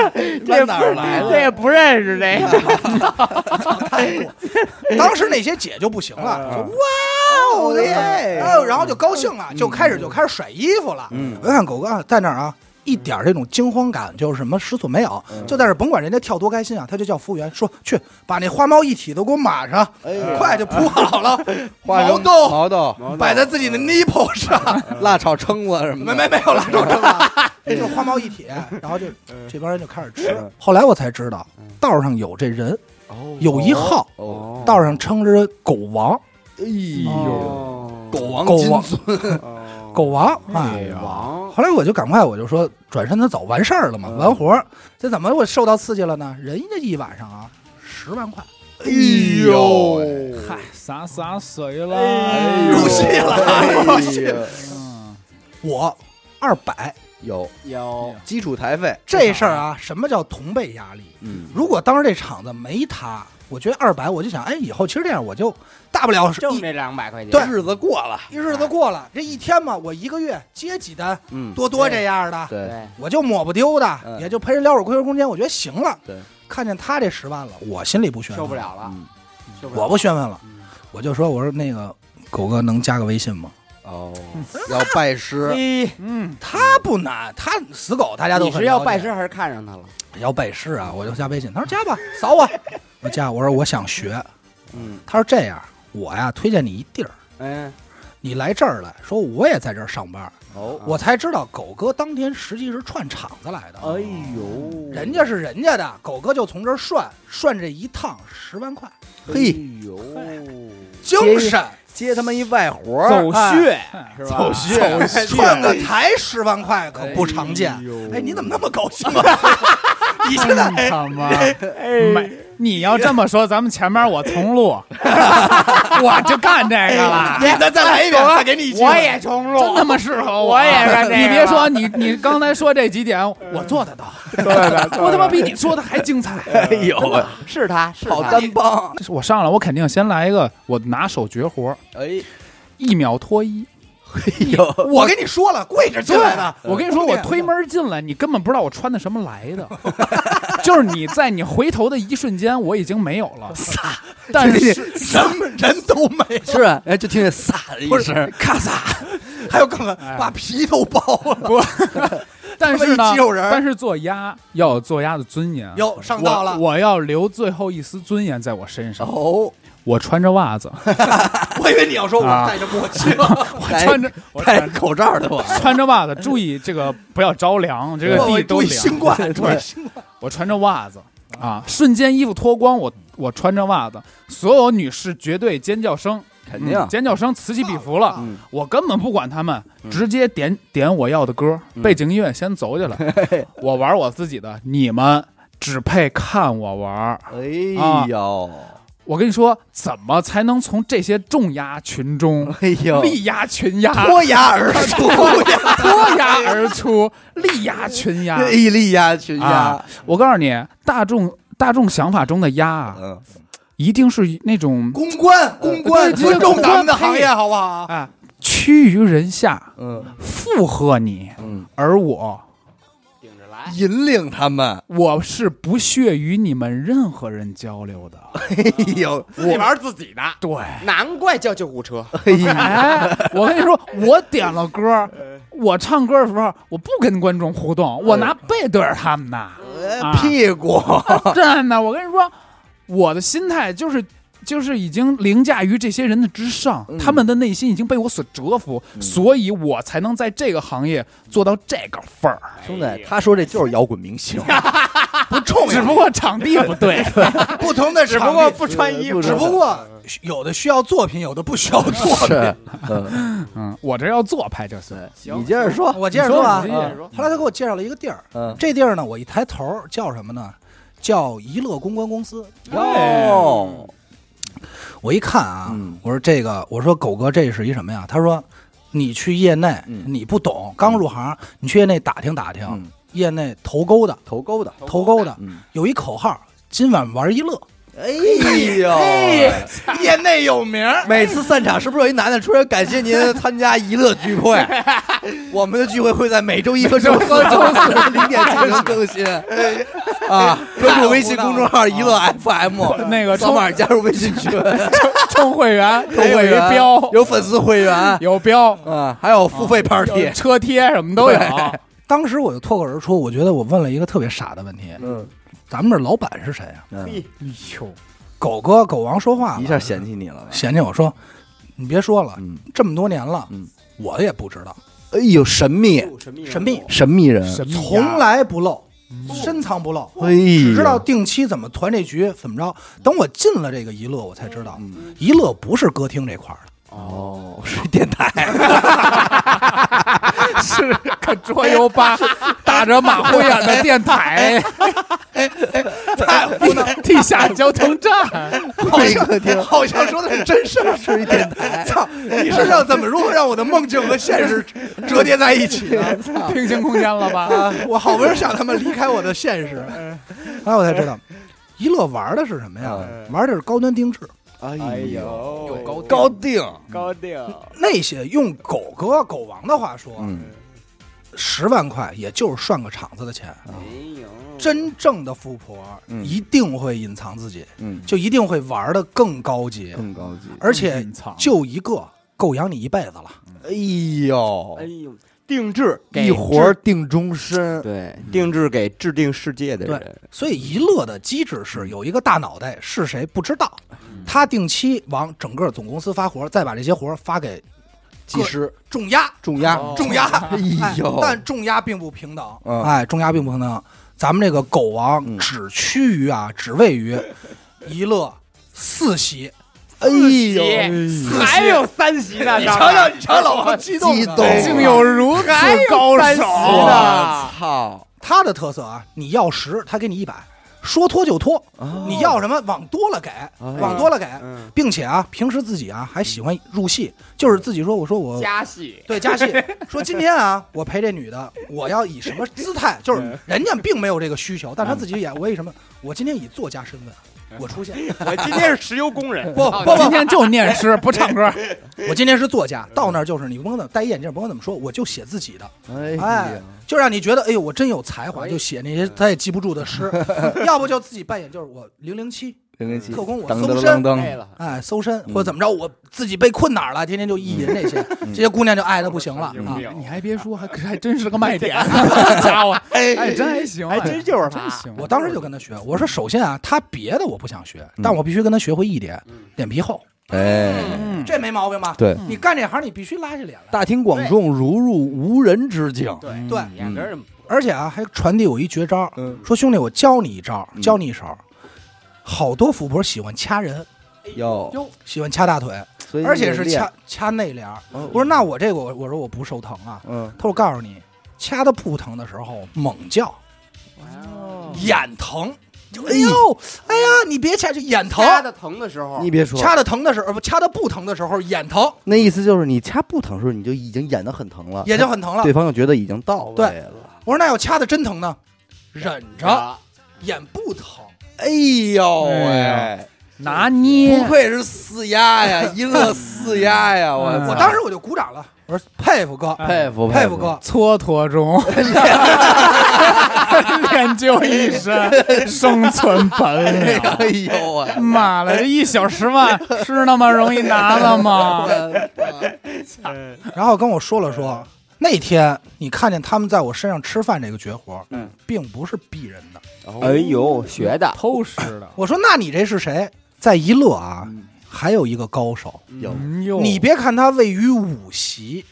S2: 哪儿来
S4: 这
S2: 的？
S4: 也不认识这个，
S3: 当时那些姐就不行了，就哇哎哦耶，哎呦，然后就高兴了，就开始就开始甩衣服了。
S2: 嗯
S3: 我看狗哥啊在那儿啊。一点儿这种惊慌感就是什么失措没有，就在这儿甭管人家跳多开心啊，他就叫服务员说去把那花猫一体都给我码上，快就铺好了，
S2: 化成
S3: 毛豆
S2: 毛豆，嗯
S3: 摆在自己的 nipple 上，
S2: 辣炒蛏子什么的，
S3: 没没没有了，就这 么，这就是花猫一体，然后就这帮人就开始吃。后来我才知道，道上有这人，有一号，
S2: 哦，
S3: 道上称之为狗王，
S2: 哎呦，
S4: 哦
S2: 狗王
S3: 狗
S2: 金
S3: 王
S2: 尊，
S3: 狗王啊。
S4: 王
S3: 后来我就赶快我就说转身就走，完事儿了嘛，
S2: 嗯
S3: 完活儿。这怎么我受到刺激了呢？人家一晚上啊，十万块
S2: 哎呦
S4: 哦
S2: 喂，
S5: 嗨，洒洒水了，
S3: 入戏了，入戏了。
S5: 嗯
S3: 我二百，
S2: 有
S4: 有
S2: 基础台费，
S3: 这事儿啊，什么叫同辈压力？
S2: 嗯，
S3: 如果当时这场子没他，我觉得二百，我就想，哎，以后其实这样我就大不了是
S4: 挣
S3: 一
S4: 这两百块钱，
S3: 对
S2: 日子过了，
S3: 一日子过了，这一天嘛，我一个月接几单，
S2: 嗯，
S3: 多多这样的，
S2: 对，
S4: 对，
S3: 我就抹不丢的，
S2: 嗯
S3: 也就陪人聊会儿 QQ 空间，我觉得行了。
S2: 对，
S3: 看见他这十万了，我心里不宣
S4: 受
S3: 愤，
S4: 不，了了，
S2: 嗯
S4: 受不了
S3: 我
S4: 了，
S3: 不宣愤了
S4: 嗯，
S3: 我就说我说那个狗哥能加个微信吗？
S2: 哦，要拜师，
S4: 你
S5: 嗯，
S3: 他不难，他死狗大家都
S4: 你
S3: 很
S4: 是要
S3: 了解
S4: 拜师还是看上他了？
S3: 要拜师啊，我就加微信，他说加吧，扫我， 我加，我说我想学，
S2: 嗯，
S3: 他说这样，我呀推荐你一地儿。
S4: 嗯，
S3: 你来这儿来说，我也在这儿上班，
S2: 哦，
S3: 我才知道狗哥当天实际是串场子来的。
S4: 哎呦，
S3: 人家是人家的，狗哥就从这儿涮涮这一趟十万块，
S2: 嘿
S4: 哎呦，
S3: 精神
S2: 接他妈一外活儿，
S5: 走穴
S4: 是吧？
S2: 走穴，
S3: 串个台十万块可不常见。哎，你怎么那么高兴啊？你现在
S5: 哎他妈，没，你要这么说，咱们前面我重录， 我就干这个 了。
S3: 你再再来一遍，我给你一
S4: 我也重录，
S5: 真他妈适合我
S4: 我也干这个
S5: 你别说，你你刚才说这几点，我做得到。 我他妈比你说的还精 彩。
S2: 哎呦喂，
S4: 是他是
S2: 好
S4: 他，
S2: 单帮，
S5: 我上来，我肯定先来一个我拿手绝活，
S2: 哎，
S5: 一秒脱衣。
S2: 哎呦，
S3: 我跟你说了，跪着进来的。
S5: 我跟你说，我推门进来，你根本不知道我穿的什么来 的，就是你在你回头的一瞬间，我已经没有了。 但是
S3: 什么人都没有，
S2: 是啊，哎，就听见撒的一
S3: 不是
S2: 声，哎
S3: 咔嚓，还有更狠，把皮都剥了。
S5: 但是
S3: 他妈
S5: 呢
S3: 一肌肉人，儿
S5: 但是做鸭要有做鸭的尊严。
S3: 哟，上道了，
S5: 我，我要留最后一丝尊严在我身上。
S2: 哦，
S5: 我穿着袜子，
S3: 我以为你要说我
S5: 啊
S3: 戴着墨镜，
S5: 我穿着我
S2: 戴
S5: 穿
S2: 口罩的我，
S5: 穿着袜子，注意这个不要 着凉，这个
S3: 我
S5: 地都
S3: 哦注意
S5: 凉。
S3: 新冠，注意新冠。
S5: 我穿着袜子啊，瞬间衣服脱光，我我穿着袜子，所有女士绝对尖叫声，
S2: 肯定
S5: 嗯尖叫声此起彼伏了。
S2: 嗯
S5: 我根本不管他们，
S3: 嗯
S5: 直接点点我要的歌，背景音乐先走 起来，我玩我自己的，你们只配看我玩。
S2: 哎呦，
S5: 我跟你说，怎么才能从这些重压群中
S2: 哎呦，
S5: 力压群压，
S2: 脱牙而出，
S5: 脱压而出，力压群压？
S2: 一力压群
S5: 啊
S2: 压，！
S5: 我告诉你，大众大众想法中的压啊，
S2: 嗯，
S5: 一定是那种
S3: 公关，公关，
S5: 对对
S3: 尊
S5: 对
S3: 重
S5: 公
S3: 咱们
S5: 关
S3: 的行
S5: 配
S3: 业，好不好？
S5: 啊趋于人下，
S2: 嗯
S5: 附和你，
S2: 嗯，
S5: 而我
S4: 顶着来，
S2: 引领他们，
S5: 我是不屑与你们任何人交流 的。
S2: 哎呦，
S4: 自己玩自己的，
S5: 对，
S4: 难怪叫救护车，
S2: 哎呀，
S5: 哎，我跟你说，我点 了歌，
S2: 嗯
S5: 我唱歌的时候，我不跟观众互动，我
S2: 哎
S5: 拿背对着他们的，啊
S2: 屁股，
S5: 真的，我跟你说，我的心态就是就是已经凌驾于这些人的之上，他们的内心已经被我所折服，所以我才能在这个行业做到这个份儿。
S2: 兄弟，他说这就是摇滚明星，
S6: 不重
S5: 只
S6: 要，
S5: 不过场地不对，
S6: 不同的
S4: 只
S6: 场
S4: 不过
S6: 地
S4: 不穿衣服，
S6: 只不过有的需要作品，有的不需要作品。
S2: 是，嗯，
S5: 嗯，我这要做拍就是。
S2: 你接着 说，
S3: 我接着说啊
S5: 你，说
S1: 哎
S5: 你
S3: 后来他给我介绍了一个地儿，
S2: 嗯，
S3: 这地儿呢，我一抬头叫什么呢？叫怡乐公关公司。
S2: 哦，
S3: 我一看啊，
S2: 嗯
S3: 我说这个，我说狗哥这是一什么呀？他说你去业内，
S2: 嗯
S3: 你不懂，刚入行，你去业内打听打听，
S2: 嗯
S3: 业内投钩的，
S2: 头勾的，
S3: 投钩的
S2: 嗯，
S3: 有一口号：今晚玩一乐。
S2: 哎呦，
S6: 业内有名儿，
S2: 每次散场是不是有一男的出来感谢您参加娱乐聚会？我们的聚会会在每周一和周四零点进行更新啊！关注微信公众号“娱乐 FM”，
S5: 那个
S2: 扫码加入微信群，
S5: 充会员，
S2: 有
S5: 有一标，
S2: 有粉丝会员
S5: 有标，
S2: 啊，还有付费 party
S5: 有。车贴什么都有。
S3: 当时我就脱口而出，我觉得我问了一个特别傻的问题，
S2: 嗯，
S3: 咱们这老板是谁啊？
S2: 嗯
S3: 狗哥、狗王说话了
S2: 一下嫌弃你了吧？
S3: 嫌弃我说，你别说了，
S2: 嗯，
S3: 这么多年了，
S2: 嗯
S3: 我也不知道，
S2: 哎呦，神秘啊
S3: 神秘，
S2: 神秘啊嗯人，
S5: 神秘
S3: 从来不露，深藏不露。
S2: 哎呦，
S3: 只知道定期怎么团这局，怎么着。等我进了这个一乐，我才知道，
S2: 嗯
S3: 一乐不是歌厅这块儿的，
S2: 哦，是一电台，
S5: 是个桌游吧，打着马虎眼的电台，地下交通站，
S6: 好像 好像说的是真 事儿，是一电台。 操，你是让怎么如何让我的梦境和现 实折叠在一起呢？
S5: 平行空间了吧？
S6: 啊，我好不容易想他们离开我的现 实，
S2: 哎
S3: 后来我才知道，一乐玩的是什么呀？玩的是高端定制，
S2: 哎呦，
S5: 有
S2: 高定，
S4: 高定，
S3: 那些用狗哥、狗王的话说，
S2: 嗯，
S3: 十万块也就是涮个场子的钱。
S2: 哎
S4: 没有，
S3: 真正的富婆
S2: 嗯
S3: 一定会隐藏自己，
S2: 嗯，
S3: 就一定会玩的更高级，
S2: 更高级，
S3: 而且
S5: 隐藏
S3: 就一个够养你一辈子了。
S2: 哎呦
S4: 哎，呦，定制嗯
S2: 一活儿定终身，
S4: 对，定制给制定世界的
S3: 对
S4: 人，，
S3: 所以一乐的机制
S2: 嗯
S3: 是有一个大脑袋是谁不知道，
S5: 嗯
S3: 他定期往整个总公司发活，再把这些活发给
S2: 技师
S3: 重压，
S2: 重压，
S5: 哦
S4: 哦
S3: 重压，
S2: 哎
S3: 哎
S2: 呦，
S3: 但重压并不平等，
S2: 嗯
S3: 哎，重压并不平等。咱们这个狗王
S2: 嗯
S3: 只趋于啊，只位于一乐四席，
S2: 哎呦，
S4: 还有三席呢，
S6: 你
S4: 大
S6: 瞧
S4: 哥
S6: 瞧，你瞧瞧，老王激
S3: 啊
S6: 动啊
S2: 激
S6: 的，
S2: 动，啊
S5: 竟有如此高手
S2: 我哦操，
S3: 它的特色啊，你要十，他给你一百，说脱就脱，你要什么往多了给，往多了给，
S4: 嗯，
S3: 并且啊，平时自己啊还喜欢入戏，就是自己说，我说我
S4: 加戏，
S3: 对加戏，说今天啊，我陪这女的，我要以什么姿态？
S4: 嗯
S3: 就是人家并没有这个需求，但她自己也我以什么？我今天以作家身份，我出现，
S4: 嗯 我今天是石油工人，
S3: 不不
S5: 哦今天就念诗不唱歌，
S3: 不， 我今天是作家，到那儿就是你甭管怎么戴一眼镜，甭管怎么说，我就写自己的，
S2: 哎
S3: 哎
S2: 呀，，
S3: 就让你觉得哎呦，我真有才华，就写那些他也记不住 的诗，要不就自己扮演，就是我零零七，
S2: 零零七，
S3: 特工我
S2: 噔
S3: 搜
S2: 噔
S3: 身
S2: 噔
S4: 累
S2: 噔，
S4: 了，
S3: 哎，搜身
S2: 嗯
S3: 或者怎么着，我自己被困哪儿了，天天就意淫这些， 这些姑娘就爱的不行了啊。
S5: 哎你还别说，还还真是个卖点，好 家伙，哎，真还行，
S4: 还真就是
S5: 真
S4: 他，
S5: 行。啊
S3: 我当时就跟他学，我说首先啊，他别的我不想学，但我必须跟他学会一点，脸皮厚，
S2: 哎，
S5: 嗯
S3: 这没毛病吧？
S2: 对，
S3: 你干这行，你必须拉下脸来。
S2: 大庭广众如入无人之境，
S4: 对
S3: 对，
S4: 两个人
S3: 而且啊，还传递我一绝招，
S2: 嗯
S3: 说兄弟，我教你一招，教你一手。好多富婆喜欢掐人，
S2: 哟，
S3: 喜欢掐大腿，
S2: 所以
S3: 而且是
S2: 练
S3: 掐，掐内帘儿。
S2: 哦
S3: 我说那我这个，我我说我不手疼啊。
S2: 嗯，
S3: 他说我告诉你，掐的不疼的时候猛叫，
S2: 哦
S3: 眼疼。就哎呦，哎呀，你别掐，就眼疼。
S4: 掐的疼的时候，
S2: 你别说，
S3: 掐的疼的时候，呃不掐的不疼的时候，眼疼
S2: 那意思就是你掐不疼的时候，你就已经演的很疼了，
S3: 也就很疼了
S2: 对。方就觉得已经到位
S3: 对
S2: 了。
S3: 我说那要掐的真疼呢，忍着，
S4: 啊
S3: 眼不疼。
S2: 哎呦
S5: 哎
S2: 喂，
S5: 拿
S2: 不
S5: 捏，啊
S2: 愧是四丫 呀，一乐四丫呀！我
S5: 嗯
S2: 我
S3: 我当时我就鼓掌了，我说佩服
S4: 哎
S3: 哥，
S2: 佩服
S3: 佩
S2: 服
S3: 服哥，
S5: 蹉跎中，练就一身生存本领。
S2: 哎呦喂，
S5: 妈了，这一小十万是那么容易拿的吗？
S3: 然后跟我说了
S2: 啊
S3: 说，那天你看见他们在我身上吃饭这个绝活，
S4: 嗯，
S3: 并不是逼人的。
S4: 哎呦，学的
S5: 偷师的，
S3: 我说那你这是谁？在一乐啊，还有一个高手，
S2: 嗯有
S5: 嗯哟，
S3: 你别看他位于五席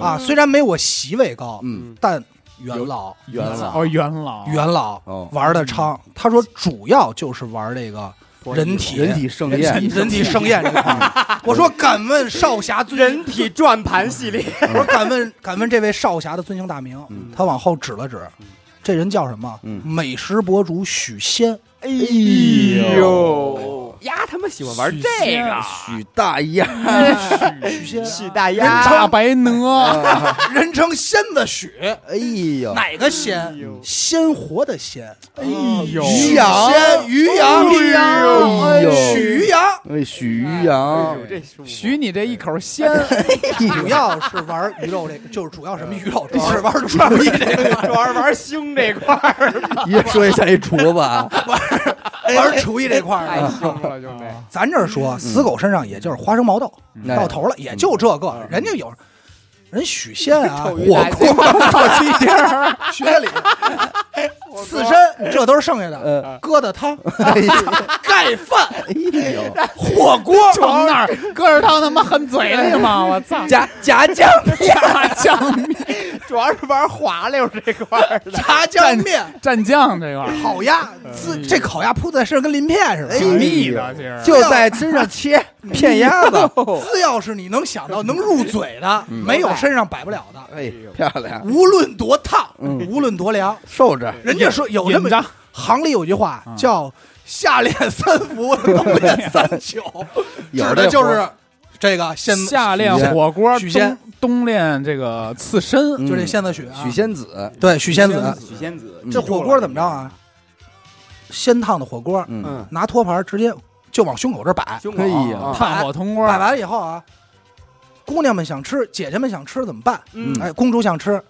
S3: 啊，虽然没我席位高，
S2: 嗯，
S3: 但元老
S2: 元老
S5: 哦，元老
S3: 元老
S2: 哦
S3: 玩的昌，他说主要就是玩这个人体
S2: 人体盛宴，
S3: 人体盛宴这块 儿。我说敢问少侠尊，
S4: 人 体转盘 系列，
S3: 我说敢问敢问这位少侠的尊姓大名
S2: 嗯？
S3: 他往后指了指，这人叫什么？
S2: 嗯
S3: 美食博主 许仙。
S4: 哎
S2: 呦，
S4: 呀他妈喜欢玩
S5: 许
S4: 这
S5: 仙
S4: 个，
S2: 许大丫，
S3: 许仙
S4: 啊许啊哎大
S5: 大
S4: 丫，
S5: 白鹅，
S3: 人称仙子许，
S2: 哎呦，哎
S3: 哪个仙？鲜活的鲜，
S5: 哎呦，
S2: 鱼
S3: 鲜
S2: 羊，
S3: 于洋，于洋，
S2: 哎呦，
S3: 许于洋，
S2: 哎许于洋，
S5: 许你这一口鲜，
S3: 主要是玩鱼肉这个，就是主要什么鱼肉，主要是玩串儿这个，
S4: 主要是玩胸这块儿，
S2: 越说越像一厨子啊，
S3: 玩厨艺这块儿
S4: 太
S3: 的。
S4: 凶了，兄弟。
S3: 咱这儿说，死狗身上也就是花生毛豆，
S2: 那
S3: 到头了也就这个，人家有。人许仙啊，火
S4: 臭鱼大
S3: 锅、烤鸡丁儿、雪里、刺身，这都是剩下的。疙瘩汤、盖饭、
S2: 哎呦，
S3: 火锅，
S5: 往那儿疙瘩汤他妈含嘴 里吗？我 操，
S2: 炸炸酱
S5: 炸酱面、
S4: 主要是玩滑溜这块儿 的，
S3: 炸酱面、
S5: 蘸酱这块儿，
S3: 烤鸭，
S4: 嗯
S3: 自这烤鸭铺在身上跟鳞片
S2: 哎
S3: 似的。哎
S5: 挺腻的，其实。
S2: 就在身上 切片鸭子，
S3: 只要是你能想到能入嘴的，
S2: 嗯
S3: 没有身上摆不了的，
S2: 哎，漂亮，
S3: 无论多烫，无论多凉，
S2: 受着，嗯
S3: 人家说有那
S5: 引
S3: 么
S5: 着
S3: 行里有句话叫“下练三伏，冬练三九”，
S2: 有
S3: 指
S2: 这
S3: 的就
S2: 活
S3: 是这个仙子，
S5: 夏练火锅，
S3: 许仙
S5: 冬冬练这个刺身，
S3: 就这仙子许啊
S2: 许，仙子，
S3: 对许仙子，啊
S4: 许仙子嗯
S3: 这火锅怎么着啊？先烫的火锅，
S2: 嗯，
S4: 嗯，
S3: 拿托盘直接就往胸口这儿摆，
S4: 胸
S2: 口哎呀
S4: 啊
S5: 炭火铜锅，
S3: 摆完了以后啊，姑娘们想吃，姐姐们想吃怎么办？
S4: 嗯
S3: 哎，公主想吃，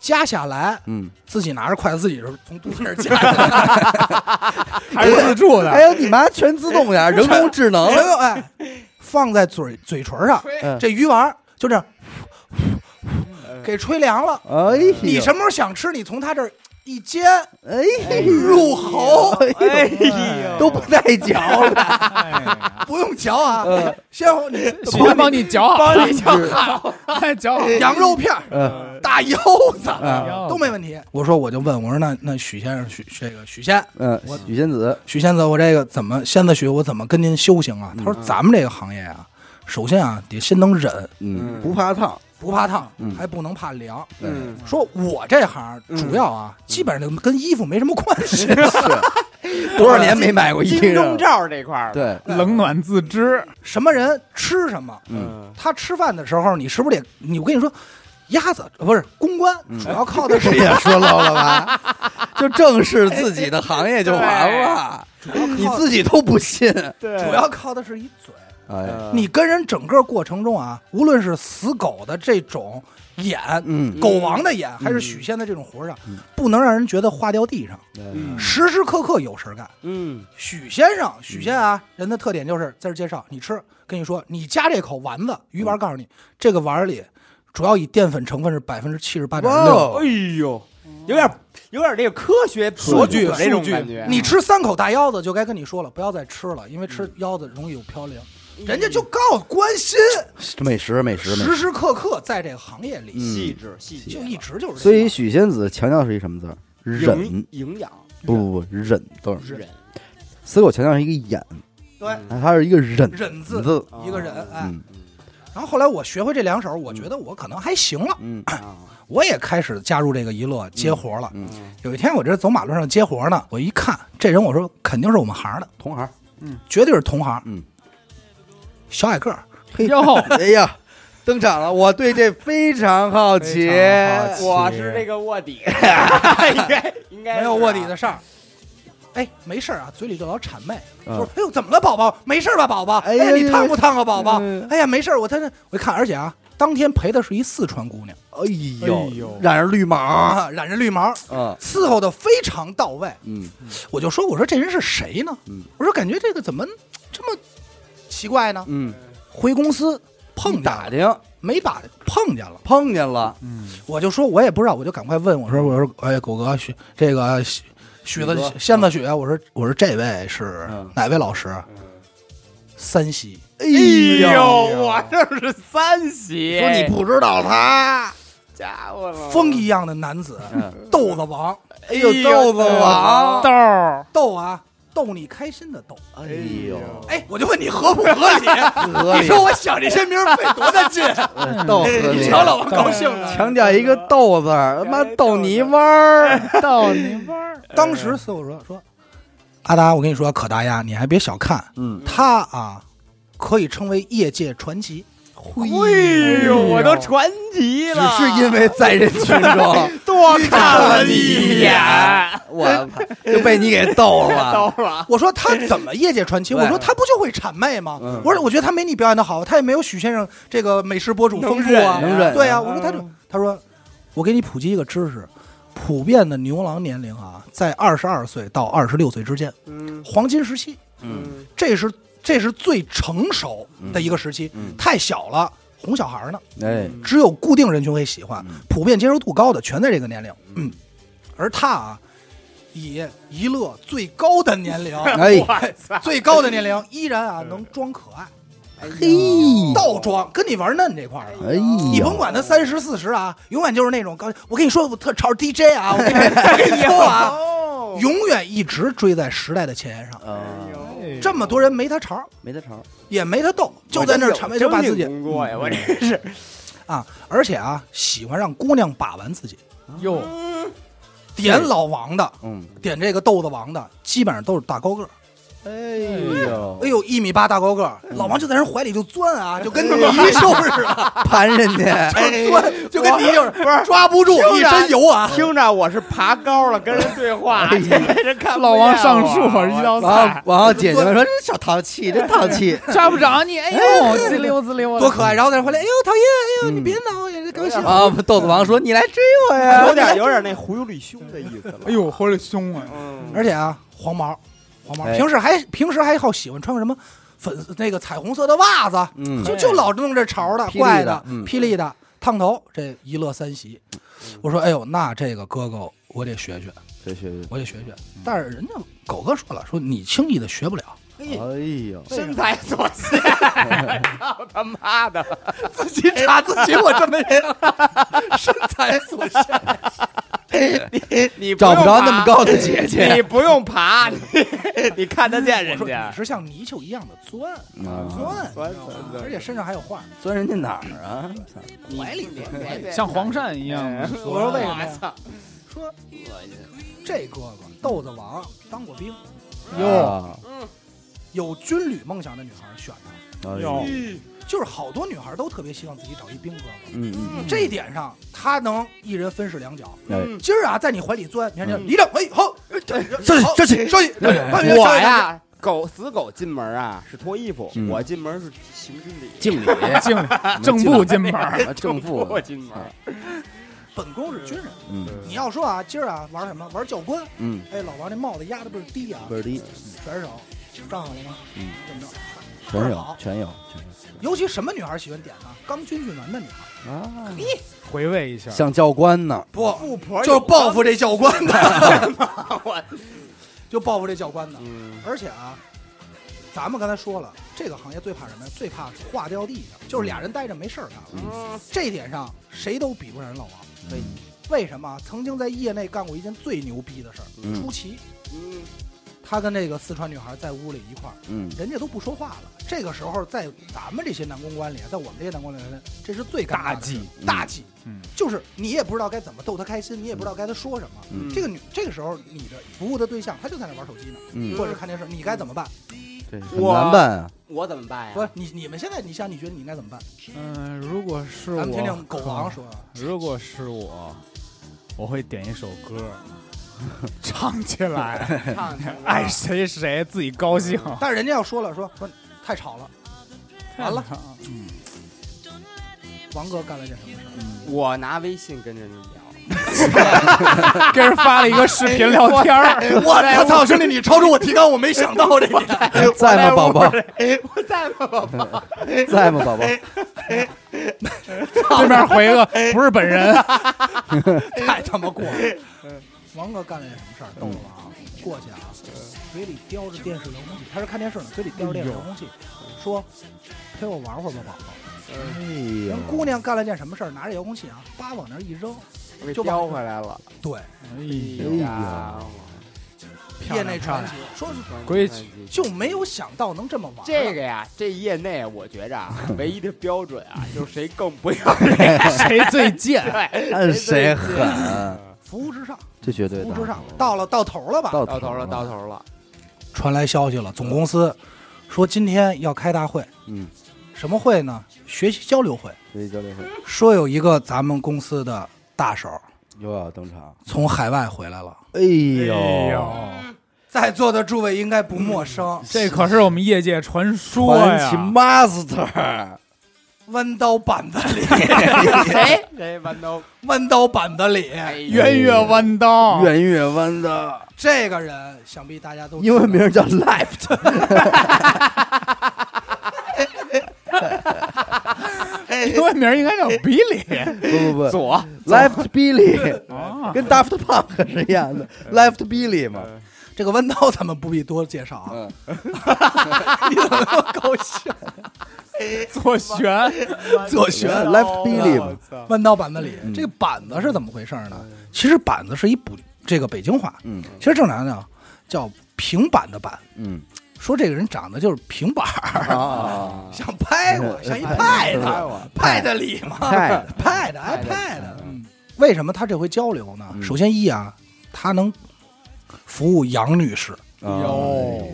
S3: 夹下来，
S2: 嗯，
S3: 自己拿着筷子自己是从肚子那儿夹下来，
S5: 还是自助
S2: 还
S5: 的，
S2: 有你妈全自动呀，人工智能，
S3: 然后哎，放在嘴嘴唇上，
S2: 嗯
S3: 这鱼丸儿就这样给吹凉了。
S2: 哎呦，
S3: 你什么时候想吃，你从他这儿一煎
S2: 哎
S3: 入喉，
S2: 哎呦，
S5: 哎
S2: 都不带嚼了，
S5: 哎
S3: 不用嚼啊
S2: 嗯，
S3: 先后你
S5: 许仙帮你嚼好，帮你嚼好，嚼好，
S3: 羊肉片儿、
S2: 嗯
S3: 大腰子
S5: 嗯
S3: 都没问题。我说我就问我说那那许先生许这个许仙。
S2: 嗯，许仙子，
S3: 许仙子，我这个怎么仙子许我怎么跟您修行啊？他说咱们这个行业啊，首先啊得先能忍，
S2: 嗯，不怕烫，
S3: 不怕烫
S2: 嗯，
S3: 还不能怕凉。
S4: 嗯，
S3: 说我这行主要啊，
S2: 嗯
S3: 基本上跟衣服没什么关系。
S2: 多
S3: 啊
S2: 少年没买过一啊
S4: 金
S2: 听
S4: 钟罩这块儿，，
S2: 对，
S5: 冷暖自知，
S3: 什么人吃什么，
S4: 嗯，
S3: 他吃饭的时候，你是不是得？你我跟你说，鸭子呃不是公关，
S4: 嗯
S3: 主要靠的是
S2: 这也说漏了吧？就正视自己的行业就完了，你自己都不信。
S4: 对，嗯
S3: 主要靠的是一嘴。
S2: 哎，
S3: 你跟人整个过程中啊，无论是死狗的这种演，
S2: 嗯
S3: 狗王的演，还是许仙的这种活儿上，不能让人觉得化掉地上，时时刻刻有事儿干。
S4: 嗯，
S3: 许先生，许仙啊，人的特点就是在这儿介绍，你吃，跟你说，你夹这口丸子鱼
S4: 嗯
S3: 丸，告诉你，这个丸儿里主要以淀粉成分是百分之七十八点六。
S4: 哎呦，
S2: 嗯
S4: 有点有点这个科学
S3: 数据
S4: 那种
S3: 数据
S4: 感
S2: 啊
S4: 觉，
S3: 你吃三口大腰子就该跟你说了，不要再吃了，因为吃
S2: 嗯
S3: 腰子容易有嘌呤。人家就告诉关心，
S2: 美食美食美食
S3: 时，时刻刻在这个行业里，
S4: 细致细致，
S3: 就一直就是这样。
S2: 所以许仙子强调是一什么字儿？忍
S4: 营，营养
S2: 不不不，忍字。
S4: 忍，
S2: 死狗强调是一个眼，
S3: 对
S2: 它是一个嗯忍
S3: 忍字
S2: 字。
S3: 一个人，哎，
S2: 嗯
S3: 然后后来我学会这两手，我觉得我可能还行了，
S2: 嗯
S3: 我也开始加入这个娱乐接活了。有一天我这走马路上接活呢，我一看这人，我说肯定是我们行的，
S2: 同行。
S3: 绝对是同行。
S2: 嗯，
S3: 小矮个儿，
S2: 嘿
S5: 哟
S2: 哎呀，登场了！我对这非常好奇。
S4: 我是这个 卧底，应该应该
S3: 没有
S4: 是啊
S3: 卧底的事儿。哎，没事儿啊，嘴里就老谄媚，
S2: 嗯
S3: 说：“哎呦，怎么了，宝宝？没事儿吧，宝宝？
S2: 哎
S3: 哎
S2: 呀
S3: 呀，你
S2: 呀
S3: 烫不烫啊，宝宝
S2: 嗯？
S3: 哎呀，没事儿，我他这我一看，而且啊，当天陪的是一四川姑娘
S2: 哎
S5: 哎呦
S2: 呦，染上绿毛。
S3: 啊，染着绿毛，
S2: 啊，
S3: 伺候的非常到位。
S2: 嗯
S3: 我就说，我说这人是谁呢？
S2: 嗯
S3: 我说感觉这个怎么这么奇怪呢？
S2: 嗯，
S3: 回公司碰见
S2: 打
S3: 了
S2: 听
S3: 没打碰见了，
S2: 碰见了，
S3: 我就说我也不知道，我就赶快问我说我说哎狗哥许这个许许
S2: 许
S3: 子
S2: 哥
S4: 嗯
S3: 仙子许，我说我说这位是
S2: 嗯
S3: 哪位老师？三席，
S4: 哎呦，我这是三喜，
S6: 说你不知道他，
S4: 家伙了，
S3: 风一样的男子，豆子王，
S4: 嗯哎呦豆子王，
S5: 豆儿
S3: 豆啊，逗你开心的逗。
S2: 哎呦，
S6: 哎，我就问你合不合理？
S2: 合
S3: 哎
S4: 哎
S6: 你
S2: 理，
S6: 说我想这些名儿费多大劲？
S4: 嗯
S2: 逗合
S6: 你
S2: 理。
S6: 瞧老王高兴了，
S2: 哎强调一个“逗”字儿，他妈逗泥湾儿，
S5: 逗你玩儿，
S3: 当时所以说说，阿达，我跟你说，可达鸭，你还别小看，嗯，他啊，可以称为业界传奇。
S4: 哎呦，我都传奇
S2: 只
S4: 了，
S2: 是因为在人群中，
S4: 多看了你一眼，
S2: 我操就被你给逗了。
S4: 到 了，
S3: 我说他怎么业界传奇？我说他不就会谄媚吗？
S2: 嗯
S3: 我说我觉得他没你表演的好，他也没有许先生这个美食博主丰富啊。
S2: 能忍啊
S3: 对啊，我说他就他说，我给你普及一个知识，普遍的牛郎年龄啊，在二十二岁到二十六岁之间，
S4: 嗯
S3: 黄金时期，
S4: 嗯，
S3: 这是这是最成熟的一个时期，
S2: 嗯嗯
S3: 太小了，哄小孩儿呢。
S2: 哎，
S3: 只有固定人群会喜
S2: 嗯
S3: 欢，普遍接受度高的全在这个年龄。嗯，而他啊，以娱乐最高的 年龄，
S2: 哎，
S3: 最高的年龄依然啊能装可爱，
S2: 嘿，
S3: 倒装跟你玩嫩这块儿了。
S2: 哎哎呦，
S3: 你甭管他三十四十啊，永远就是那种高。我跟你说，我特潮 DJ 啊，我跟你 我跟你说啊，
S4: 哦
S3: 永远一直追在时代的前沿上。
S4: 哎
S2: 啊，
S3: 这么多人没他潮，
S2: 没得成，
S3: 也没他逗，就在那儿谄媚，就把自己嗯
S4: 工作呀，我这是，
S3: 啊，而且啊，喜欢让姑娘把玩自己，
S5: 哟，
S3: 点老王的，
S2: 嗯，
S3: 点这个豆子王的，基本上都是大高个儿。
S2: 哎呦
S3: 哎，呦，一米八大高个儿，
S2: 嗯
S3: 老王就在人怀里就钻 啊，就跟泥鳅似的，
S2: 盘人家，
S3: 就钻，就跟泥鳅似的，抓不 住，一身油啊。
S4: 听着我是爬高了，跟人对话，
S2: 哎呀
S4: 人看不
S5: 老王
S4: 见
S5: 上
S4: 我
S5: 树，我是一道
S2: 然后
S5: 菜，
S2: 然后姐姐们说：“这小淘气，真淘气。
S5: 抓不着你，哎呦，滋溜滋
S2: 嗯
S5: 溜的，
S3: 多可爱！然后在人怀里，哎呦，讨厌，哎呦，你别挠我呀，这高兴”。
S2: 啊，豆子王说：“你来追我呀！”
S4: 有点有点那忽悠里凶的意思了。
S5: 哎呦，活着凶啊！
S4: 嗯，
S3: 而且啊，黄毛，黄毛
S2: 哎
S3: 平时还平时还好喜欢穿个什么粉那个彩虹色的袜子，
S2: 嗯
S3: 就就老弄这潮的
S2: 霹雳的
S3: 怪的，
S2: 嗯
S3: 霹雳的烫头，这一乐三喜。我说，哎呦，那这个哥哥我得学学，
S2: 学学
S3: 我得学学。
S2: 嗯
S3: 但是人家狗哥说了，说你轻易的学不了。
S2: 学，哎呦，
S4: 身材所 限，操他妈的！
S3: 自己查自己，我这么人，身材所限。
S4: 你你
S2: 找不
S4: 用
S2: 着
S4: 爬
S2: 那么高的姐姐
S4: 你不用爬，你你看得见人
S3: 说
S4: 家
S3: 你。是像泥鳅一样的钻，
S2: 啊
S3: 钻，
S4: 钻
S3: 而且身上还有画，
S2: 钻人家哪儿啊？
S3: 怀里钻。
S5: 像黄鳝一样，
S3: 我说为什么呀？说这哥哥豆子王当过兵，
S2: 哟，
S3: 有军旅梦想的女孩选他，
S2: 哎
S5: 哟
S2: 呦，
S3: 就是好多女孩都特别希望自己找一兵哥哥。
S2: 嗯嗯，
S3: 这一点上，他能一人分饰两角。
S4: 嗯
S2: 哎，
S3: 今儿啊，在你怀里钻，明儿就一正，哎，好，
S2: 上去
S3: 好
S2: 上去
S3: 上去，上去
S4: 我，呀，狗死狗进门啊是脱衣服，
S2: 嗯
S4: 我进门是行军礼，
S2: 敬 礼，
S5: 进正步进门儿，
S2: 正
S4: 我
S2: 负，
S4: 进门
S2: 啊
S3: 本宫是军人。
S2: 嗯
S3: 你要说啊，今儿啊玩什么？玩教官。
S2: 嗯，
S3: 哎，老王这帽子压的倍儿低啊，
S2: 倍儿低，
S3: 甩手，站好了吗？
S2: 嗯，
S3: 这么着。
S2: 全有全有全
S3: 尤其什么女孩喜欢点呢？刚军训完的女孩，
S2: 有啊，
S5: 回味一下，
S2: 像教官呢，
S3: 不
S4: 富婆
S3: 就
S4: 有
S3: 是报复这教官的，
S4: 我
S3: 就报复这教官的。
S4: 嗯
S3: 而且啊，咱们刚才说了，这个行业最怕什么呀？最怕化掉地上，就是俩人待着没事儿干了。这一点上，谁都比不上人老王。啊
S2: 对
S3: 为什么啊？曾经在业内干过一件最牛逼的事儿，
S2: 嗯
S3: 出奇。
S4: 嗯
S3: 他跟那个四川女孩在屋里一块儿，
S2: 嗯，
S3: 人家都不说话了。这个时候，在咱们这些男公关里，啊在我们这些男公关里，这是最尴尬
S5: 大
S3: 的事
S5: 忌，
S3: 大忌。
S5: 嗯，
S3: 就是你也不知道该怎么逗她开心，你也不知道该她说什么。
S2: 嗯
S3: 这个女这个时候，你的服务的对象她就在那玩手机呢，
S2: 嗯
S3: 或者是看电视，你该怎么办？
S2: 这很难办啊，
S4: 我怎么办
S3: 不是
S4: 哎呀？
S3: 你你们现在你想你觉得你应该怎么办？
S5: 嗯，如果是
S3: 咱
S5: 我，
S3: 们听听狗王说，啊
S5: 如果是我，我会点一首歌， 唱起 来，
S4: 唱起来
S5: 爱谁谁，自己高 兴。
S3: 哎但是人家要说了说说太吵了，完了，王哥干了件什么事儿？
S4: 我拿微信跟着你聊，
S5: 跟人发了一个视频聊天儿，
S3: 我操，兄弟，你超出我提纲，我没想到这个。
S2: 哎在吗，宝宝？
S4: 我在吗，宝宝？
S2: 在吗，宝宝？
S4: 哎
S5: 对面回一个不是本人，
S3: 太他妈过了。王哥干了件什么事儿？逗了
S2: 嗯哎
S3: 王，过去啊，嘴里叼着电视遥控器，他是看电视呢，嘴里叼着电视遥控器，说陪我玩会儿吧，宝宝。
S2: 哎
S3: 人
S2: 呦，
S3: 姑娘干了件什么事儿？拿着遥控器啊，叭往那儿一扔，
S4: 给
S3: 就
S4: 叼回来了。
S3: 对，
S5: 哎呦，
S2: 哎
S4: 呀，
S3: 业内传奇，说是
S5: 规矩
S4: 矩
S3: 就没有想到能这么玩。
S4: 这个呀，这业内我觉着啊，唯一的标准啊，就是谁更不要 脸，
S5: 谁最贱？
S4: 对
S2: 看谁狠，
S3: 服务至上，
S2: 这绝对
S3: 服务
S2: 的
S3: 至上，到了到头了吧？
S2: 到
S4: 到头了，到
S2: 头，
S4: 头了，
S3: 传来消息了，总公司说今天要开大会，
S2: 嗯，
S3: 什么会呢？学习交流会。
S2: 所以交流会
S3: 说有一个咱们公司的大手
S2: 又要登场。
S3: 从海外回来了，
S2: 哎呦，
S5: 哎呦，
S3: 在座的诸位应该不陌生，
S5: 这可是我们业界传说
S2: 传奇
S5: 呀！
S2: master，
S3: 弯刀板子里，
S4: 谁谁豌豆，
S3: 弯刀板子里，
S4: 哎呀
S5: 圆月弯刀，
S2: 圆月湾的
S3: 这个人想必大家都知道
S2: 英文名 叫 Left，
S5: 英文名应该叫 Billy
S2: 不不不
S4: 左
S2: ，Left Billy，
S5: 啊，
S2: 跟 Daft Punk 是一样的，Left Billy 嘛。
S3: 这个弯刀，咱们不必多介绍啊。 你怎么那么高兴？
S5: 左旋，
S3: 左旋
S2: 呃 Left Billy 嘛，
S3: 弯刀板子里，
S2: 嗯
S3: 这个板子是怎么回事呢？其实板子是一补这个北京话，
S2: 嗯
S3: 其实正常讲叫平板的板，
S2: 嗯
S3: 说这个人长得就是平板儿，
S2: 啊，
S3: 像拍我，像一派的。
S4: 我，
S3: 派的礼吗？
S2: 派
S3: 派的 iPad，嗯，为什么他这回交流呢？
S2: 嗯
S3: 首先一啊，他能服务杨女士，
S2: 啊哟，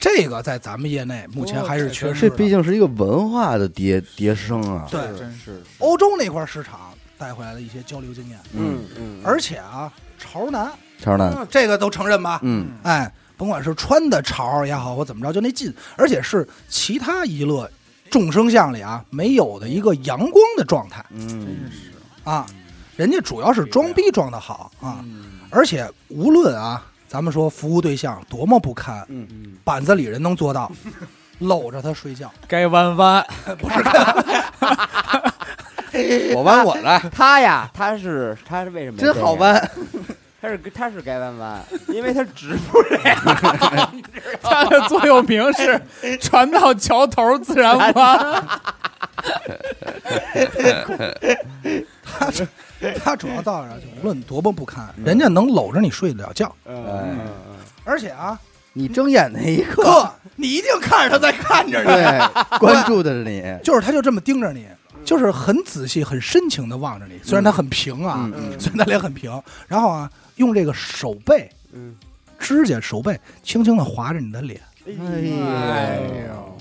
S3: 这个在咱们业内目前还是缺失
S2: 这
S3: 的。
S2: 毕竟是一个文化的迭迭升啊。
S3: 对
S5: 真是
S3: 欧洲那块市场带回来的一些交流经验，
S2: 嗯，
S4: 嗯，
S3: 而且啊，潮男嗯
S2: 超男，
S3: 这个都承认吧？
S2: 嗯
S3: 哎，甭管是穿的潮也好，或怎么着，就那劲，而且是其他娱乐众生相里啊没有的一个阳光的状态。
S2: 嗯，
S3: 啊，人家主要是装逼装的好啊，
S2: 嗯
S3: 而且无论啊，咱们说服务对象多么不堪，
S2: 嗯
S3: 板子里人能做到， 搂着 他睡觉，
S5: 该弯弯，
S2: 嗯我弯我的，
S4: 他呀，他是他是为什么？
S2: 真好，弯，
S4: 他是他是该弯弯，因为他直
S5: 它的座右铭是 “船到桥头自然弯
S3: 他主他主要造着无论多么不堪，
S2: 嗯
S3: 人家能搂着你睡得了觉，
S2: 哎，
S3: 而且啊，
S2: 你睁眼那一刻，
S3: 哥，你一定看着他在看着呢，
S2: 对，关注的是你，
S3: 就是他就这么盯着你。就是很仔细、很深情的望着你，虽然他很平啊，虽然他脸很平，然后啊，用这个手背、
S4: 嗯
S3: 指甲、手背轻轻的划着你的脸，
S2: 哎
S5: 呦，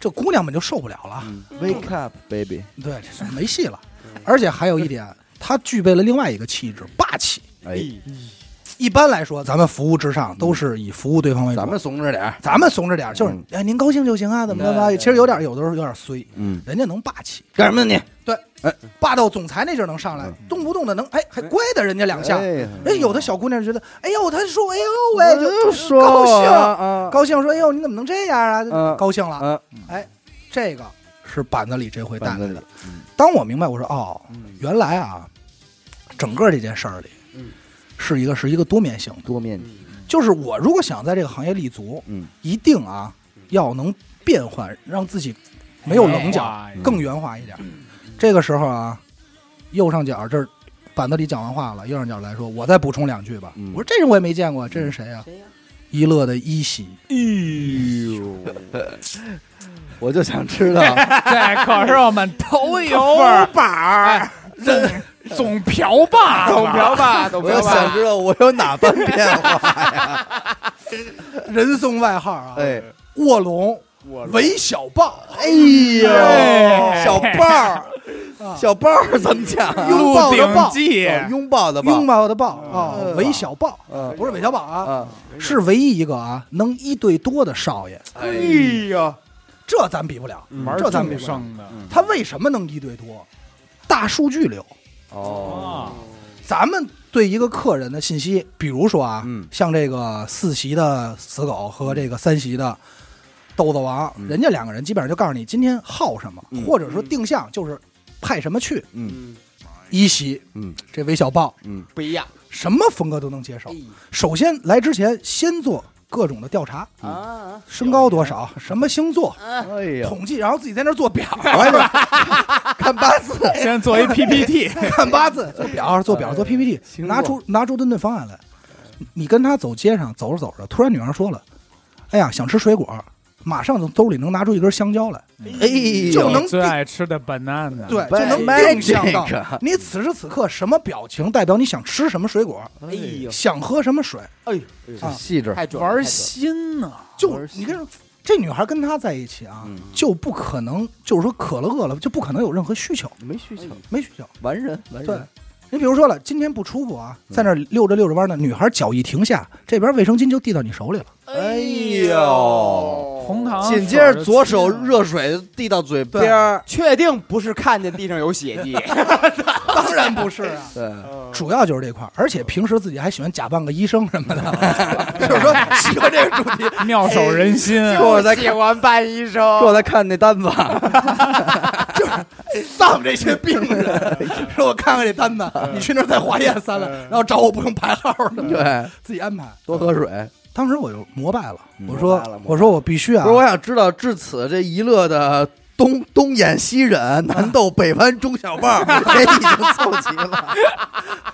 S3: 这姑娘们就受不了了，
S2: ，Wake up baby，
S3: 对，没戏了。而且还有一点，她具备了另外一个气质，霸气。
S2: 哎，
S3: 一般来说，咱们服务至上都是以服务对方为主。
S2: 咱们怂着点儿，
S3: 咱们怂着点儿，就是
S2: 嗯
S3: 哎，您高兴就行啊，怎么着吧？
S4: 对对
S3: 其实有点，有的时候有点衰，
S2: 嗯，哎
S3: 人家能霸气，
S2: 干什么
S4: 哎
S2: 呢你？
S3: 霸道总裁那劲儿能上来，动不动的能哎，还乖的人家两下。
S2: 嗯哎
S3: 哎，有的小姑娘就觉得，哎呦，她说，哎呦喂，
S2: 我
S3: 就
S2: 说
S3: 高兴，
S2: 啊，
S3: 高兴说，哎呦，你怎么能这样啊？
S2: 嗯
S3: 高兴了，哎
S2: 啊，
S3: 这个是板子里这回带
S2: 板
S3: 来
S2: 子
S3: 的
S2: 里。，嗯
S3: 当我明白，我说哦，原来啊，整个这件事儿里，
S2: 嗯
S3: 是一个是一个多面性的，
S2: 多面，
S3: 就是我如果想在这个行业立足，
S2: 嗯，
S3: 一定啊要能变换，让自己没有棱角，
S5: 哎呀
S3: 更圆滑一点。
S2: 嗯
S3: 这个时候啊，右上角这儿板子里讲完话了，右上角来说，我再补充两句吧。
S2: 嗯
S3: 我说这人我也没见过，这是谁啊？一乐的一喜，
S2: 我就想知 道，
S5: 这可是我们头一份儿
S4: 板儿，
S5: 总总瓢把子，
S4: 懂瓢吧，懂
S2: 我就
S4: 瓢
S2: 想
S4: 吧，
S2: 知道我有哪般变化，
S3: 人送外号啊，
S2: 哎，
S3: 卧龙韦小豹，
S2: 哎呦，
S5: 哎
S2: 小豹儿，
S3: 啊
S2: 小豹儿怎么讲啊？
S3: 拥抱的
S5: 鹿鼎
S3: 豹，
S5: 记，
S2: 哦拥抱的
S3: 拥
S2: 抱，
S3: 抱的抱啊，
S2: 嗯
S3: 韦小豹
S2: 嗯，
S3: 不是韦小宝啊，
S2: 啊，
S3: 是唯一一个啊能一对多的少爷，
S2: 哎
S3: 这咱比不了，这咱比不了。
S5: 嗯生的
S3: 他为什么能一对多？大数据流，
S2: 哦，
S5: 啊，
S3: 咱们对一个客人的信息，比如说啊
S2: 嗯，
S3: 像这个四席的死狗和这个三席的。豆子王，人家两个人基本上就告诉你今天好什么，
S2: 嗯
S3: 或者说定向就是派什么去。
S2: 嗯
S3: 一席
S2: 嗯
S3: 这韦小豹
S2: 嗯，
S4: 不一样，哎
S3: 什么风格都能接受，首先来之前，先做各种的调查，
S2: 嗯
S4: 啊，
S3: 身高多少，什么星座，
S2: 哎呦，
S3: 统计，然后自己在那儿做表，
S6: 看八 字，
S5: 先做一 PPT，
S3: 看八字，做表，做表，做 PPT，
S2: 哎星座
S3: 拿出拿出顿顿方案来。你跟他走街上走着走着，突然女孩说了：“哎呀，想吃水果。”马上从兜里能拿出一根香蕉来，
S2: 哎呦，
S3: 就能
S5: 最爱吃的 banana，
S3: 对，就能定向到
S2: Magic
S3: 你此时此刻什么表情，代表你想吃什么水果，
S4: 哎呦，
S3: 想喝什么水。
S4: 哎呦，
S3: 啊
S2: 细致，
S4: 太准了，
S5: 玩
S4: 太准了
S5: 心呢，
S3: 就你跟这女孩跟他在一起啊，
S2: 嗯
S3: 就不可能，就是说渴了饿了，就不可能有任何需求，
S2: 没需求，
S3: 没需求。
S2: 完人完
S3: 对
S2: 人，，
S3: 你比如说了，今天不舒服啊，在那儿溜着溜着弯呢，女孩脚一停下，这边卫生巾就递到你手里了。
S2: 哎呦，
S5: 红糖。
S2: 紧接着左手，热水递到嘴边儿，
S4: 确定不是看见地上有血迹，呃
S3: 当然不是啊，
S2: 对，
S3: 主要就是这块儿，而且平时自己还喜欢假扮个医生什么的， 就是说喜欢这个主题。
S5: 妙手仁心，
S2: 说我在
S4: 喜
S2: 看，
S4: 欢扮医
S2: 说我
S4: 生，
S2: 在看那单 子，
S6: 丧这些病 人，说我看看这单子，
S2: 嗯
S6: 你去那儿再化验三了，然后找我不用排号了，
S2: 对，
S3: 自己安排。
S2: 多喝水。
S3: 当时我就膜拜了，
S2: 嗯
S3: 我说
S2: 膜拜了膜拜
S3: 我说我必须啊
S2: 不是，，我想知道至此这一乐的东东演西忍，南斗北湾中小 棒，哎也已经凑齐了，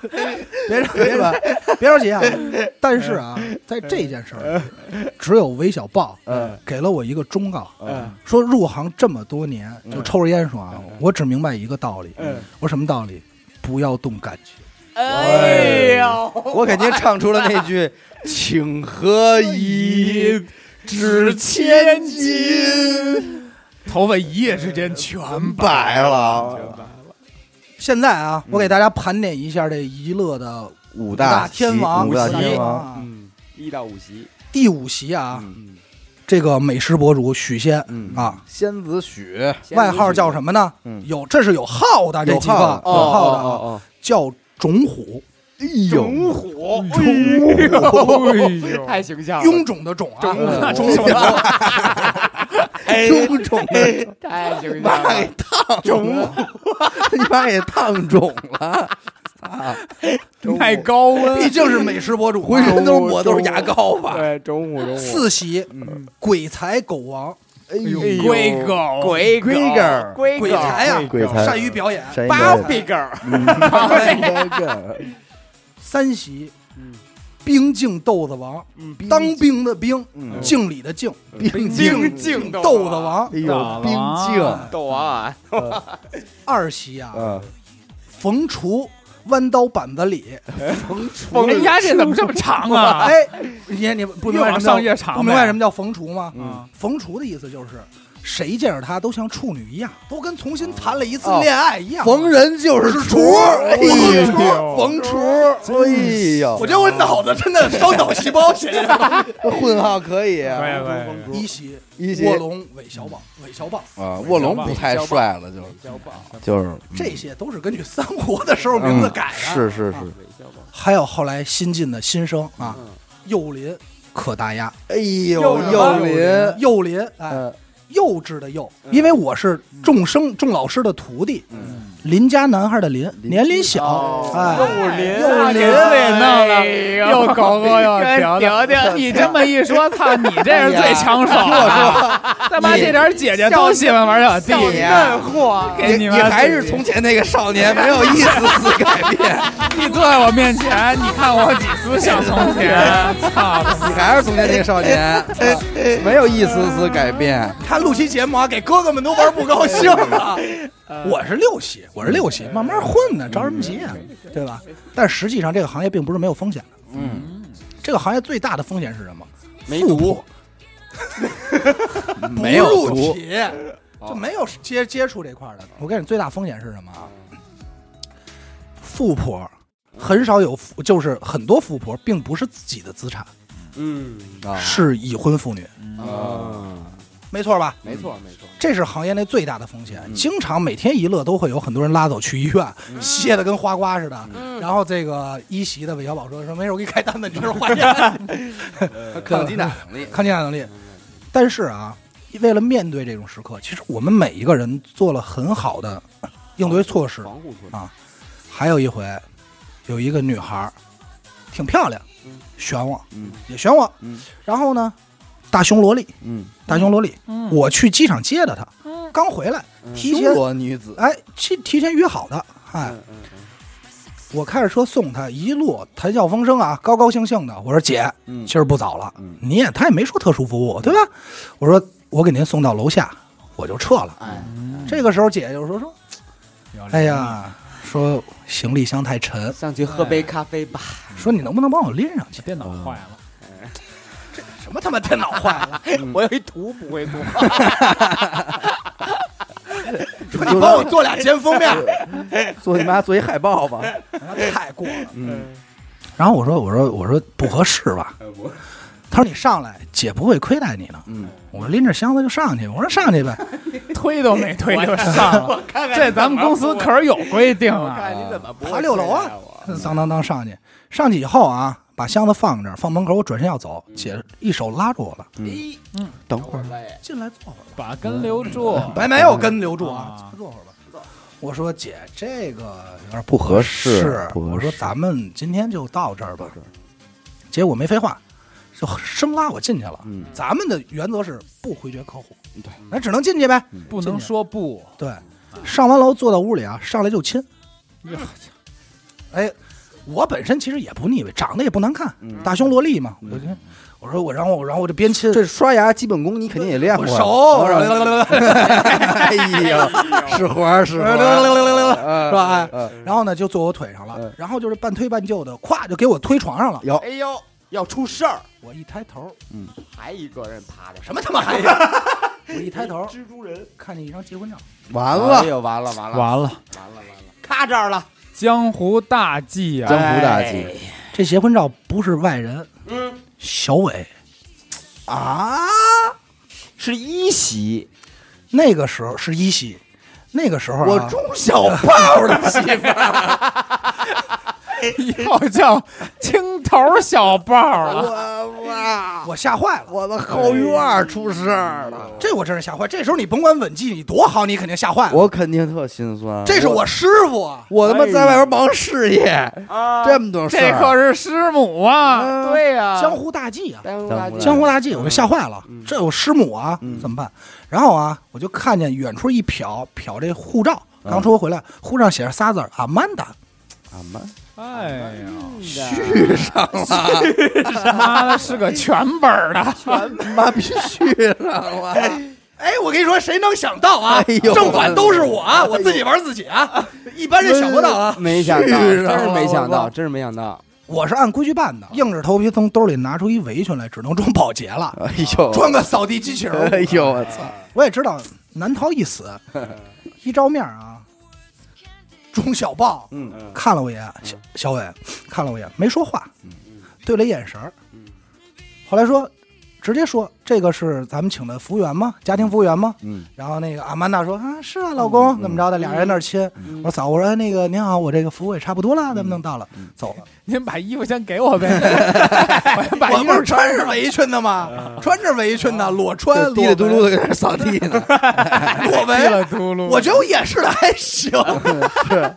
S3: 别别吧，别着急 啊。但是啊，在这件事儿，只有韦小豹
S2: 嗯
S3: 给了我一个忠告，
S2: 嗯
S3: 说入行这么多年，就抽着烟说啊，我只明白一个道理，
S2: 嗯
S3: 我说什么道理？不要动感情。
S4: 哎呦，
S2: 我肯定唱出了那 句“情何以
S5: 指千金，头发一夜之间全
S2: 白了
S3: 现在啊，我给大家盘点一下这一乐的”。
S2: 五
S3: 大
S2: 席
S3: 天
S2: 嗯
S3: 王，
S2: 五大
S3: 五席
S2: 天王，哎
S3: 啊
S4: 嗯，一到五席，
S3: 第五席啊，
S2: 嗯
S3: 这个美食博主许仙
S2: 嗯
S3: 啊，
S2: 仙子许，
S3: 外号叫什么呢
S2: 嗯？
S3: 有这是有号的，这
S2: 有
S3: 几
S2: 号
S3: 个
S2: 的
S3: 有
S4: 哦？
S3: 号的啊，
S4: 哦哦
S3: 叫种虎，
S2: 哎呦，
S4: 虎，
S5: 哎呦，
S4: 太形象了，
S3: 臃肿的肿啊，
S4: 种
S3: 嗯
S4: 虎
S5: 中什么？
S2: 哎中种的，
S4: 太形 象
S2: 妈给
S4: 了，
S2: 烫肿，你妈给烫肿 了，
S5: 太高
S3: 毕
S5: 温，
S3: 竟是美食博主啊，
S2: 浑身都是抹，都是牙膏吧？
S4: 对，中虎中虎，
S3: 四喜，鬼才狗王，
S2: 哎呦，
S5: 龟狗，
S4: 鬼
S2: 鬼
S4: 狗
S2: 狗
S4: 鬼
S3: 鬼才啊，
S2: 鬼才
S3: 善于表演。嗯
S2: 山
S4: 芭
S2: 鹰
S4: 比狗，
S2: 狗，
S3: 三喜，嗯冰镜豆子王，当兵的兵，
S2: 嗯
S3: 敬礼的敬，
S2: 冰
S4: 精净
S3: 豆子，王
S2: 哎。呦，冰镜，
S4: 豆王啊，
S3: 二喜啊，
S2: 嗯，
S3: 冯厨。弯刀板子里，
S2: 冯厨，
S5: 哎呀，这怎么这么长啊？
S3: 哎，你你不明白
S5: 越往
S3: 什么
S5: 上越
S3: 叫
S5: 长
S3: 不明白
S5: 呗
S3: 什么叫冯厨吗？
S5: 嗯
S3: 冯厨的意思就是，谁见着他都像处女一样，都跟重新谈了一次恋爱一样。
S2: 逢人就是厨，哎
S5: 哎
S2: 呦，
S5: 呦
S6: 冯厨。
S2: 哎呦，
S6: 我觉得我脑子真的烧脑细胞写的，
S2: 混号可以，啊
S5: 可以可以，
S3: 哎一喜
S2: 一席
S3: 卧龙韦小宝，韦小宝，
S2: 啊，卧龙不太帅了，就
S4: 小宝，
S2: 就是嗯
S3: 这些都是根据三国的时候
S6: 嗯
S3: 名字改的。
S2: 是是是，
S4: 小宝，
S3: 还有后来新进的新生啊，
S6: 嗯
S3: 幼林、可大鸭、
S2: 哎呦，幼林，
S3: 幼林，哎，
S6: 呃
S3: 幼稚的幼，
S6: 嗯
S3: 因为我是众生众老师的徒弟，邻家男孩的邻，年龄
S6: 哦
S3: 小，
S4: 哦
S3: 哎，
S4: 幼林
S5: 又林也弄了，又狗狗又屌
S4: 屌屌
S5: 你这么一说，操，你这是最抢手的。 他妈这点姐姐都喜欢玩小弟，
S4: 嫩货，
S5: 给
S2: 你
S5: 们，
S2: 还是从前那个少年，没有一丝丝改变，
S5: 你坐在我面前，你看我几丝像从 前，操！
S2: 你还是从前那个少年， 没有一丝丝改变。
S6: 看录期节目啊，给哥哥们都玩不高兴啊了。
S3: 我是六喜，我是六喜，慢慢混呢，着什么急啊，对吧？但实际上这个行业并不是没有风险的，嗯，这个行业最大的风险是什么？
S4: 没
S3: 富
S4: 毒
S3: 婆，
S2: 没有
S3: 不入
S2: 毒
S3: 体，就没有接接触这块儿的。我跟你最大风险是什么啊？富婆很少有富，就是很多富婆并不是自己的资产，
S4: 嗯
S2: 啊，
S3: 是已婚妇女，
S4: 啊，
S3: 没错吧？
S4: 没错没错，
S3: 这是行业内最大的风险。
S2: 嗯
S3: 经常每天一乐都会有很多人拉走去医院，歇的跟花瓜似的。
S2: 嗯
S3: 然后这个一席的韦小宝说说没事，我给你开单子，你这是 花钱，
S2: 抗击打能力，
S3: 看见能力。但是啊，为了面对这种时刻，其实我们每一个人做了很好的应对措施。
S4: 防护措施
S3: 还有一回，有一个女孩儿挺漂亮，选我
S2: 嗯，
S3: 也选我
S2: 嗯。
S3: 然后呢，大胸萝莉，
S2: 嗯，
S3: 大胸萝莉，
S5: 嗯
S3: 我去机场接的她，刚回来，提前
S2: 修罗女子，
S3: 哎，提提前约好的，哎，
S2: 嗯
S3: 我开着车送她，一路谈笑风生啊，高高兴兴的。我说姐，
S2: 嗯
S3: 今儿不早了，
S2: 嗯
S3: 你也她也没说特殊服务，对吧？我说我给您送到楼下，我就撤了。
S4: 哎，
S2: 嗯
S3: 这个时候姐就说说，哎，呀，说行李箱太沉，
S2: 嗯
S4: 上去喝杯咖啡吧。
S3: 说你能不能帮我拎上去？
S5: 电脑坏了，
S3: 什么他妈电脑坏了？
S4: 我有一图不会做，
S3: 说你帮我做俩尖封面，
S2: 啊做你妈做一海报吧，
S3: 太过了。
S2: 嗯，
S3: 然后我说我说我说不合适吧？
S6: 哎
S3: 他说你上来，姐不会亏待你的。
S2: 嗯，
S3: 我说拎着箱子就上去，我说上去呗。
S5: 推都没推就上了，这咱们公司可是有规定啊，
S4: 看你怎么不
S3: 爬六楼啊！
S6: 嗯
S3: 当当当上去，上去以后啊，把箱子放这儿，放门口，我转身要走，
S6: 嗯
S3: 姐一手拉住我了，
S4: 哎，
S2: 等会儿，
S3: 进来坐会儿吧。
S5: 把根留住，哎
S6: 白没有跟留住啊，
S5: 啊，
S3: 坐会儿吧。我说姐，这个有点不
S2: 合
S3: 合
S2: 适
S3: 适。
S2: 不合
S3: 我说
S2: 适
S3: 咱们今天就到这儿吧。结果没废话，就生拉我进去了。
S2: 嗯
S3: 咱们的原则是不回绝客户，对，那只能进去呗。
S5: 不能说不，
S3: 对，上完楼坐到屋里啊，上来就亲。
S5: 哟
S3: 哎，我本身其实也不腻歪，长得也不难看，
S2: 嗯
S3: 大胸萝莉嘛。我就我说我，然后我然后我就边亲，
S2: 这刷牙基本功你肯定也练过，
S4: 啊
S6: 熟，
S2: 哎呀，是活儿是活儿，
S6: 哎
S2: 是
S3: 是
S4: 嗯
S3: 吧？哎
S2: 呃，
S3: 然后呢就坐我腿上
S2: 嗯
S3: 了，然后就是半推半就的，咵就给我推床上了。
S2: 有
S4: 哎呦，要出事儿，
S3: 我一抬头，
S4: 还一个人趴着，
S6: 什么他妈玩意儿？
S3: 我一抬头
S4: 蜘蛛人？
S3: 看见一张结婚照，
S2: 完
S4: 哎
S2: 了，
S4: 呦，完了完了
S5: 完了，
S4: 完了完了，卡这儿了，哎
S5: 江湖大忌啊
S2: 江
S5: 呀，
S2: 湖大忌，
S3: 这结婚照不是外人，
S4: 嗯，
S3: 小伟。
S4: 啊，是一席，
S3: 那个时候是依稀，那个时候啊
S2: 我中小炮的媳妇儿，
S5: 以后叫青头小啊豹 了，
S2: 我哇，
S3: 我吓坏了，
S2: 我
S6: 哎
S2: 的后院出事儿了，
S3: 这我真是吓坏。这时候你甭管吻技你多好，你肯定吓坏了。
S2: 我肯定特心酸，
S3: 这是我师傅啊，
S2: 我他妈在外边忙事业，
S6: 啊
S2: 这么多事
S5: 这
S2: 儿，
S5: 可是师母啊，
S4: 对呀，
S3: 江湖大忌啊，
S4: 江湖
S2: 大
S4: 大
S2: 忌
S4: 忌，
S3: 江湖大
S2: 嗯
S3: 忌，我就吓坏了。这有师母啊，怎么办？然后啊，我就看见远处一瞟，瞟这护照，
S2: 嗯
S3: 刚出国回来，护照写着仨字儿阿曼达。
S2: 啊妈，
S5: 哎呀，
S2: 续上了，
S5: 妈的是个全本儿 的，
S2: 妈逼续上了，
S6: 哎，我跟你说，谁能想到啊？
S2: 哎呦哎
S6: 正反都是我啊，我自己玩自己啊，一般人想不到啊。
S4: 没想到，
S2: 是啊
S4: 真是没想
S2: 我
S4: 到，真是没想到，
S3: 我是按规矩办的，硬着头皮从兜里拿出一围裙来，只能装保洁了。
S2: 哎呦，
S6: 装个扫地机器 人
S2: 哎
S6: 儿，
S2: 呦，我操，
S3: 我也知道难逃 一死，一照面啊，
S6: 钟小豹，
S2: 嗯，嗯
S3: 看了我一眼，小小伟看了我一眼，没说话，对了眼神儿，后来说，直接说这个是咱们请的服务员吗？家庭服务员吗？
S2: 嗯，
S3: 然后那个阿曼达说啊，是啊，老公怎么着的？俩人在那儿亲，
S2: 嗯
S3: 我说嫂，我说哎那个您好，我这个服务也差不多了，咱们能到了，
S2: 嗯
S3: 走了。
S5: 您把衣服先给我呗，我 先把
S6: 我
S5: 衣
S6: 不
S5: 服
S6: 是穿着围裙的
S5: 嗯
S6: 吗？穿着围裙的，裸穿，
S2: 滴啊里嘟噜
S6: 的，
S2: 的在那儿扫地 呢，
S6: 裸
S5: 提了
S6: 围。
S5: 嘟噜，
S6: 我觉得我掩饰的还 行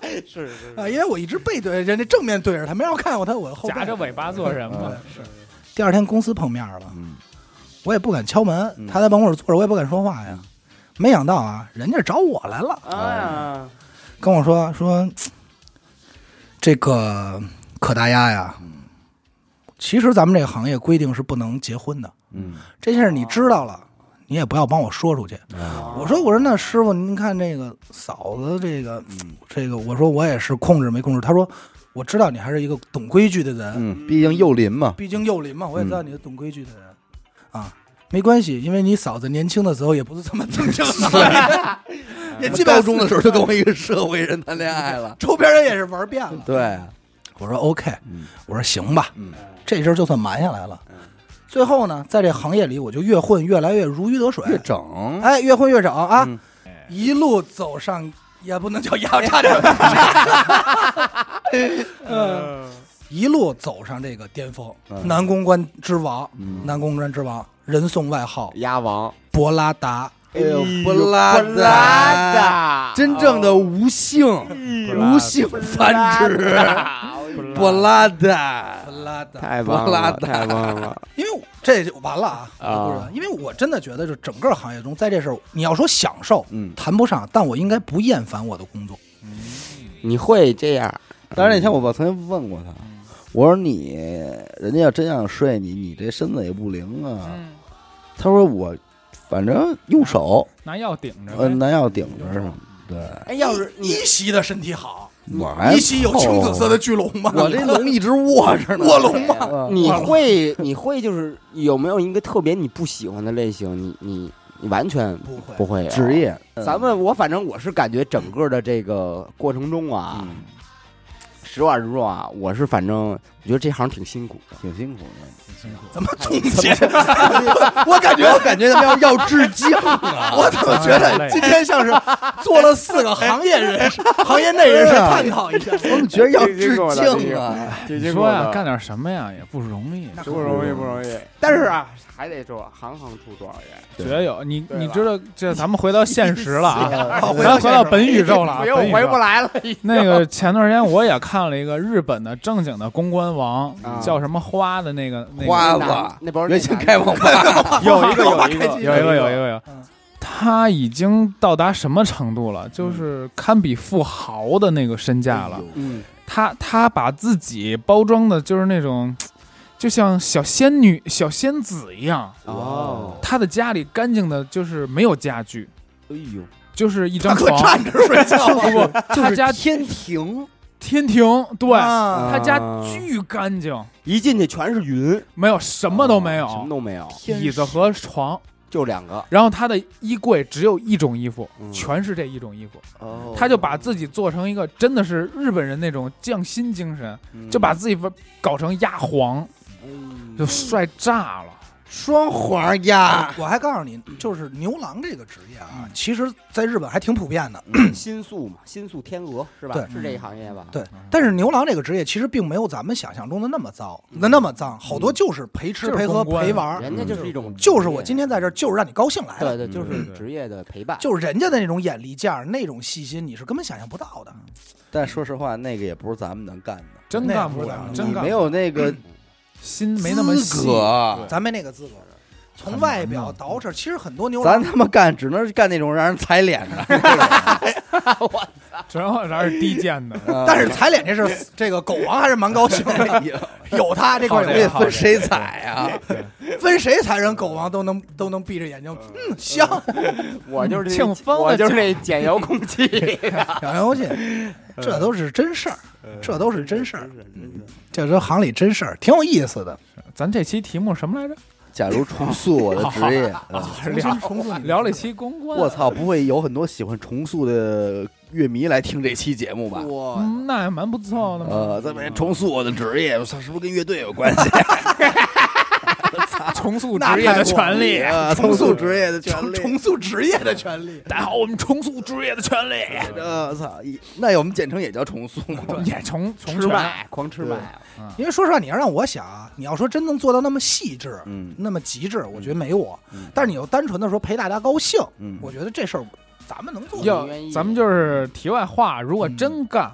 S4: 是是
S3: 啊，因为我一直背对人家正面对着他，没让我看过他，我后背
S5: 夹着尾巴做人嘛，
S3: 第二天公司碰面了，
S2: 嗯
S3: 我也不敢敲门，他在办公室坐着，我也不敢说话
S2: 嗯
S3: 呀。没想到啊，人家找我来了，
S4: 啊，
S3: 跟我说说，这个可达鸭呀，
S2: 嗯
S3: 其实咱们这个行业规定是不能结婚的，
S2: 嗯，
S3: 这件事你知道了。你也不要帮我说出去，
S2: 哦
S3: 我说我说那师傅您看这个嫂子这个、
S2: 嗯
S3: 这个，我说我也是控制没控制。他说我知道你还是一个懂规矩的人，
S2: 嗯，毕竟幼林嘛，
S3: 毕竟幼林嘛，我也知道
S2: 嗯
S3: 你是懂规矩的人、啊，没关系，因为你嫂子年轻的时候也不是这么正 经 的，也基本
S2: 高中的时候就 跟我一个社会人谈恋爱了，
S3: 周边人也是玩遍了。
S2: 对，
S3: 我说 OK，、我说行吧，
S2: 嗯
S3: 这事儿就算瞒下来了。最后呢，在这行业里，我就越混越来越如鱼得水，
S2: 越整
S3: 哎，越混越整啊，
S2: 嗯
S3: 一路走上也不能叫
S6: 呀，差点
S3: 一路走上这个巅峰，南公关之王，南公关之王，人送外号
S4: 鸭王，
S3: 博拉达。
S2: 哎呦
S4: 不
S2: 不拉
S4: 不拉达，
S2: 真正的无
S6: 哎
S2: 性，无性繁殖，
S4: 殖，
S2: 布拉达，
S3: 拉的，
S4: 太棒了，
S2: 拉
S4: 太棒了
S3: 因为我这就完了啊！
S4: 啊
S3: 我不知道因为我真的觉得，就整个行业中，在这事儿，你要说享受，
S2: 嗯
S3: 谈不上，但我应该不厌烦我的工作。
S4: 你会这样？
S2: 但是那天我曾经问过他，我说你人家要真想睡你，你这身子也不灵啊。
S5: 嗯，
S2: 他说我反正用手，
S5: 拿药顶着呗。
S2: 嗯，拿药顶着什么。对，
S4: 哎，要是你
S3: 依稀的身体好，
S2: 我还
S3: 依稀有青紫色的巨龙吗？
S2: 哎我这龙一直握着呢，
S3: 卧龙吗？
S2: 啊
S4: 你会你会就是有没有一个特别你不喜欢的类型？你你你完全
S3: 不会
S4: 不会有
S2: 职。业，嗯
S4: 咱们我反正我是感觉整个的这个过程中啊，
S2: 嗯
S4: 实话实说啊，我是反正我觉得这行挺辛苦的。
S2: 挺辛苦的。
S3: 怎么总结？
S6: 我感觉
S2: 我感觉他们要要致敬啊！
S3: 我怎么觉得今天像是做了四个行业人士、行业内 人士探讨一下？
S2: 啊我怎么觉得要
S4: 挺
S2: 致
S4: 辛苦的
S2: 敬啊？
S5: 你说呀，干点什么呀也不容易，
S4: 不容易不容易。但是啊，还得说行行出状元。
S5: 绝有你
S4: 对
S5: 你
S4: 吧
S5: 知道这咱们回到现实了 啊，
S3: 好回
S5: 咱
S3: 到
S5: 回到本宇宙了啊，
S4: 不哎行，我
S5: 本宇宙
S4: 回不来了。已经
S5: 那个前段时间我也看了一个日本的正经的公关王
S4: 啊，
S5: 叫什么花的那个那个
S2: 花
S4: 那
S2: 吧
S4: 那不是
S2: 原先开网吧，
S5: 有一个有一个有一个有一个有一
S4: 个
S5: 个有，
S3: 嗯
S5: 他已经到达什么程度了？
S3: 嗯
S5: 就是堪比富豪的那个身价
S3: 哎
S5: 了。
S4: 嗯
S5: 他他把自己包装的就是那种，就像小仙女、小仙子一样。
S4: 哦，
S5: 他的家里干净的，就是没有家具，
S4: 哎呦，
S5: 就是一张
S3: 他可
S5: 床。
S3: 站着睡觉
S5: 不 不，他家
S2: 天庭，
S5: 天庭，对，
S3: 啊
S5: 他家
S4: 啊
S5: 巨干净，
S4: 一进去全是云，哦
S5: 没有什么都没
S4: 什么
S5: 有，
S4: 都没有，
S5: 椅子和床。
S4: 就两个。
S5: 然后他的衣柜只有一种衣服，
S4: 嗯
S5: 全是这一种衣服。
S2: 哦
S5: 他就把自己做成一个真的是日本人那种匠心精神，
S4: 嗯
S5: 就把自己搞成鸭皇，就
S2: 嗯
S5: 帅炸了。
S2: 双黄
S5: 啊
S2: 鸭，
S3: 我还告诉你，就是牛郎这个职业
S5: 嗯
S3: 啊，其实在日本还挺普遍的。
S2: 嗯
S4: 新宿嘛，新宿天鹅是吧？
S3: 对
S4: 是这一行业吧？
S5: 嗯
S3: 对，但是牛郎这个职业其实并没有咱们想象中的那么糟，那那么脏，好多就是陪吃
S5: 嗯就是
S3: 陪喝
S5: 公关
S3: 陪玩儿，
S4: 人家就是一
S2: 嗯
S4: 种，
S3: 就是我今天在这儿，就是让你高兴来
S4: 对
S3: 的，
S4: 对，就是
S5: 对对
S4: 职业的陪伴，
S3: 就是人家的那种眼力劲儿，那种细心，你是根本想象不到的。
S5: 嗯
S2: 但说实话，那个也不是咱们能干的，
S5: 真
S3: 那
S5: 干
S3: 不
S5: 不
S3: 是咱
S5: 了
S3: 们，
S5: 真
S2: 你
S5: 干
S2: 没有那个
S5: 心没那么
S2: 资
S5: 细。
S2: 格
S5: 对
S3: 咱没那个资格，从
S5: 很
S3: 外
S5: 难
S3: 表
S5: 的
S3: 捯饬，其实很多牛
S2: 咱
S3: 郎
S2: 他妈干只能是干那种让人踩脸的，
S5: 主要还是低贱的，
S3: 但是踩脸这事儿，这个狗王还是蛮高兴的，有他这块
S5: 哎
S2: 我
S5: 好这
S2: 也
S3: 有
S5: 个
S2: 分谁踩啊？
S3: 分谁踩人，狗王都能都能闭着眼睛，嗯，香。
S4: 我就是那
S5: 庆丰的
S4: 我就是那捡遥控 器，
S3: 养游戏，这都是真事儿，这都是真事儿，
S4: 嗯
S3: 这都行里真事儿，挺有意思的。
S5: 咱这期题目什么来着？
S2: 假如重塑我的职业，呃
S5: 聊
S3: 重塑你
S5: 聊了一期公关。
S2: 我！操，不会有很多喜欢重塑的乐迷来听这期节目吧？
S4: 哇，
S5: 嗯，那还蛮不错的嘛。
S2: 呃，咱们重塑我的职业，我操，是不是跟乐队有关系？
S5: 重塑职业的权利。
S2: 啊，重塑啊职业的权利。
S3: 重塑职业的 权利，
S5: 大家好，我们重塑职业的权利，
S2: 呃，操，一那我们简称也叫重塑吗？
S5: 也重重
S4: 吃
S5: 权
S4: 麦，狂吃麦，
S3: 因为说实话，你要让我想啊，你要说真能做到那么细致，
S2: 嗯
S3: 那么极致，我觉得没我。但是你要单纯的说陪大家高兴，
S2: 嗯
S3: 我觉得这事儿咱们能做。
S5: 要
S4: 愿意
S5: 咱们就是题外话，如果真干，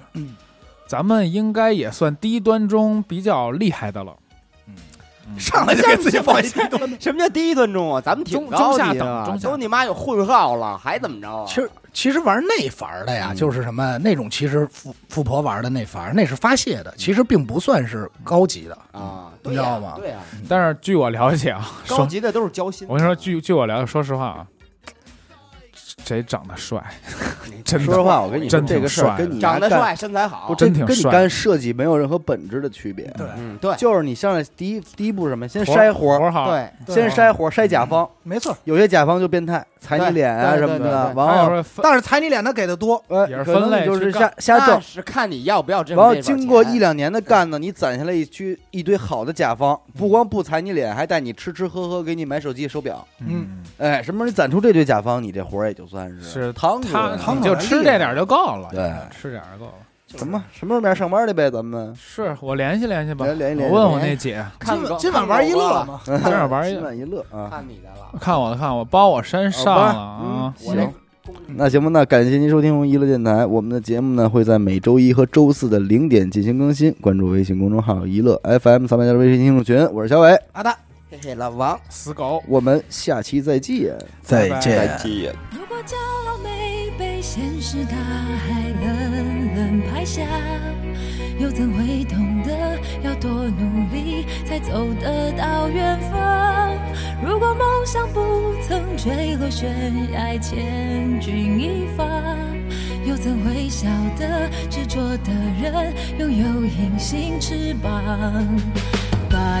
S5: 咱们应该也算低端中比较厉害的了，
S3: 上来就给自己放一低端的。
S4: 什么叫低端中啊？咱们挺
S5: 中
S4: 高级
S5: 中下
S4: 的
S5: 等
S4: 啊，
S5: 中下
S4: 都你妈有混号了，还怎么着啊？
S3: 其实其实玩那法儿的呀，就是什么那种，其实富富婆玩的那法儿，那是发泄的，其实并不算是高级的。
S4: 啊，
S3: 你
S4: 对
S3: 知
S4: 呀
S3: 道吗
S4: 对呀，
S5: 但是据我了解啊，
S4: 高
S5: 说
S4: 级的都是交心。
S5: 我跟你说，据据我了解，说实话啊，谁长得帅，真的
S2: 说实话，我跟你说，
S5: 真挺
S2: 这个事儿
S5: 帅的
S2: 跟你
S4: 长得
S2: 干
S4: 帅，身材好
S2: 不，真
S5: 真挺
S2: 跟你
S5: 帅
S2: 干设计没有任何本质的区别。
S3: 对，
S4: 嗯，对
S2: 就是你上来第一第一步是什么？先筛活儿，
S5: 活好，
S4: 对，
S2: 啊先筛活儿，筛甲方。
S4: 嗯
S3: 没错。
S2: 有些甲方就变态，踩你脸啊
S4: 对
S2: 什么
S4: 对对对
S2: 的，
S4: 对
S5: 还有
S2: 完后
S5: 说分
S3: 但是踩你脸的给的多，
S2: 呃
S5: 也是
S2: 可
S5: 分
S2: 能
S5: 类
S2: 就是
S5: 去
S2: 瞎
S5: 干
S2: 瞎
S4: 那
S2: 挣。
S4: 是看你要不要这
S2: 然后
S4: 这哎本
S2: 经过
S4: 钱
S2: 一两年的干呢，你攒下来一堆一堆好的甲方，不光不踩你脸，还带你吃吃喝喝，给你买手机手表。
S5: 嗯，
S2: 哎，什么时候你攒出这堆甲方，你这活儿也就算是
S5: 是
S2: 趟过
S5: 他
S2: 了
S3: 趟
S5: 你
S3: 过
S5: 就
S3: 来
S5: 吃
S3: 厉
S5: 这
S3: 害
S5: 点儿就够了，
S2: 对，
S5: 吃点儿就够了。
S2: 什么什么时候来上班去呗，咱们
S5: 是我联系联系吧，
S2: 联联系
S5: 我
S2: 联系
S5: 问我那姐，
S4: 看
S3: 今
S4: 够
S3: 晚今晚玩一乐
S4: 看够了
S3: 嘛，
S5: 今儿玩一
S2: 心满意乐啊。
S4: 看你的了。
S5: 看我的看我，把我身上了
S2: 好吧
S5: 啊
S2: 哦嗯，
S4: 我
S5: 行
S4: 这
S2: 那行吧，那感谢您收听我们娱乐电台。我们的节目呢会在每周一和周四的零点进行更新。关注微信公众号“娱乐 FM”，咱们加入微信听众群。我是小伟，
S3: 阿达，
S4: 谢谢老王。
S5: 死狗。
S2: 我们下期再见。
S5: 再见
S7: 再见。
S8: 如果骄傲没被现实大海冷冷拍下，又怎会懂得要多努力才走得到远方？如果梦想不曾坠落悬崖，千钧一发，又怎会晓得执着的人拥有隐形翅膀？把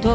S8: 多